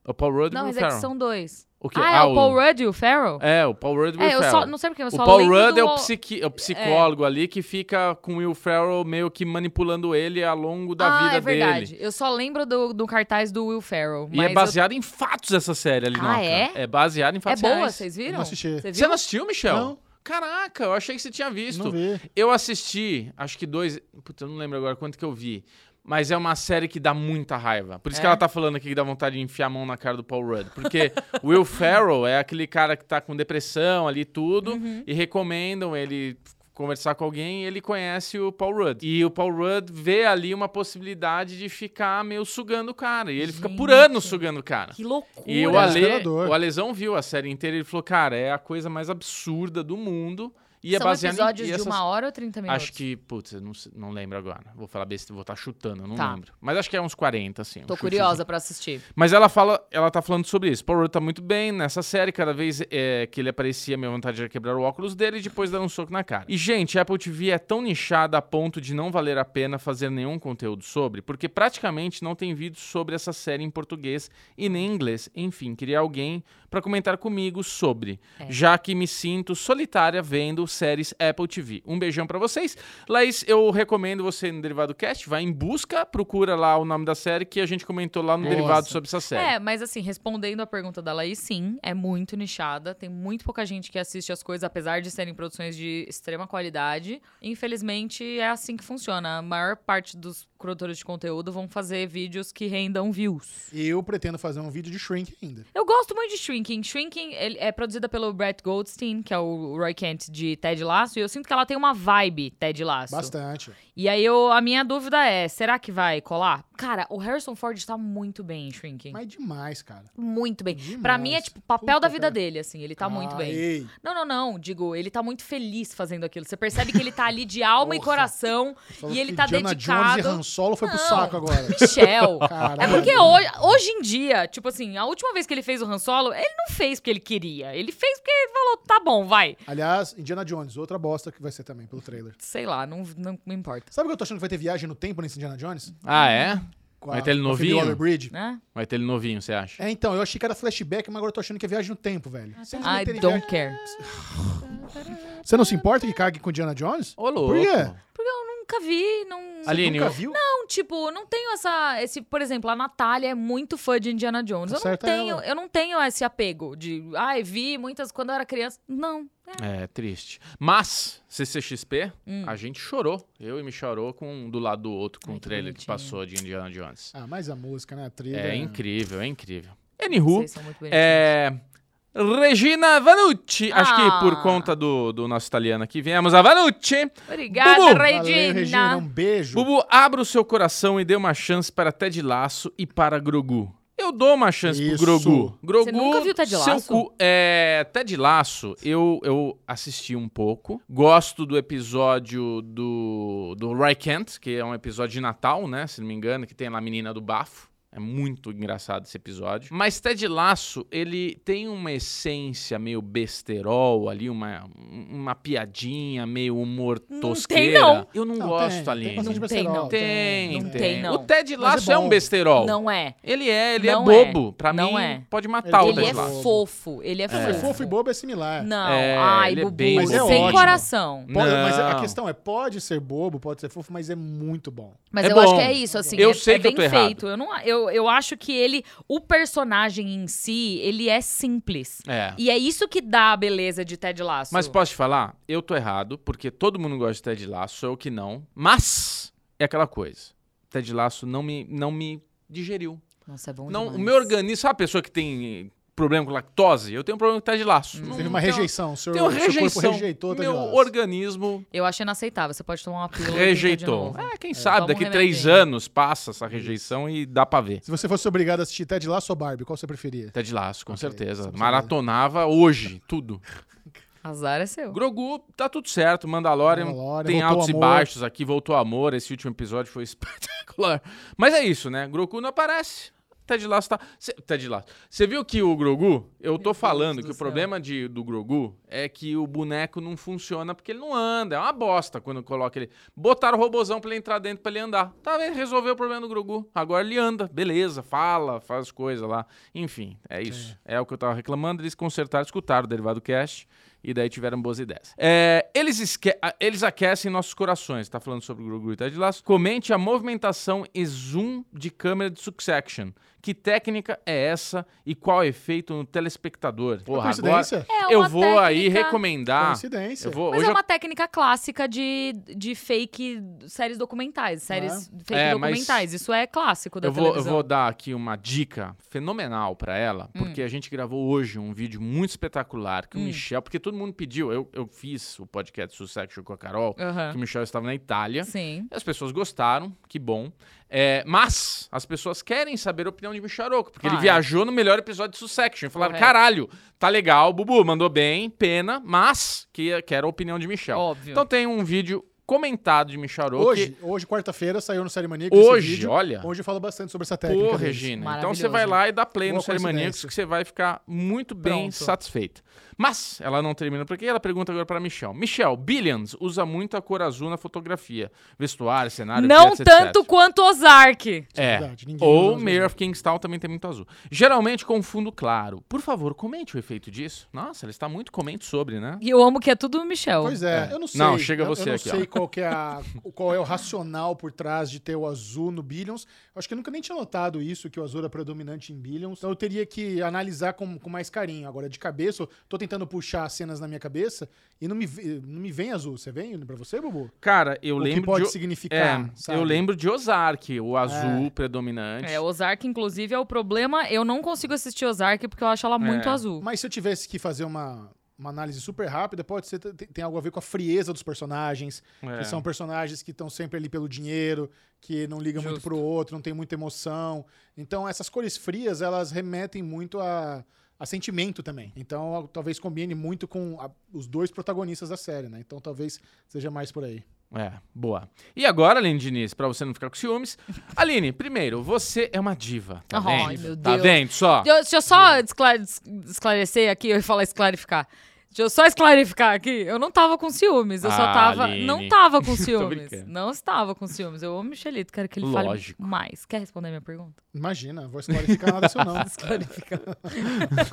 Speaker 3: O Paul Rudd e
Speaker 1: Não,
Speaker 3: o Will
Speaker 1: mas é que
Speaker 3: Ferrell.
Speaker 1: são dois.
Speaker 3: O O quê?
Speaker 1: Ah, é o Paul Rudd, o Farrell?
Speaker 3: É, o Paul Rudd e o
Speaker 1: É,
Speaker 3: Will
Speaker 1: eu
Speaker 3: Ferrell.
Speaker 1: só, não sei porque eu
Speaker 3: O
Speaker 1: só
Speaker 3: Paul
Speaker 1: lembro
Speaker 3: Rudd
Speaker 1: do...
Speaker 3: é o, psiqui- é o psicólogo ali que fica com o Will Ferrell meio que manipulando ele ao longo da
Speaker 1: ah,
Speaker 3: vida
Speaker 1: é verdade.
Speaker 3: dele.
Speaker 1: Eu só lembro do, do cartaz do Will Ferrell.
Speaker 3: E
Speaker 1: mas
Speaker 3: é
Speaker 1: eu-
Speaker 3: baseado em fatos essa série ali,
Speaker 1: Ah,
Speaker 3: Noca.
Speaker 1: é?
Speaker 3: É baseado em
Speaker 1: É
Speaker 3: fatos
Speaker 1: boa,
Speaker 3: reais.
Speaker 1: vocês viram?
Speaker 2: Não assisti.
Speaker 1: Você
Speaker 3: Você
Speaker 1: viu?
Speaker 3: não assistiu, Michel?
Speaker 2: Não.
Speaker 3: Caraca, eu achei que você tinha visto.
Speaker 2: Não vi.
Speaker 3: Eu assisti, acho que dois. Puta, eu não lembro agora quanto que eu vi. Mas é uma série que dá muita raiva. Por isso que
Speaker 1: É?
Speaker 3: ela tá falando aqui que dá vontade de enfiar a mão na cara do Paul Rudd. Porque o Will Ferrell é aquele cara que tá com depressão ali e tudo.
Speaker 1: Uhum.
Speaker 3: E recomendam ele conversar com alguém e ele conhece o Paul Rudd. E o Paul Rudd vê ali uma possibilidade de ficar meio sugando o cara. E ele fica por
Speaker 1: Gente.
Speaker 3: anos sugando o cara.
Speaker 1: Que loucura.
Speaker 3: E o Ale,
Speaker 2: Desesperador.
Speaker 3: o Alesão viu a série inteira e ele falou, cara, é a coisa mais absurda do mundo. E é
Speaker 1: São
Speaker 3: baseado em-
Speaker 1: episódios
Speaker 3: e
Speaker 1: de
Speaker 3: essas-
Speaker 1: uma hora ou 30 minutos?
Speaker 3: Acho que, putz, eu não, sei- não lembro agora. Vou falar besta, vou estar chutando, eu não
Speaker 1: Tá.
Speaker 3: lembro. Mas acho que é uns 40, assim. um
Speaker 1: Tô
Speaker 3: chutezinho.
Speaker 1: curiosa pra assistir.
Speaker 3: Mas ela fala, ela tá falando sobre isso. Paul Rudd tá muito bem nessa série. Cada vez é, que ele aparecia, minha vontade era quebrar o óculos dele e depois dar um soco na cara. E, gente, a Apple TV é tão nichada a ponto de não valer a pena fazer nenhum conteúdo sobre, porque praticamente não tem vídeo sobre essa série em português e nem em inglês. Enfim, queria alguém pra comentar comigo sobre, já que me sinto solitária vendo séries Apple TV. Um beijão pra vocês. Laís, eu recomendo você ir no Derivado Cast, vai em busca, procura lá o nome da série que a gente comentou lá no
Speaker 1: Nossa.
Speaker 3: Derivado sobre essa série.
Speaker 1: É, mas assim, respondendo a pergunta da Laís, sim, é muito nichada. Tem muito pouca gente que assiste as coisas, apesar de serem produções de extrema qualidade. Infelizmente, é assim que funciona. A maior parte dos produtores de conteúdo vão fazer vídeos que rendam views.
Speaker 2: Eu pretendo fazer um vídeo de shrink ainda.
Speaker 1: Eu gosto muito de Shrinking. Shrinking ele é produzida pelo Brett Goldstein, que é o Roy Kent de Ted Lasso, e eu sinto que ela tem uma vibe Ted Lasso.
Speaker 2: Bastante.
Speaker 1: E aí eu, a minha dúvida é, será que vai colar? Cara, o Harrison Ford tá muito bem em Shrinking.
Speaker 2: Mas demais, cara.
Speaker 1: Muito bem.
Speaker 2: Demais.
Speaker 1: Pra mim é tipo papel
Speaker 2: Puta,
Speaker 1: da vida
Speaker 2: cara.
Speaker 1: dele, assim, ele tá muito bem.
Speaker 2: Ai,
Speaker 1: Não, não, não, digo, ele tá muito feliz fazendo aquilo. Você percebe que ele tá ali de alma e
Speaker 2: Porra.
Speaker 1: coração.
Speaker 2: falou
Speaker 1: E ele
Speaker 2: que
Speaker 1: tá
Speaker 2: Diana Jones e
Speaker 1: dedicado.
Speaker 2: Han Solo foi pro
Speaker 1: Não. É
Speaker 2: saco agora.
Speaker 1: Michel.
Speaker 2: Caralho.
Speaker 1: É porque hoje, hoje em dia, tipo assim, a última vez que ele fez o Han Solo, ele não fez porque ele queria. Ele fez porque ele falou, tá bom, vai.
Speaker 2: Aliás, Indiana Jones, outra bosta que vai ser também pelo trailer.
Speaker 1: Sei lá, não, não me importa.
Speaker 2: Sabe o que eu tô achando que vai ter viagem no tempo nesse Indiana Jones?
Speaker 3: Ah, é?
Speaker 2: Com
Speaker 3: Vai ter ele
Speaker 2: com a Phoebe
Speaker 3: novinho?
Speaker 2: Waller-Bridge?
Speaker 1: Né?
Speaker 3: Vai ter ele novinho, você acha?
Speaker 2: É, então, eu achei que era flashback, mas agora eu tô achando que é viagem no tempo, velho. Se eles
Speaker 1: I
Speaker 2: meterem
Speaker 1: don't
Speaker 2: viagem-
Speaker 1: care.
Speaker 2: Você não se importa que cague com Indiana Jones?
Speaker 3: Ô, louco.
Speaker 2: Por quê?
Speaker 1: Nunca vi, não.
Speaker 3: Ali- Aline,
Speaker 2: Nunca
Speaker 3: eu-
Speaker 2: viu?
Speaker 1: Não, tipo, não tenho essa. Esse, por exemplo, a Natália é muito fã de Indiana Jones. Eu não,
Speaker 2: Acerta
Speaker 1: tenho,
Speaker 2: ela.
Speaker 1: eu não tenho esse apego de. Ai, vi muitas quando eu era criança. Não.
Speaker 3: É, triste. Mas, CCXP, a gente chorou. Eu e me chorou com um do lado do outro com
Speaker 1: Hum.
Speaker 3: o
Speaker 1: Ai, que
Speaker 3: trailer
Speaker 1: bonitinho.
Speaker 3: que passou de Indiana Jones.
Speaker 2: Ah, mas a música, né? A trilha.
Speaker 3: É incrível, é incrível. Anywho,
Speaker 1: Vocês são muito bonitinhos.
Speaker 3: é. Regina Vanucci, acho que
Speaker 1: Ah.
Speaker 3: por conta do, do nosso italiano aqui, viemos a Vanucci.
Speaker 1: Obrigada,
Speaker 3: Bubu!
Speaker 1: Regina.
Speaker 2: Valeu, Regina, um beijo.
Speaker 3: Bubu, abra o seu coração e dê uma chance para Ted Laço e para Grogu. Eu dou uma chance
Speaker 2: Isso.
Speaker 3: pro Grogu. Grogu
Speaker 1: Você nunca viu Ted
Speaker 3: seu
Speaker 1: Lasso?
Speaker 3: cu- é, Ted Laço, eu, eu assisti um pouco. Gosto do episódio do, do Roy Kent, que é um episódio de Natal, né? Se não me engano, que tem lá a menina do bafo. É muito engraçado esse episódio. Mas Ted Laço, ele tem uma essência meio besterol ali, uma, uma piadinha, meio humor tosqueira.
Speaker 1: não.
Speaker 3: Eu não,
Speaker 2: Não,
Speaker 3: gosto,
Speaker 2: tem,
Speaker 3: Aline.
Speaker 2: Tem, bastante
Speaker 1: Não tem,
Speaker 2: besterol,
Speaker 1: não.
Speaker 3: Tem,
Speaker 1: Não
Speaker 3: é, tem.
Speaker 1: tem, não.
Speaker 3: O Ted
Speaker 2: Mas
Speaker 3: Lasso
Speaker 2: é
Speaker 3: é,
Speaker 2: bom.
Speaker 3: um besterol.
Speaker 1: Não é.
Speaker 3: Ele é, ele
Speaker 1: Não
Speaker 3: é
Speaker 1: é.
Speaker 3: bobo. Pra
Speaker 1: Não
Speaker 3: mim,
Speaker 1: é.
Speaker 3: pode matar
Speaker 2: Ele
Speaker 3: o
Speaker 1: Ele
Speaker 3: Ted
Speaker 1: é
Speaker 3: Lasso.
Speaker 1: fofo. Ele é,
Speaker 2: É,
Speaker 1: fofo.
Speaker 2: fofo e bobo é similar.
Speaker 1: Não.
Speaker 3: É,
Speaker 1: Ai,
Speaker 3: ele é
Speaker 1: Bubu.
Speaker 3: bem
Speaker 2: Mas é
Speaker 1: sem
Speaker 2: ótimo.
Speaker 1: coração.
Speaker 2: Pode- mas a
Speaker 3: Não.
Speaker 2: questão é, pode ser bobo, pode ser fofo, mas é muito bom.
Speaker 1: Mas
Speaker 3: É
Speaker 1: eu acho
Speaker 3: bom.
Speaker 1: que é isso, assim.
Speaker 3: Eu
Speaker 1: é,
Speaker 3: sei
Speaker 1: é
Speaker 3: que eu
Speaker 1: bem
Speaker 3: tô errado.
Speaker 1: feito. Eu, não, eu, eu acho que ele, o personagem em si, ele é simples.
Speaker 3: É.
Speaker 1: E é isso que dá a beleza de Ted Lasso.
Speaker 3: Mas posso te falar? Eu tô errado, porque todo mundo gosta de Ted Lasso, sou eu que não. Mas é aquela coisa. Ted Lasso não me, não me digeriu.
Speaker 1: Nossa, é bom
Speaker 3: Não, o
Speaker 1: demais.
Speaker 3: meu organismo, sabe a pessoa que tem problema com lactose? Eu tenho problema com Ted Lasso. Não-
Speaker 2: Teve uma
Speaker 3: tenho-
Speaker 2: rejeição. Seu,
Speaker 3: Tenho
Speaker 2: seu
Speaker 3: rejeição.
Speaker 2: corpo rejeitou tá de
Speaker 3: meu
Speaker 2: lado.
Speaker 3: organismo
Speaker 1: Eu acho inaceitável. Você pode tomar uma pílula. e tentar de
Speaker 3: rejeitou.
Speaker 1: novo.
Speaker 3: É, quem sabe,
Speaker 1: Toma um
Speaker 3: daqui três
Speaker 1: remedinho.
Speaker 3: anos passa essa rejeição e dá pra ver.
Speaker 2: Se você fosse obrigado a assistir Ted Lasso ou Barbie, qual você preferia?
Speaker 3: Ted Lasso, com certeza.
Speaker 2: precisa-
Speaker 3: Maratonava hoje, tudo.
Speaker 1: Azar é seu.
Speaker 3: Grogu, tá tudo certo. Mandalorian,
Speaker 2: Mandalorian,
Speaker 3: tem
Speaker 2: voltou
Speaker 3: altos e
Speaker 2: amor.
Speaker 3: baixos aqui, voltou amor. Esse último episódio foi espetacular. Mas é isso, né? Grogu não aparece. Ted Lasso tá. Cê, Ted Lasso. Você viu que o Grogu, eu tô falando que o problema de, do Grogu é que o boneco não funciona porque ele não anda. É uma bosta quando coloca ele. Botaram o robozão pra ele entrar dentro pra ele andar. Tá, bem, resolveu o problema do Grogu. Agora ele anda. Beleza, fala, faz coisa lá. Enfim, é isso. É. o que eu tava reclamando. Eles consertaram, escutaram o derivado cast. E daí tiveram boas ideias. É, eles, esque- a- eles aquecem nossos corações. Tá falando sobre o Grogu e Ted Lasso. Comente a movimentação e zoom de câmera de Succession. Que técnica é essa e qual é efeito no telespectador? Porra, agora
Speaker 2: Coincidência?
Speaker 1: É
Speaker 3: eu
Speaker 1: uma
Speaker 3: vou aí
Speaker 1: técnica-
Speaker 3: recomendar.
Speaker 2: Coincidência.
Speaker 3: Eu vou,
Speaker 1: Mas é
Speaker 3: hoje eu-
Speaker 1: uma técnica clássica de, de fake séries documentais, séries fake
Speaker 3: É, mas-
Speaker 1: documentais. Isso é clássico da
Speaker 3: eu, vou, eu
Speaker 1: televisão. Hum.
Speaker 3: vou dar aqui uma dica fenomenal pra ela, porque a gente gravou hoje um vídeo muito espetacular que o Michel, porque todo mundo pediu, eu, eu fiz o podcast Sucesso com a Carol,
Speaker 1: Aham.
Speaker 3: que o Michel estava na Itália.
Speaker 1: Sim.
Speaker 3: As pessoas gostaram, que bom. É, mas as pessoas querem saber a opinião de Micharoco, porque ele
Speaker 1: Claro.
Speaker 3: viajou no melhor episódio de Succession. E Falaram,
Speaker 1: Ah, é. Correto.
Speaker 3: caralho, tá legal, Bubu, mandou bem, pena, mas que quero a opinião de Michel.
Speaker 1: Óbvio.
Speaker 3: Então tem um vídeo comentado de Micharoco.
Speaker 2: Hoje, hoje quarta-feira, saiu no Série Maníaco esse
Speaker 3: Hoje,
Speaker 2: vídeo.
Speaker 3: olha.
Speaker 2: Hoje eu falo bastante sobre essa técnica.
Speaker 3: Pô,
Speaker 2: deles.
Speaker 3: Regina. Então
Speaker 1: Maravilhoso.
Speaker 3: você vai lá e dá play
Speaker 2: Boa
Speaker 3: no Série Maníacos
Speaker 2: coincidência.
Speaker 3: que você vai ficar muito bem
Speaker 1: Pronto.
Speaker 3: satisfeita. Mas ela não termina por aqui. Ela pergunta agora pra Michel. Michel, Billions usa muito a cor azul na fotografia. Vestuário, cenário,
Speaker 1: Não
Speaker 3: jets,
Speaker 1: tanto
Speaker 3: etc.
Speaker 1: quanto Ozark.
Speaker 3: É.
Speaker 2: Verdade, ninguém usa
Speaker 3: Ou
Speaker 2: azul.
Speaker 3: Mayor of Kingstown também tem muito azul. Geralmente confundo claro. Por favor, comente o efeito disso. Nossa, ela está muito comente sobre, né?
Speaker 1: E eu amo que é tudo o Michel.
Speaker 2: Pois é,
Speaker 3: É.
Speaker 2: eu não sei.
Speaker 3: Não, chega
Speaker 2: eu,
Speaker 3: você
Speaker 2: eu não
Speaker 3: aqui, ó.
Speaker 2: sei qual, que é a- qual é o racional por trás de ter o azul no Billions. Eu acho que eu nunca nem tinha notado isso, que o azul era predominante em Billions. Então eu teria que analisar com, com mais carinho. Agora, de cabeça, eu tô tentando puxar as cenas na minha cabeça e não me, ve- não me vem azul. Você vem pra você, Bubu?
Speaker 3: Cara, eu
Speaker 2: o
Speaker 3: lembro
Speaker 2: que pode
Speaker 3: de
Speaker 2: significar,
Speaker 3: É,
Speaker 2: sabe?
Speaker 3: eu lembro de Ozark, o azul predominante.
Speaker 1: É, Ozark, inclusive, é o problema. Eu não consigo assistir Ozark porque eu acho ela muito
Speaker 3: É.
Speaker 1: azul.
Speaker 2: Mas se eu tivesse que fazer uma, uma análise super rápida, pode ser tem, tem algo a ver com a frieza dos personagens,
Speaker 3: É.
Speaker 2: que são personagens que estão sempre ali pelo dinheiro, que não ligam muito
Speaker 1: Justo.
Speaker 2: pro outro, não tem muita emoção. Então essas cores frias, elas remetem muito a a sentimento também. Então, a- talvez combine muito com a- os dois protagonistas da série, né? Então, talvez seja mais por aí.
Speaker 3: É, boa. E agora, Aline Diniz, pra você não ficar com ciúmes. Aline, primeiro, você é uma diva. Tá
Speaker 1: Ai,
Speaker 3: vendo?
Speaker 1: meu
Speaker 3: Tá
Speaker 1: Deus.
Speaker 3: vendo só?
Speaker 1: Eu- deixa eu
Speaker 3: Hum.
Speaker 1: só esclare- es- esclarecer aqui, eu ia falar esclarificar. Deixa eu só esclarificar aqui. Eu não tava com ciúmes, eu
Speaker 3: Ah,
Speaker 1: só tava.
Speaker 3: Aline.
Speaker 1: Não tava com
Speaker 3: brincando.
Speaker 1: ciúmes. não estava com ciúmes. Eu amo o Michelito, quero que ele
Speaker 3: Lógico.
Speaker 1: fale mais. Quer responder a minha pergunta?
Speaker 2: Imagina, vou esclarecer nada disso não.
Speaker 1: Esclarificar.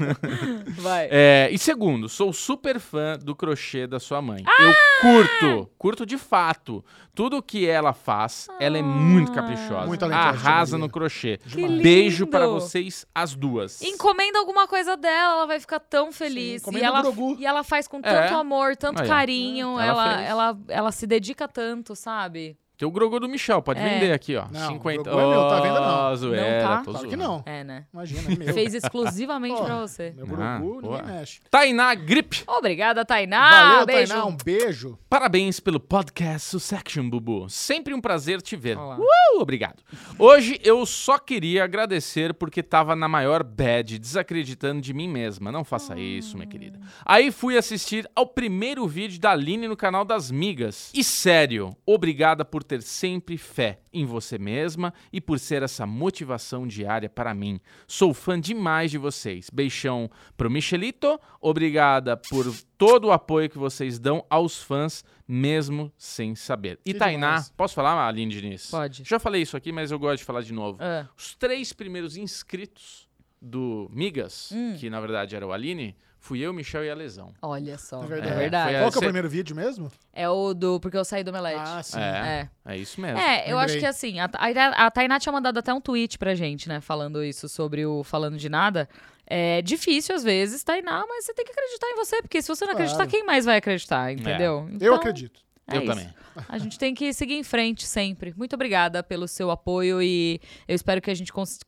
Speaker 1: Vai.
Speaker 3: É, e segundo, sou super fã do crochê da sua
Speaker 1: Ah!
Speaker 3: mãe. Eu curto, curto de fato. Tudo que ela faz, ela é muito caprichosa.
Speaker 2: Muito talentosa,
Speaker 3: Arrasa
Speaker 2: Maria.
Speaker 3: no crochê.
Speaker 1: Ah! Que lindo.
Speaker 3: Beijo pra vocês as duas.
Speaker 1: Encomenda alguma coisa dela, ela vai ficar tão feliz.
Speaker 2: Sim,
Speaker 1: e,
Speaker 2: encomenda
Speaker 1: ela,
Speaker 2: o Grogu.
Speaker 1: e ela faz com tanto
Speaker 3: É.
Speaker 1: amor, tanto
Speaker 3: Aí, ó. Hum,
Speaker 1: carinho,
Speaker 3: Ela
Speaker 1: ela,
Speaker 3: fez.
Speaker 1: ela, ela se dedica tanto, sabe?
Speaker 3: Tem o Grogu do Michel, pode
Speaker 1: É.
Speaker 3: vender aqui, ó.
Speaker 2: Não,
Speaker 3: 50.
Speaker 2: Grogu é meu, tá à venda não.
Speaker 3: Ó,
Speaker 1: Não
Speaker 3: zoeira,
Speaker 1: tá?
Speaker 3: tô
Speaker 2: Claro que
Speaker 3: zoando.
Speaker 2: não.
Speaker 1: É, né?
Speaker 2: Imagina, é meu.
Speaker 1: Fez exclusivamente
Speaker 2: Ó.
Speaker 1: pra você.
Speaker 2: Meu
Speaker 3: Ah,
Speaker 2: Grogu,
Speaker 3: boa.
Speaker 2: ninguém mexe.
Speaker 3: Tainá Grip.
Speaker 1: Obrigada, Tainá.
Speaker 2: Valeu,
Speaker 1: Ah, Beijo.
Speaker 2: Tainá, um beijo.
Speaker 3: Parabéns pelo podcast Sussection, Bubu. Sempre um prazer te ver.
Speaker 1: Olá.
Speaker 3: Uh, obrigado. Hoje eu só queria agradecer porque tava na maior bad, desacreditando de mim mesma. Não faça isso, minha querida. Aí fui assistir ao primeiro vídeo da Aline no canal das migas. E sério, obrigada por ter sempre fé em você mesma e por ser essa motivação diária para mim. Sou fã demais de vocês. Beijão pro Michelito. Obrigada por todo o apoio que vocês dão aos fãs, mesmo sem saber. E
Speaker 2: Que
Speaker 3: Tainá,
Speaker 2: demais.
Speaker 3: posso falar, Aline Diniz?
Speaker 1: Pode.
Speaker 3: Já falei isso aqui, mas eu gosto de falar de novo.
Speaker 1: Ah,
Speaker 3: Os três primeiros inscritos do Migas,
Speaker 1: Hum.
Speaker 3: que na verdade era o Aline, fui eu, Michel e a Lesão.
Speaker 1: olha só.
Speaker 2: É
Speaker 1: É
Speaker 2: verdade.
Speaker 1: verdade. É,
Speaker 3: Foi a-
Speaker 2: Qual que é o
Speaker 3: Cê-
Speaker 2: primeiro vídeo mesmo? Ah,
Speaker 1: o do Porque Eu Saí do Omelete.
Speaker 2: sim.
Speaker 3: É,
Speaker 1: é.
Speaker 3: é isso mesmo.
Speaker 1: É, eu acho
Speaker 2: Lembrei.
Speaker 1: que assim, a, a, a Tainá tinha mandado até um tweet pra gente, né? Falando isso sobre o Falando de Nada. É difícil às vezes, Tainá, mas você tem que acreditar em você, porque se você não
Speaker 2: Claro.
Speaker 1: acreditar, quem mais vai acreditar, entendeu?
Speaker 2: Eu
Speaker 1: Então,
Speaker 2: acredito.
Speaker 1: é
Speaker 3: eu
Speaker 1: isso.
Speaker 3: também.
Speaker 1: A gente tem que seguir em frente sempre. Muito obrigada pelo seu apoio e eu espero que a gente cons-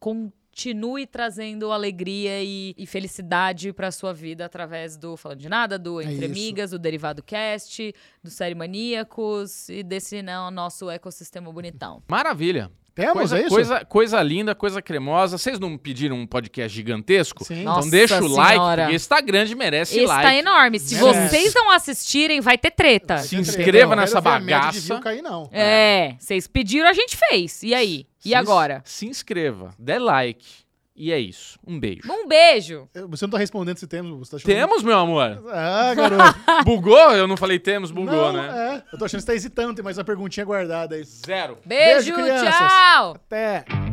Speaker 1: continue trazendo alegria e, e felicidade pra sua vida através do Falando de Nada, do
Speaker 2: É
Speaker 1: Entre
Speaker 2: isso.
Speaker 1: Amigas, do Derivado Cast, do Série Maníacos e desse não, nosso ecossistema bonitão.
Speaker 3: Maravilha.
Speaker 2: Temos,
Speaker 3: coisa,
Speaker 2: é isso?
Speaker 3: Coisa, coisa linda, coisa cremosa. Vocês não pediram um podcast gigantesco?
Speaker 2: Sim.
Speaker 3: Então
Speaker 1: Nossa
Speaker 3: deixa o like,
Speaker 1: Senhora.
Speaker 3: porque esse tá grande, merece
Speaker 1: Esse
Speaker 3: like.
Speaker 1: tá enorme. Se
Speaker 2: Merece.
Speaker 1: vocês não assistirem, vai ter treta.
Speaker 3: Se
Speaker 2: Não,
Speaker 3: inscreva nessa
Speaker 2: quero ver a média de
Speaker 3: bagaça.
Speaker 2: view cair, não.
Speaker 1: É, vocês pediram, a gente fez. E aí?
Speaker 3: Se
Speaker 1: E
Speaker 3: ins-
Speaker 1: agora?
Speaker 3: Se inscreva, dê like. E é isso. Um beijo.
Speaker 1: Um beijo.
Speaker 2: Eu- Você não tá respondendo se temos, você tá achando-
Speaker 3: Temos, meu amor?
Speaker 2: Ah, garoto.
Speaker 3: Bugou? Eu não falei temos,
Speaker 2: não,
Speaker 3: bugou, né?
Speaker 2: É. Eu tô achando que você tá hesitando, tem mais uma perguntinha guardada é aí.
Speaker 3: Zero.
Speaker 1: Beijo,
Speaker 2: Beijo, crianças.
Speaker 1: tchau.
Speaker 2: Até.